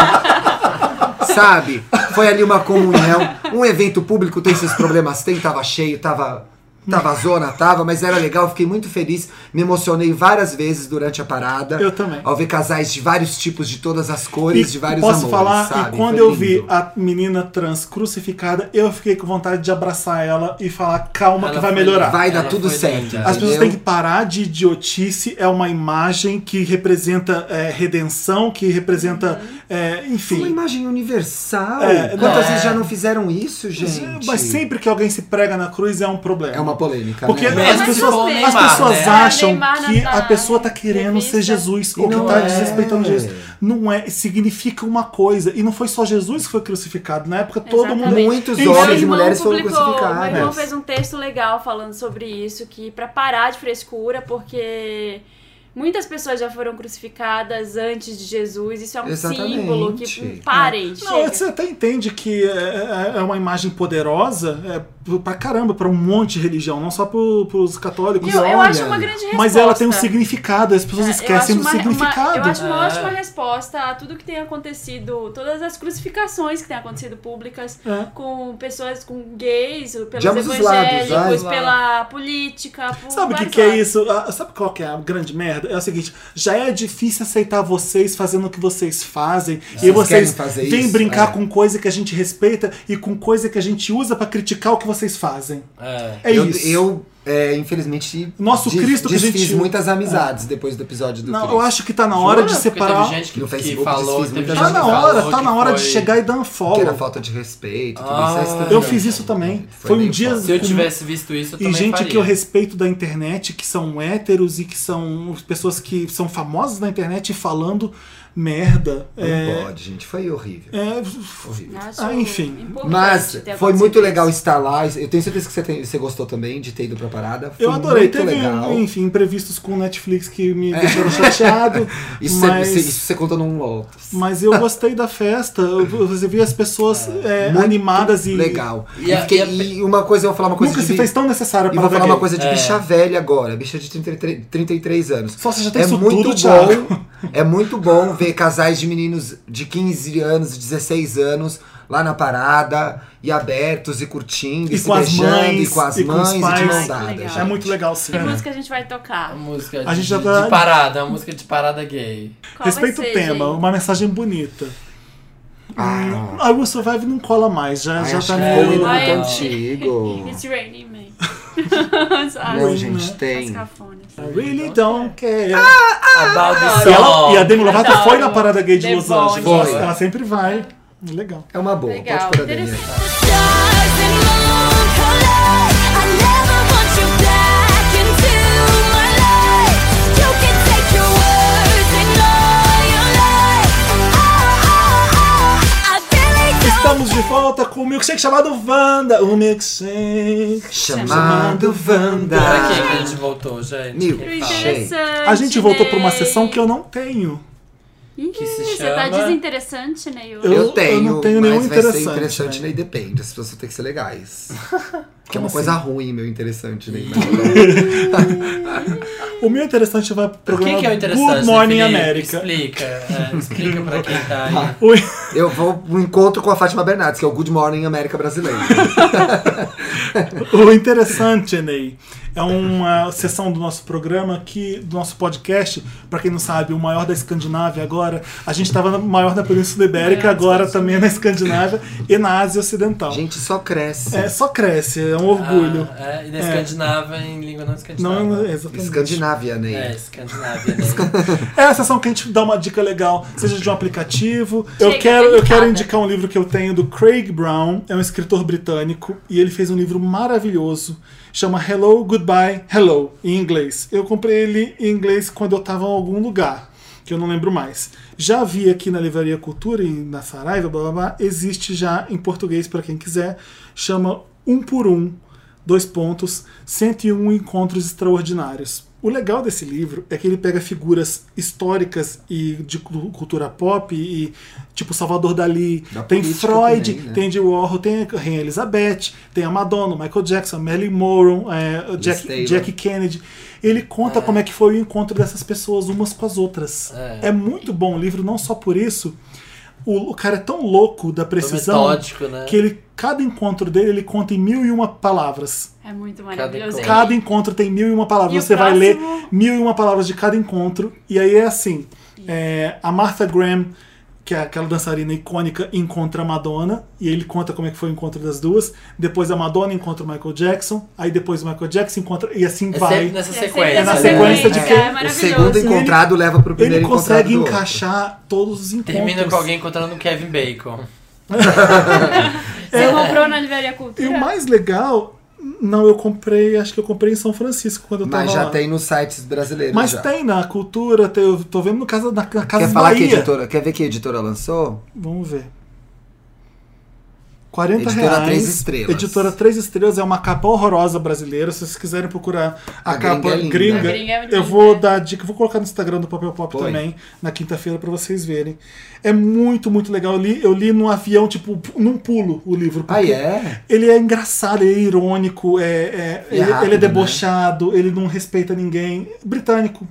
Sabe? Foi ali uma comunhão. Um evento público tem seus problemas, tem, tava cheio, tava. Tava zona, tava, mas era legal, fiquei muito feliz. Me emocionei várias vezes durante a parada. Eu também. Ao ver casais de vários tipos, de todas as E cores, de vários posso amores, falar, sabe? e quando Foi eu vi lindo. a menina trans crucificada, eu fiquei com vontade de abraçar ela e falar, calma Ela que vai foi- melhorar. Vai dar Ela tudo foi certo. linda. As pessoas entendeu? têm que parar de idiotice, é uma imagem que representa é, redenção, que representa, Uhum. é, Uma enfim. imagem universal. É, não, Quantas é. vezes já não fizeram isso, gente? Mas sempre que alguém se prega na cruz é um problema. É uma polêmica. Porque né? as Mesmo se pessoas, for o Neymar, as pessoas né? acham é Neymar na- que na a pessoa tá querendo entrevista. ser Jesus ou que não tá é. desrespeitando Jesus. Não é, significa uma coisa. E não foi só Jesus que foi crucificado. Na época todo mundo. Exatamente. Muitos Enfim. homens e Meu irmão mulheres foram publicou- Meu irmão um crucificados. fez um texto legal falando sobre isso, que pra parar de frescura, porque Muitas pessoas já foram crucificadas antes de Jesus. Isso é um Exatamente. símbolo que. hum, Parem, Não, chega. você até entende que é, é- é uma imagem poderosa é, pro- pra caramba, pra um monte de religião, não só pro, pros católicos. E eu, eu olha, acho uma grande resposta. Mas ela tem um significado, as pessoas É, eu esquecem acho do uma- significado. uma- eu acho uma É. ótima resposta a tudo que tem acontecido, todas as crucificações que têm acontecido públicas É. com pessoas, com gays, pelos De ambos os lados, evangélicos, vai. pela política. Por Sabe o que, vários que é lados. isso? Ah, Sabe qual que é a grande merda? É o seguinte, já é difícil aceitar vocês fazendo o que vocês fazem. e Ah, Vocês querem vocês fazer vêm isso? brincar É. com coisa que a gente respeita e com coisa que a gente usa pra criticar o que vocês fazem. É. É eu, isso. eu, é, infelizmente, Nosso Cristo que a desfiz gente- é. muitas amizades depois do episódio do Não, Cristo. eu acho que tá na hora de Jura? Porque separar. Teve gente que, No que Facebook falou, desfiz teve muita gente Tá gente na que hora, falou tá que na hora de foi- chegar e dar um Que era follow. falta de respeito, tudo Ah, isso. é Eu fiz isso também. Foi um meio dia- foda. Se eu tivesse visto isso, eu E também gente faria. que eu respeito da internet, que são héteros e que são pessoas que são famosas na internet falando merda. Não É, pode, gente. Foi horrível. é, Horrível. Acho Ah, enfim. importante Mas ter foi muito acontecido legal estar lá. Eu tenho certeza que você, tem- você gostou também de ter ido pra parada. Foi Eu adorei. muito Teve, um legal. É. enfim, imprevistos com o Netflix que me deixaram chateado. [LAUGHS] Isso, você- mas, você, isso você conta num outro. mas eu gostei da festa. Eu, você via as pessoas é, Muito animadas e. Legal. E E, a- fiquei- e a- e uma coisa, eu vou falar uma coisa Nunca de se bi- fez tão necessária E para vou falar uma gay. coisa de bicha velha agora, bicha de 33, 33 anos. Só você já tem É isso muito tudo, bom, Thiago. é muito bom ver casais de meninos de 15 anos, 16 anos lá na parada e abertos e curtindo e, E se com as beijando mães, e com as e com os mães e de pais. mão Ai, que dada. legal. É muito legal, sim. Que música a gente vai tocar? A música A de, gente já de- tá- de parada, a música de parada gay. Qual Respeita o vai ser, tema, gente? uma mensagem bonita. Ah, I Will Survive não cola mais, já, ai, já acho tá que é no eu olho. não Ai, contigo. It's raining, man. [LAUGHS] Não, Sabe? gente, As tem. cafonas. I really don't care. Ah, About the Ah, e, ela- song. e a Demi Lovato Adoro. foi na parada gay de The Los Angeles. Bond. Foi. Ela sempre vai. Legal. É uma boa, Legal, pode pôr a Daniela. interessante. Stars and moon collide. I never want you back into my life. You can take your words and all your lies. Oh, oh, oh, I really don't Estamos de volta com o milkshake chamado Wanda. O milkshake. Chamado Wanda. Ah. Pra que que a gente voltou, gente? Mil. Quem fala? Interessante, Interessante. A gente voltou pra uma Ney. sessão que eu não tenho. Ih, que se Você tá chama- desinteressante, Neil. Eu- Eu tenho, não tenho mas nenhum vai interessante, ser interessante, né? né? E depende, as pessoas vão ter que [LAUGHS] ser legais. Que é Como assim? uma coisa ruim, meu interessante, [LAUGHS] né? O meu interessante vai pro Por programa que, que é o interessante? Good Morning Felipe? América. Explica. é, [LAUGHS] explica pra quem tá aí. Ui, Eu vou pro encontro com a Fátima Bernardes, que é o Good Morning [LAUGHS] América Brasileira. O interessante, Ney, é uma sessão do nosso programa que do nosso podcast, pra quem não sabe, o maior da Escandinávia agora. A gente tava no maior da Península É, Ibérica, agora também na Escandinávia e na Ásia Ocidental. Gente, só cresce. É, só cresce, é um orgulho. Ah, é, e da É. Escandinava em língua não escandinava. Não, é exatamente. Escandinávia, É, né? Escandinávia. Né? É a sessão que a gente dá uma dica legal, seja de um aplicativo. eu Chega, quero, eu delicada. quero indicar um livro que eu tenho do Craig Brown, é um escritor britânico, e ele fez um livro maravilhoso, chama Hello, Goodbye, Hello, em inglês. Eu comprei ele em inglês quando eu estava em algum lugar, que eu não lembro mais. Já vi aqui na Livraria Cultura e na Saraiva, blá blá blá, existe já em português para quem quiser, chama Um por Um. Dois pontos, 101 encontros extraordinários. O legal desse livro é que ele pega figuras históricas e de cu- cultura pop e tipo Salvador Dali, Da tem política Freud, também, né? tem Andy Warhol, tem a Rainha Elizabeth, tem a Madonna, o Michael Jackson, a Marilyn Monroe, é, Jack, Taylor. Jack Kennedy. Ele conta como é que foi o encontro dessas pessoas umas com as outras. É, É. muito bom o livro, não só por isso. O, o cara é tão louco da precisão metódico, né? que ele cada encontro dele ele conta em mil e uma palavras. É muito maravilhoso. Cada Cada encontro tem mil e uma palavra. E o Você vai ler próximo? mil e uma palavras de cada encontro. E aí é assim: é, a Martha Graham, que é aquela dançarina icônica, encontra a Madonna. E ele conta como é que foi o encontro das duas. Depois a Madonna encontra o Michael Jackson. Aí depois o Michael Jackson encontra. E assim É vai. sempre nessa É sempre sequência. né? na essa sequência de quem- É O maravilhoso. segundo encontrado leva pro Ele primeiro encontrado consegue do outro. encaixar todos os encontros. Termina com alguém encontrando o Kevin Bacon. Você comprou na Livraria É. E Cultura? o mais legal. Não, eu comprei, acho que eu comprei em São Francisco quando eu tava Mas já lá. tem nos sites brasileiros. Mas já. tem na cultura, tem- eu tô vendo no casa, na, na Casa Quer falar que é Bahia. editora? Quer ver que editora lançou? Vamos ver. 40 Editora reais. Três Estrelas. Editora Três Estrelas é uma capa horrorosa brasileira. Se vocês quiserem procurar a, A capa gringa é linda. gringa, A gringa é muito eu linda. vou dar dica, vou colocar no Instagram do Papel Pop Põe. também, na quinta-feira, pra vocês verem. É muito, muito legal. Eu li, eu li num avião, tipo, num pulo o livro. Ah, porque é? Ele é engraçado, ele é irônico, é, é- E é ele, rápido, ele é né? debochado, ele não respeita ninguém. Britânico.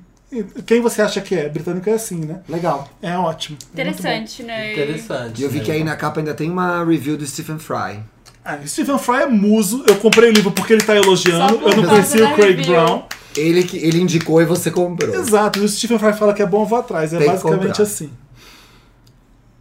Quem você acha que é? Britânico é assim, né? Legal. É ótimo. Muito bom. Interessante, né? Interessante. E eu vi né? que aí na capa ainda tem uma review do Stephen Fry. Ah, Stephen Fry é muso. Eu comprei o livro porque ele tá elogiando. Só por Eu não causa conhecia da o Craig review. Brown. Ele, que, ele indicou e você comprou. Exato. E o Stephen Fry fala que é bom, eu vou atrás. É Tem que basicamente comprar. assim.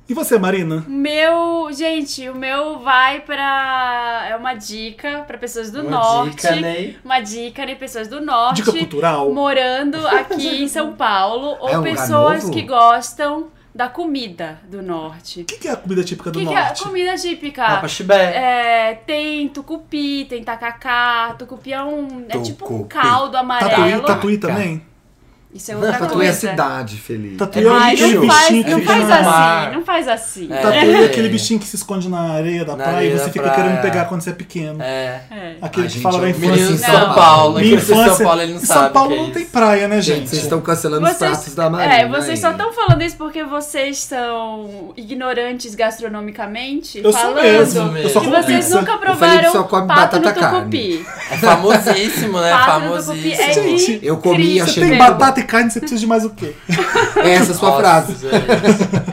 E você, Marina? Meu, gente, o meu vai pra. É uma dica pra pessoas do Uma norte. dica, né? Uma dica, né? Pessoas do norte. Dica cultural? Morando aqui [LAUGHS] em São Paulo. Ou É um lugar pessoas novo? que gostam da comida do norte. O que que é a comida típica O do que, que é norte? Ah, comida típica? Papa Chibé. Tá. É, tem tucupi, tem tacacá. Tucupi é um. É tipo um Tucupi. caldo Tatuí, amarelo. tatuí também? Isso é outra Tatuí é a coisa. cidade, Felipe. Tatuí é, É Ai, aquele bicho. não faz, bichinho não que faz fica na... assim, não faz assim. É. Tatuí é É. aquele bichinho que se esconde na areia da Na praia areia e da você fica praia. querendo pegar quando você é pequeno. É. É. Aquele Ai, que gente, fala da eu- infância. Menino Assim, de São São Paulo. Paulo. Minha Aquele de é São infância- Paulo ele não em sabe. São o Paulo que é não tem isso. praia, né, gente? Gente, vocês estão cancelando os Vocês- pratos da Marina. É, vocês só né? aí. estão falando isso porque vocês são ignorantes gastronomicamente. Eu sou falando mesmo. Eu só que como vocês pizza. nunca Felipe provaram só come pato no batata tucupi. É famosíssimo, né? Pato no tucupi é famosíssimo. Gente, incrível. eu comi, Você achei tem Chega. batata e carne, você precisa de mais o quê? Essa é a sua Nossa, frase. gente.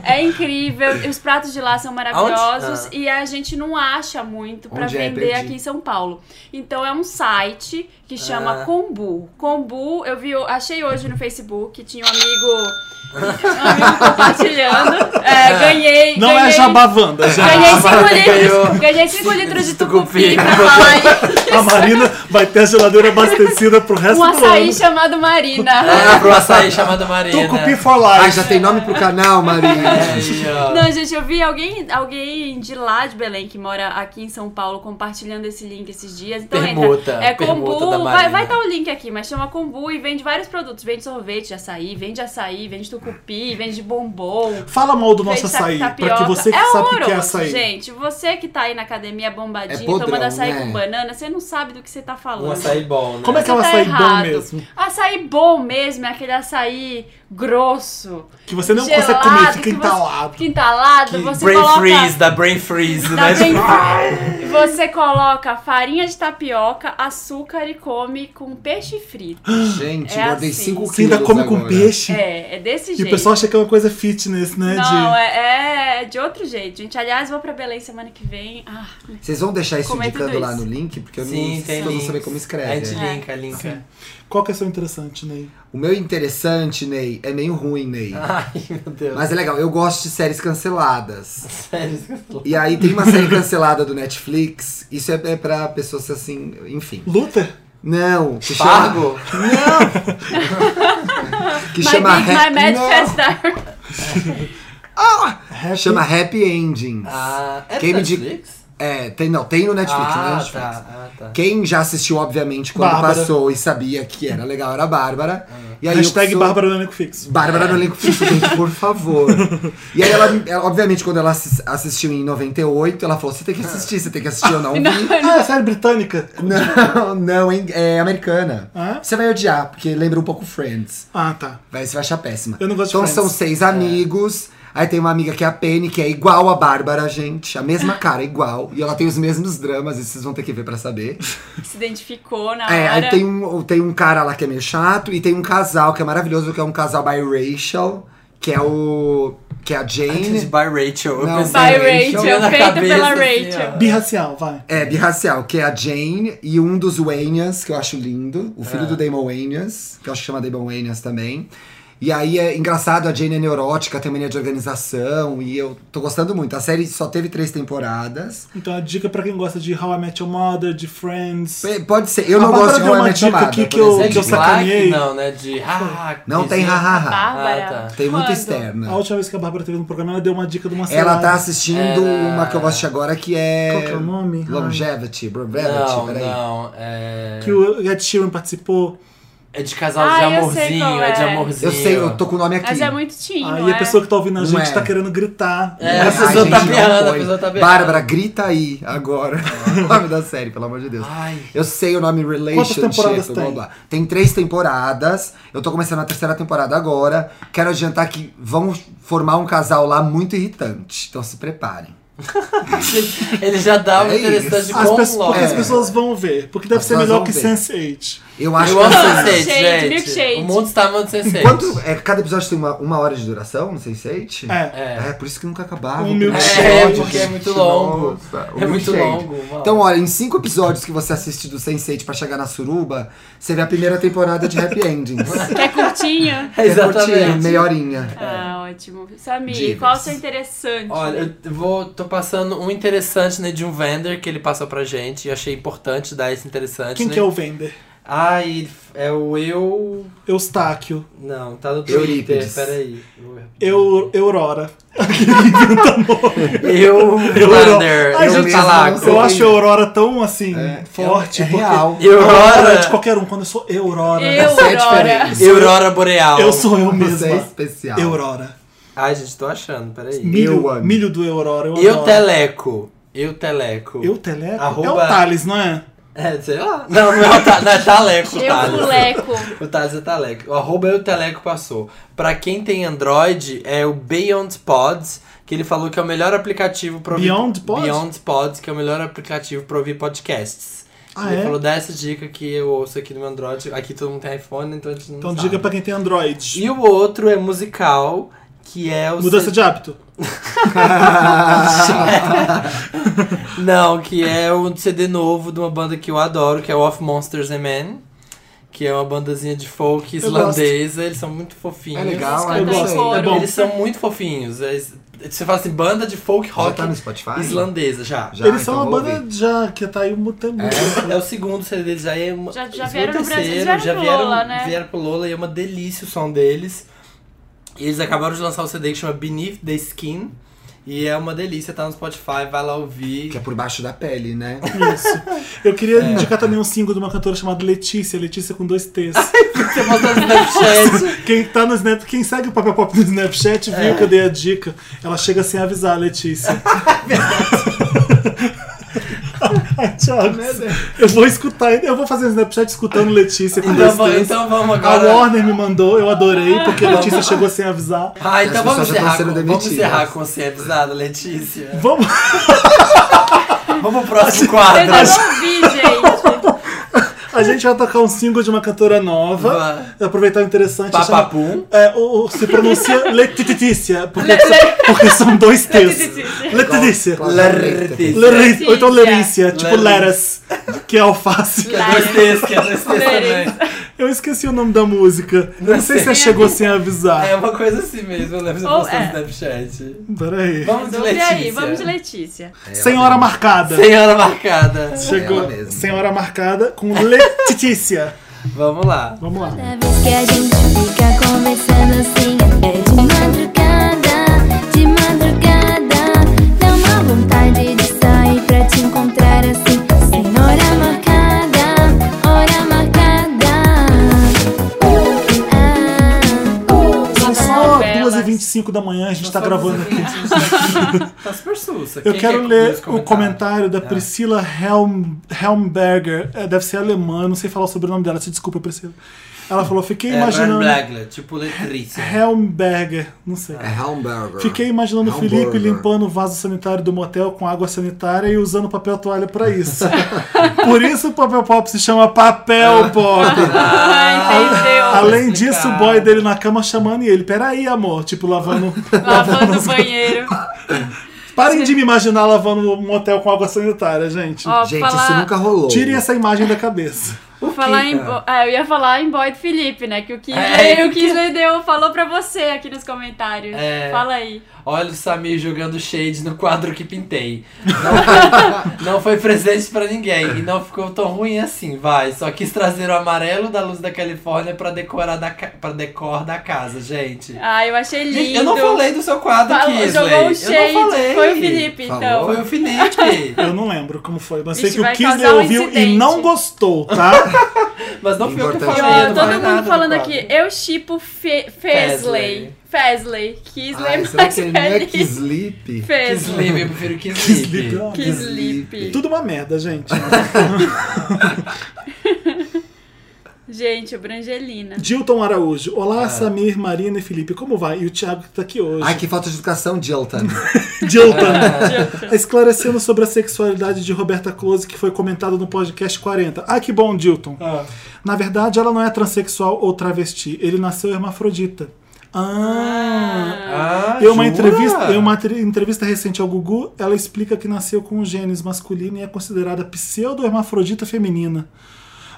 É incrível, e os pratos de lá são maravilhosos Ah. e a gente não acha muito pra Onde é? vender Perdi. aqui em São Paulo. Então é um site que chama Ah. Combu. Combu, eu vi, achei hoje no Facebook, tinha um amigo, um amigo compartilhando. É, ganhei, Não é ganhei jabavanda, gente. Ganhei 5 Marta ganhou. litros, ganhei cinco litros de Tucupi. tucupi pra falar aí. [LAUGHS] A Marina vai ter a geladeira abastecida pro resto Um do ano. açaí [LAUGHS] chamado Marina. É, pro açaí chamado Marina. Tucupi for Ai, life. já tem nome pro canal, Marina. Aí, É, ó. Não, gente, eu vi alguém, alguém de lá de Belém, que mora aqui em São Paulo, compartilhando esse link esses dias. Então Permuta, entra. É permuta da Combu, vai, Marina. vai estar o link aqui, mas chama Combu e vende vários produtos. Vende sorvete de açaí, vende açaí, vende tucupi, vende bombom. Fala mal do nosso vende açaí, tá tapioca. pra que você que é sabe o que é horroroso, açaí. Gente, você que tá aí na academia bombadinha, É podrão, tomando açaí né? com banana, você não sabe do que você tá falando. Um açaí bom, né? Como é que é o Você tá açaí bom errado. mesmo? Açaí bom mesmo é aquele açaí grosso, Que você não gelado, consegue comer, fica que você- entalado. quintalado, Que é? você brain coloca... freeze, da brain freeze, Dá né? [LAUGHS] bem- Você coloca farinha de tapioca, açúcar e come com [GASPS] peixe frito. Gente, É engordei assim. 5 Você ainda quilos come com agora. peixe. É, é desse E jeito. o pessoal acha que é uma coisa fitness, né? Não, de... é, é de outro jeito, gente. Aliás, vou pra Belém semana que vem. Ah, Vocês vão deixar isso Comer indicando tudo lá isso. no link? Porque eu Sim, não, tem eu não links. É, saber como A escreve. é. gente linka, linka. Qual que é o seu interessante, Ney? O meu interessante, Ney, é meio ruim, Ney. Ai, meu Deus. Mas é legal, eu gosto de séries canceladas. [LAUGHS] Sério, isso E aí tem uma série cancelada do Netflix. Isso é, é pra pessoas assim, enfim. Luther? Não, que é chama. Fargo? Que my chama big, Ha- my mad Não, fast hour. Happy? Chama Happy Endings. Ah, é Quem Quem me di- Netflix? É, tem, não, tem no Netflix, no Ah, Netflix. tá, ah, tá. Quem já assistiu, obviamente, quando Bárbara. passou e sabia que era legal, era a Bárbara. Uhum. E aí eu Hashtag sou- Bárbara do Elenco Fixo. Bárbara no elenco fixo, gente, por [LAUGHS] favor. E aí, ela, ela, obviamente, quando ela assis- assistiu em 98, ela falou: você tem que assistir, você tem que assistir. [LAUGHS] Eu não vi. Ah, é série britânica? Não, não, hein, é americana. Ah? Você vai odiar, porque lembra um pouco Friends. Ah, tá. Vai, você vai achar péssima. Eu não gosto de Então Friends. É. são seis amigos. Aí tem uma amiga que é a Penny, que é igual a Bárbara, gente. A mesma cara, igual. E ela tem os mesmos dramas, isso vocês vão ter que ver pra saber. [LAUGHS] Se identificou na É, hora. aí tem um, tem um cara lá que é meio chato. E tem um casal que é maravilhoso, que é um casal biracial. Que é o... Que é a Antes de Jane. by Rachel. Não, eu pensei by em Rachel, Rachel na feito pela assim, Rachel. ó. Birracial, vai. É, birracial. Que é a Jane e um dos Wayans, que eu acho lindo. O É. filho Ah. do Damon Wayans, que eu acho que chama Damon Wayans também. E aí é engraçado, a Jane é neurótica, tem mania de organização. E eu tô gostando muito. A série só teve três temporadas. Então a dica pra quem gosta de How I Met Your Mother, de Friends. P- Pode ser. Eu A não Bárbara gosto de deu How I uma Met dica Your Mother, aqui que por eu- exemplo. É que eu de sacaneei. Black? Não, né? De ah, Não tem coisinha. hahaha. Bárbara. Ah, tá. Tem muito Quando? externa. A última vez que a Bárbara teve no programa, ela deu uma dica de uma série. Ela tá assistindo Era- uma que eu gosto agora que é. Qual que é o nome? Longevity, Brevity, Não, peraí. tá não, é... Que o Ed Sheeran participou. É de casal de Ah, eu sei amorzinho, qual é de é. amorzinho. Eu sei, eu tô com o nome aqui. Mas é muito tímido. Aí a [LAUGHS] pessoa que tá ouvindo a Não gente é. tá querendo gritar. É, a pessoa Ai, tá gente, não berrando, a foi. pessoa tá berrando. Bárbara, grita aí agora. [LAUGHS] o nome da série, pelo amor de Deus. Ai. Eu sei o nome temporadas Relationship, blá tem? blá. Tem três temporadas. Eu tô começando a terceira temporada agora. Quero adiantar que vão formar um casal lá muito irritante. Então se preparem. Ele já dá um É interessante isso. de As pessoas- complô. porque as É. pessoas vão ver. Porque deve As ser pessoas melhor vão que ver. Sense8. Eu acho Eu amo que. é Sense8, Milkshake, gente. milkshake. O mundo está amando Sense8. Quanto, é, cada episódio tem uma, uma hora de duração, não sei se é. É. É, por isso que nunca acabava. Um o milkshake. episódio, É, porque é gente, muito longo. nossa, o É muito milkshake. longo, mano. Então, olha, em cinco episódios que você assiste do Sense8 pra chegar na Suruba, você vê a primeira temporada de Happy Endings. Que [LAUGHS] é curtinho? Que é curtinho, [LAUGHS] Exatamente. meia É. horinha. Ah, ótimo. Samir, Divas. qual o seu interessante? Olha, eu vou, tô passando um interessante, né, de um vender que ele passou pra gente. E achei importante dar esse interessante, Quem né? que é o vender? Ai, é o eu... Eustáquio. Não, tá no Twitter, Eurípides. peraí. Eu, Aurora. Eu... Wander. Ai, Eu gente, Talaco. sei Eu acho quem a é. Aurora tão assim, forte. é porque real. Eu Aurora é Aurora. de qualquer um. Quando eu sou eu, Aurora. Eu, Você é Aurora. diferente. Aurora Boreal. Eu sou eu mesma. Você é especial. Aurora. Ai, gente, tô achando, peraí. Milho, amo. milho do Aurora. Eu, Eu adoro. Teleco. Eu Teleco. Eu teleco? É o Arroba- Thales, não é? É, sei lá. Não, não é o Ta- não, é Taleco, o Eu, Thales. moleco. O Thales é Teleco. O arroba eu Teleco passou. Pra quem tem Android, é o Beyond Pods, que ele falou que é o melhor aplicativo pra ouvir- Beyond Pod? Beyond Pods, que é o melhor aplicativo pra ouvir podcasts. Ah, ele é? falou, dá essa dica que eu ouço aqui no meu Android. Aqui todo mundo tem iPhone, então a gente não Então sabe. diga pra quem tem Android. E o outro é musical, que é o... Mudança de hábito. Não, que é um CD novo de uma banda que eu adoro, que é o Of Monsters and Men. Que é uma bandazinha de folk islandesa. Eles são muito fofinhos. É legal, Eles é cantam em isso coro. aí. É bom. Eles são muito fofinhos. eles- Você fala assim, banda de folk Já rock tá no Spotify? islandesa, já. Já, Eles são então uma vou banda ouvir. já que tá aí muito tempo. É o segundo CD deles, já é uma, Já- já eles vieram vão no Brasil, eles terceiro, vieram já pro vieram, Lola, né? vieram pro Lola e é uma delícia o som deles. E eles acabaram de lançar um CD que chama Beneath the Skin. E é uma delícia, tá no Spotify, vai lá ouvir. Que é por baixo da pele, né? Eu queria indicar também um single de uma cantora chamada Letícia, Letícia com dois T's. Você botou [LAUGHS] no Snapchat. Quem tá no Snap, quem segue o Papel Pop no Snapchat viu que eu dei a dica. Ela chega sem avisar a Letícia. Ai, Thiago, eu vou escutar, eu vou fazer um Snapchat escutando Letícia com Então, dois vamos- T's. então vamos A agora. Warner me mandou, eu adorei, porque a Letícia chegou sem avisar. Ah, então As vamos pessoas já tão encerrar, com, é sendo vamos demitidas. encerrar com você avisada, [LAUGHS] Letícia. Vamos, Vamos pro próximo Eu quadro. ainda não ouvi, gente. a gente vai tocar um single de uma cantora nova. Vai. Aproveitar o interessante. chama- Papapum. É, ou, ou se pronuncia Letitícia, porque, são- porque são dois T's. Letitícia. Letitícia. Igual- Lerritis. Leris, ou então Lerícia, Lerícia. tipo Leras, que é alface. É dois T's, que é dois T's Leris. também. Eu esqueci o nome da música. Eu não sei se é chegou sem avisar. É uma coisa assim mesmo, eu lembro de Ou postar é. no Snapchat. Peraí. Vamos de E Letícia. aí, [LAUGHS] vamos de Letícia. É, Sem hora marcada. Senhora [LAUGHS] marcada. Chegou. Ela mesma. Sem hora marcada com Letitícia. Vamos lá. Vamos lá. Toda vez que a gente fica conversando assim É de madrugada, de madrugada Dá uma vontade de sair pra te encontrar assim Sem hora marcada, hora marcada Ah, São só novelas. 2h25 da manhã, a gente tá gravando aqui. Tá super sussa. Eu Quem quero quer ler os o comentários? comentário da Priscila Helm, Helmberger. É, deve ser alemã, eu não sei falar o sobrenome dela. Se desculpa, Priscila. Ela falou, fiquei É, Imaginando... imaginando... É. tipo Letícia. Helmberger, não sei. É Hamburger. Fiquei imaginando o Hamburger. Felipe limpando o vaso sanitário do motel com água sanitária e usando papel toalha pra isso. Por isso o papel pop se chama papel [LAUGHS] pop. Ah, entendeu. Além disso, o boy dele na cama chamando e ele. Peraí, amor. Tipo, lavando. Lavando o banheiro. Parem de me imaginar lavando um motel com água sanitária, gente. Ó, Gente, falar... isso nunca rolou. Tirem essa imagem da cabeça. Falar em, bo- ah, eu ia falar em boy do Felipe, né? Que o Kisley, É, o Kisley deu, falou pra você aqui nos comentários. É. Fala aí. Olha o Samir jogando shade no quadro que pintei. Não foi, [LAUGHS] não foi presente pra ninguém e não ficou tão ruim assim, vai. Só quis trazer o amarelo da luz da Califórnia pra decorar da para decor da casa, gente. Ah, eu achei lindo. Gente, eu não falei do seu quadro Falou- aqui, Jogou o Eu não shade. falei. Foi o Felipe, Falou. então. Foi o Felipe. [LAUGHS] Eu não lembro como foi, mas sei Vixe, que o vai Kisley causar um ouviu e incidente. não gostou, tá? Mas não fui eu que Importante. falei. Ó, não todo falei mundo nada do falando quadro. aqui, eu chipo Fe Fesley. Fesley. Kisley Ai, mais será que ele não é feliz. que sleep? Que Fesley. sleep, eu prefiro [LAUGHS] que sleep. Então, Que sleep. Tudo uma merda, gente. Gente, o Brangelina. Dilton Araújo. Olá, É. Samir, Marina e Felipe. Como vai? E o Thiago que tá aqui hoje. Ai, que falta de educação, [LAUGHS] Jilton. [LAUGHS] Dilton. É. Esclarecendo sobre a sexualidade de Roberta Close, que foi comentado no podcast 40. Ah, que bom, Dilton. Ah. Na verdade, ela não é transexual ou travesti. Ele nasceu hermafrodita. Ah. Ah, Em uma, jura? entrevista, em uma tre- entrevista recente ao Gugu, ela explica que nasceu com os genes masculino e é considerada pseudo-hermafrodita feminina.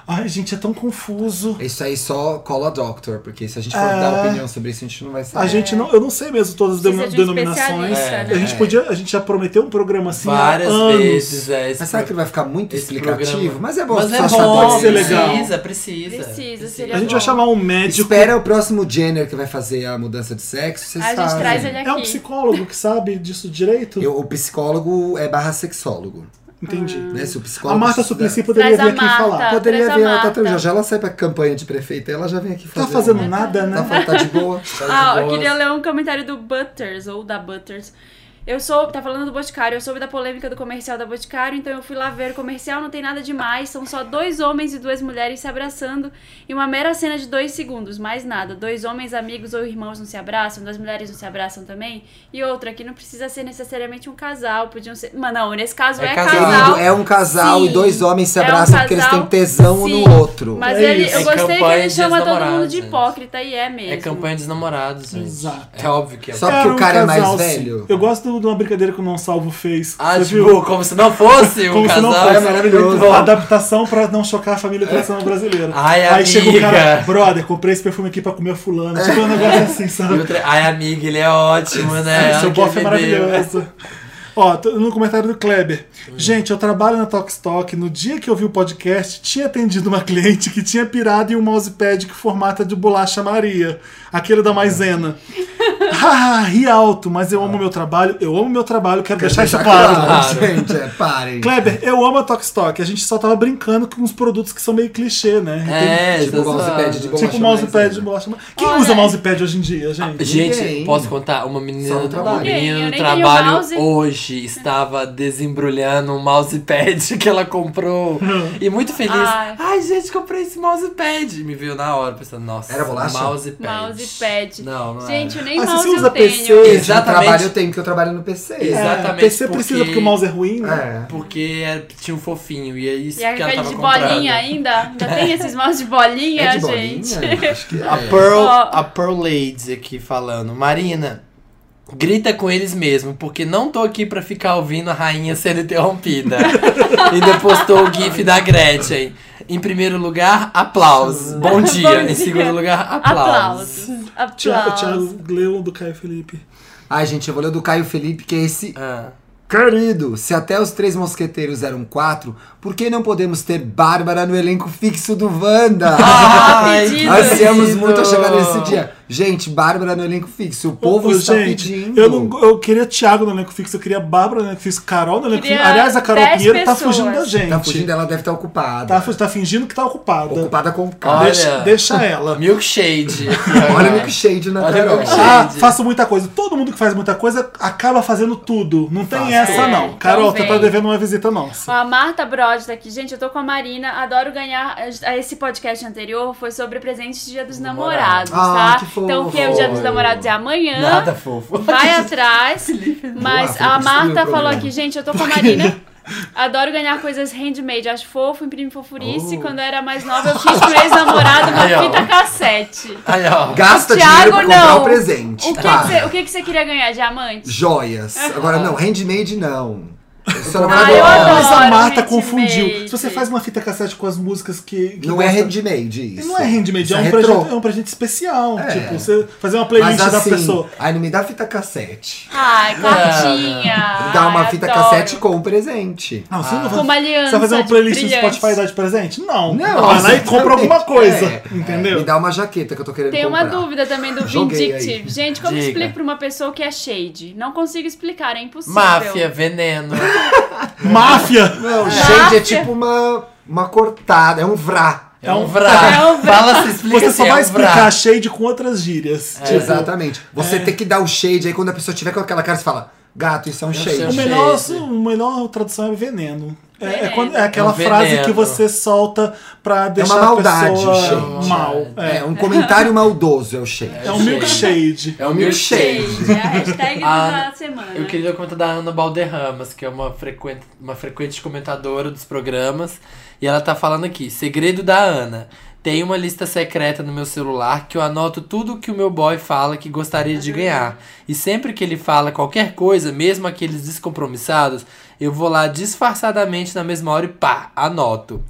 Ai, gente, é tão confuso. Isso aí só cola doctor, porque se a gente for É. dar opinião sobre isso, Ah. a gente não vai saber. A gente não, eu não sei mesmo todas as É. Precisa deno- de um denominações. É. especialista, A né? É. gente podia, a gente já prometeu um programa assim Várias há anos. vezes, é. esse Mas será que vai ficar muito esse explicativo? programa. Mas é bom, Mas as é pessoas bom, falam, pode ser precisa, legal. Precisa, Precisa, seria A gente vai chamar um médico. Espera o próximo Jenner que vai fazer a mudança de sexo, vocês A gente fazem. traz ele aqui. É um psicólogo que sabe disso direito? Eu- o psicólogo é barra sexólogo, Entendi. né? Se o A psicólogo Marta precisar- Suplicy poderia Ah. Traz a vir aqui Marta. falar. Poderia Ah, Traz a ver, ela tá Marta. tão, já, já ela sai pra campanha de prefeita, ela já vem aqui fazer. Tá fazendo uma- nada, né? Tá, falando, tá de boa. [LAUGHS] Ah, eu boas. queria ler um comentário do Butters, ou da Butters. Eu sou, tá falando do Boticário, eu soube da polêmica do comercial da Boticário, então eu fui lá ver. O comercial não tem nada demais, são só dois homens e duas mulheres se abraçando e uma mera cena de dois segundos, mais nada. Dois homens, amigos ou irmãos não se abraçam, duas mulheres não se abraçam também. E outra, que não precisa ser necessariamente um casal, podiam ser. Mas não, nesse caso é, É casal. casal. Querido, é um casal Sim. e dois homens se É um abraçam porque eles casal, têm tesão sim. um no outro. Mas É ele, isso. eu É gostei que campanha ele de chama todo namorados, mundo de gente. hipócrita, e é mesmo. É campanha dos namorados, gente. Exato. É óbvio que é. Só porque Era um o cara é mais casal, sim. velho. Eu gosto de uma brincadeira que o Não Salvo fez. Ah, Você tipo, viu? como se não [LAUGHS] fosse um Como se não casal. fosse. é maravilhoso. Muito bom. Adaptação pra não chocar a família tradicional brasileira. Ai, Aí chega o cara, Ah, é amiga. brother, comprei esse perfume aqui pra comer fulano. Tipo, um negócio assim, E sabe? o tre- Ai, amiga, ele é ótimo, né? Ai, Olha seu que bofe é ele deu. maravilhoso. Ó, tô- no comentário do Kleber. Gente, eu trabalho na Tokstok. No dia que eu vi o podcast, tinha atendido uma [LAUGHS] cliente que tinha pirado em um mousepad que formata de bolacha Maria. Aquele da maisena. Haha, ri alto, mas eu amo meu trabalho. Eu amo meu trabalho, quero deixar isso claro. Claro, gente, é, parem. Kleber, eu amo a Tokstok. A gente só tava brincando com uns produtos que são meio clichê, né? É, Tipo o tá zoado. mousepad de Ah, tipo bolacha mousepad, maisena. bolacha. Quem Olha. é. usa mousepad hoje em dia, gente? Gente, Ninguém. posso contar? Uma menina, Só no uma trabalho. Ninguém, eu menina no nem ganhei o trabalho mouse. hoje estava desembrulhando um mousepad [LAUGHS] que ela comprou. E muito feliz. Ai. Ai, gente, comprei esse mousepad. Me viu na hora, pensando, nossa, Era bolacha? mousepad. Mousepad. Não, é. não Gente, eu nem Ah, se mouse você usa eu tenho. PC, Gente, no Exatamente. trabalho eu tenho, porque eu trabalho no PC. Exato. exatamente, É, PC precisa porque- porque o mouse é ruim, né? É. era. Porque era- tinha um fofinho e é isso E que ela aquele tava de comprando. bolinha ainda? Ainda tem esses mouse de bolinha, É de gente? bolinha? Acho que é. A Pearl, Ó. a Pearl Ladies aqui falando. Marina, grita com eles mesmo, porque não tô aqui pra ficar ouvindo a rainha sendo [LAUGHS] interrompida. Ainda postou o gif da Gretchen. Em primeiro lugar, aplausos. Bom dia. Bom dia. Em segundo lugar, aplausos. Aplausos. Tiago, Aplausos. Tiago Leu do Caio Felipe. Ai, gente, eu vou ler o do Caio Felipe, que é esse Ah, Querido, se até os Três Mosqueteiros eram quatro, por que não podemos ter Bárbara no elenco fixo do Wanda? Ai, pedido. Ansiamos querido. muito a chegar nesse dia. Gente, Bárbara no elenco fixo. O povo Ô, está gente, pedindo. Eu, não, eu queria Thiago no elenco fixo, eu queria Bárbara no elenco fixo, Carol no elenco Queria fixo. Aliás, a Carol 10 Pinheiro tá pessoas. fugindo da gente. Tá fugindo, ela deve estar ocupada. Tá fu- tá fingindo que tá ocupada. Ocupada com o cara. Olha. Deixa, deixa ela. Milkshade. Olha o milkshade na Olha o Carol. milkshade. Ah, Gente. faço muita coisa. Todo mundo que faz muita coisa acaba fazendo tudo. Não tem Faz essa, tudo. É, não. então Carol, você vem. tá devendo uma visita nossa. A Marta Brod tá aqui. Gente, eu tô com a Marina. Adoro ganhar. Esse podcast anterior foi sobre presentes de Dia dos Namorados, Ah, tá? que fofo. então, que o Dia dos Namorados é amanhã. Nada fofo. Vai atrás. Mas Boa, a Felipe, destruiu o Marta falou programa. aqui, gente, eu tô com a Marina. Adoro ganhar coisas handmade. Acho fofo, imprimo fofurice. Quando eu era mais nova, eu fiz pro ex-namorado uma Aí, ó. fita cassete. Aí, ó. Gasta dinheiro Tiago, pra comprar não. o presente. O que, Tá. que você, o que que você queria ganhar? Diamante? Joias. Agora, não, handmade não. Seu Ah, eu adoro. Mas a Marta handmade. confundiu. Se você faz uma fita cassete com as músicas que. que Não é gosta- handmade isso. Não é handmade, Isso é um, retrô. presente, é um presente especial. É. Tipo, você fazer uma Mas playlist assim, da pessoa. ai, não me dá fita cassete. Ai, cartinha. Dá uma Ai, fita Ah, adoro. cassete com o presente. Não, você não Com uma aliança. Você vai fazer uma de playlist no brilhantes. Spotify e dar de presente? Não. Não, Vai lá e exatamente. compra alguma coisa. É, entendeu? Me dá uma jaqueta que eu tô querendo Tem uma comprar. dúvida também do Joguei aí. Vindictive. Gente, como Diga. explica pra uma pessoa que é shade? Não consigo explicar, é impossível. Máfia, veneno. Máfia! Não, shade é Máfia. tipo uma, uma cortada, é um vrá. É um vrá. É um vrá. Fala se explica Você se só é vai um vrá. explicar shade com outras gírias. É, Tipo, Exatamente. Você tem que dar o shade aí quando a pessoa tiver com aquela cara, você fala, gato, isso é um sei. O shade. melhor, Shade. o melhor tradução é veneno. É, é Veneno. quando- é aquela É um frase veneno. que você solta pra deixar É maldade, a pessoa gente. mal. É, É, um comentário maldoso é o shade. é um milkshade. É um milkshake. Shade, é a hashtag Ah, da semana. Eu queria comentar da Ana Balderramas, que é uma frequente, uma frequente comentadora dos programas. E ela tá falando aqui: segredo da Ana. Tem uma lista secreta no meu celular que eu anoto tudo que o meu boy fala que gostaria de ganhar. E sempre que ele fala qualquer coisa, mesmo aqueles descompromissados, eu vou lá disfarçadamente na mesma hora e pá, anoto.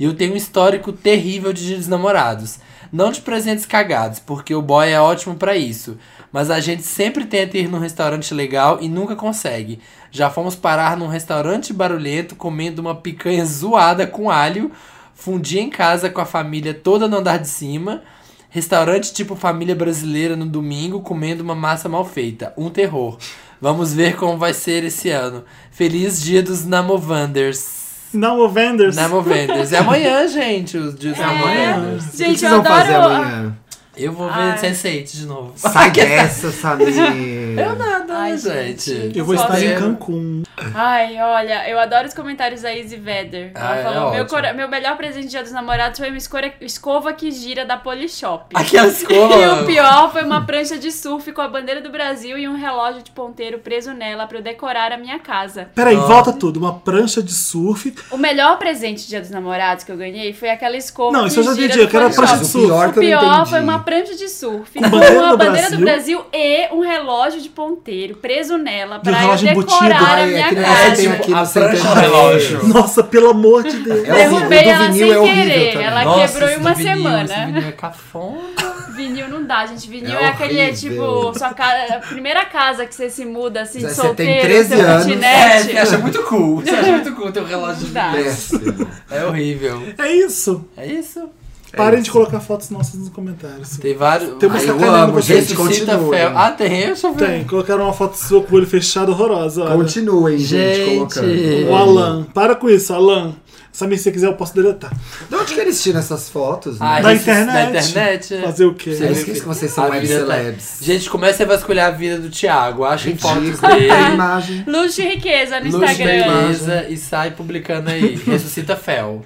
E eu tenho um histórico terrível de dias dos namorados. Não de presentes cagados, porque o boy é ótimo pra isso. Mas a gente sempre tenta ir num restaurante legal e nunca consegue. Já fomos parar num restaurante barulhento comendo uma picanha zoada com alho, fundi em casa com a família toda no andar de cima. Restaurante tipo família brasileira no domingo comendo uma massa mal feita. Um terror. Vamos ver como vai ser esse ano. Feliz dia dos Namovanders. Não, o Vendors. Namovenders. É amanhã, gente, os É. dias dos Namovenders. O que Gente, vocês eu vão fazer adoro. [LAUGHS] amanhã? Eu vou Ai. ver Sense8 de novo. Sai [LAUGHS] dessa, Samir. Eu nada, Ai, né, gente. gente. Eu vou estar em Solteiro. Cancún. Ai, olha, eu adoro os comentários da Izzy Vedder. Ela Ah, é falou: meu, ótimo. cora- meu melhor presente de dia dos namorados foi uma escora- escova que gira da Polishop. Aquela [LAUGHS] E o escola. pior foi uma prancha de surf com a bandeira do Brasil e um relógio de ponteiro preso nela pra eu decorar a minha casa. Peraí, Ah. volta tudo. Uma prancha de surf. O melhor presente de Dia dos Namorados que eu ganhei foi aquela escova. Não, que isso eu já gira entendi, do eu quero a Polishop. prancha de Mas o surf. [LAUGHS] pior O que eu não pior entendi. foi uma prancha de surf com, bandeira uma do bandeira do Brasil e um relógio de ponteiro preso nela pra eu relógio embutido. decorar a Ai, minha aquele negócio É, que tem casa. tipo, aqui a no Center prancha relógio. Nossa, pelo amor de Deus. É horrível, o do Derrubei ela vinil sem é horrível querer. também. Ela Nossa, quebrou em esse uma do vinil, semana. Esse vinil é cafona. [LAUGHS] Vinil não dá, gente. Vinil É é, aquele, horrível. tipo, sua casa, a primeira casa que você se muda, assim, de Você tem solteiro, 13 seu anos. É, kitnet. você acha muito cool. Você acha muito cool ter um relógio Né, Não de dá. Péssimo. É horrível. É isso. É isso. Parem de colocar fotos nossas nos comentários. Tem vários. Tem uma Ai, eu sacanagem amo, com gente, vocês. Ressuscita continua. Fel. Ah, tem? Eu só vi. Tem, colocaram uma foto sua com o olho fechado horrorosa. olha. Continuem, gente, Gente. colocando. O Alan. Para com isso, Alan. Samir, se você quiser, eu posso deletar. De onde que eles tiram essas fotos? né? Ah, Da esses- internet. Da internet. Fazer o quê? É Você- isso que vocês são A web vida tá- celebs. Gente, começa a vasculhar a vida do Thiago. Achem fotos Ridículo, tem dele. imagem. Luxo e riqueza no Luz Instagram. beleza e sai publicando [LAUGHS] aí. Ressuscita Fel.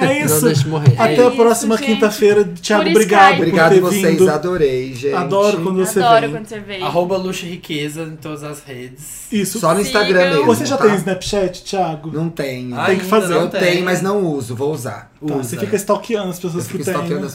É Não isso. deixe morrer. Até É a isso, próxima gente. quinta-feira. Thiago, Por obrigado Skype. por Obrigado ter vocês, vindo. adorei, gente. Adoro quando você Adoro vem. quando você vem. Arroba Luxo e Riqueza em todas as redes. Isso. Só no Instagram Sigam. mesmo. Você já tá? tem Snapchat, Thiago? Não tenho. Ainda que fazer. Eu tenho, mas não uso, vou usar. Tá, Usa. você fica stalkeando as eu pessoas fico que tem. stalkeando né? as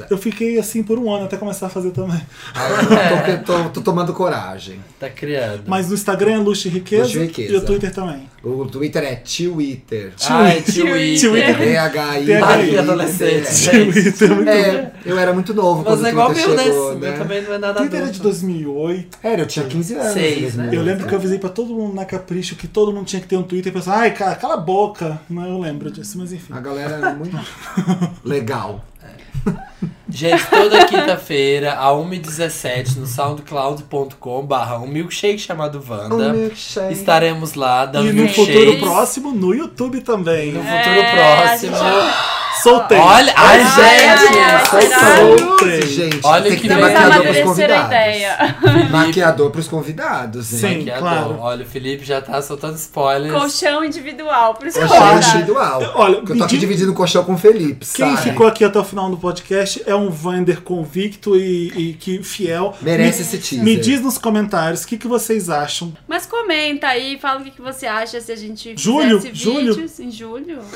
[LAUGHS] é. Eu fiquei assim por um ano até começar a fazer também. Ah, eu tô, tô- tô tomando coragem. Tá criando. Mas no Instagram é Luxo e Riqueza. Luxo e Riqueza. o Twitter também. O Twitter é Twitter. Ah, Ai, Twitter. Twitter. é DHI. Ai, que adolescente. Twitter é muito É, eu era muito novo Mas quando é o igual Twitter meu, né? chegou, Meu né? também não é Tá nada Twitter é de adulto. 2008. Era, eu tinha 15 anos. Seis, em 2008. né? Eu lembro que eu avisei pra todo mundo na Capricho que todo mundo tinha que ter um Twitter e pensava, ai, cara, cala a boca. Não, eu lembro disso, mas enfim. A galera era [LAUGHS] muito legal. Gente, toda quinta-feira, a 1h17, no soundcloud.com barra um milkshake chamado Tá. Wanda. milkshake. Estaremos lá dando Um É, E no milkshakes. futuro próximo, no YouTube também. É. No futuro a gente próximo. Soltei. Olha, ai, gente! ai, eu sou será? solto. Soltei. Gente, Olha tem que é que, ter bem. Vamos maquiador pros Então amadurecer a convidados. É ideia. Maquiador pros convidados, hein? Sim, Maquiador. claro. é Olha, o Felipe já tá soltando spoilers. Colchão individual pro seu Colchão acho- individual. eu- olha, Porque eu tô aqui pedi- dividindo o colchão com o Felipe, Quem sabe? ficou aqui até o final do podcast é um Vander convicto e, e que fiel. Merece Me- esse teaser. Me diz nos comentários o que, que vocês acham. Mas comenta aí, fala o que que você acha se a gente Julho, fizesse julho. vídeos em julho. Ótimo.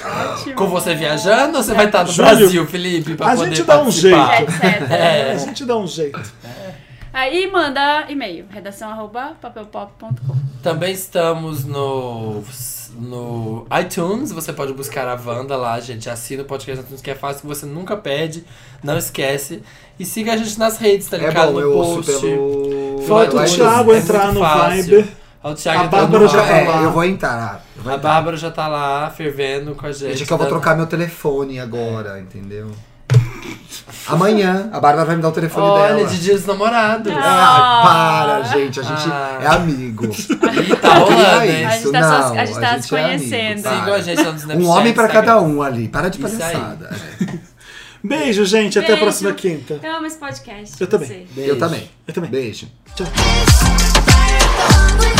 Ah, Com você viajando ou você vai tá estar no Júlio, Brasil, Felipe? Pra a poder gente dá um participar? jeito. É, [LAUGHS] Etc. É. A gente dá um jeito. Aí manda e-mail, redação arroba papelpop.com. Também estamos no, no iTunes, você pode buscar a Wanda lá, gente. Assina o podcast no iTunes, que é fácil, que você nunca perde, não esquece. E siga a gente nas redes, tá É ligado? bom, eu no ouço post. pelo... Falta o Vai- vai- Thiago é entrar muito no fácil. Viber. Ó, O Thiago A entrando Bárbara no já tá ar. lá. É, eu vou entrar. Eu vou A entrar. Bárbara já tá lá, fervendo com a gente. Gente, é que eu vou dando- trocar meu telefone agora, entendeu? Amanhã, a Bárbara vai me dar o telefone Olha, dela. de dia dos namorados. Ah. Ai, para, gente. A gente Ah. é [LAUGHS] amigo. Ih, tá rolando, hein? A é Isso, gente tá, só- não, a gente tá a gente se é amigo, conhecendo. tá? Sigam a gente lá no Snapchat. Um homem pra Instagram. cada um ali. Para de Isso aí. palhaçada. Beijo, gente. Até a Beijo. próxima quinta. Eu amo esse podcast. Eu também. Você. Eu também. Eu também. Beijo. Tchau. Fire up the one with Ah,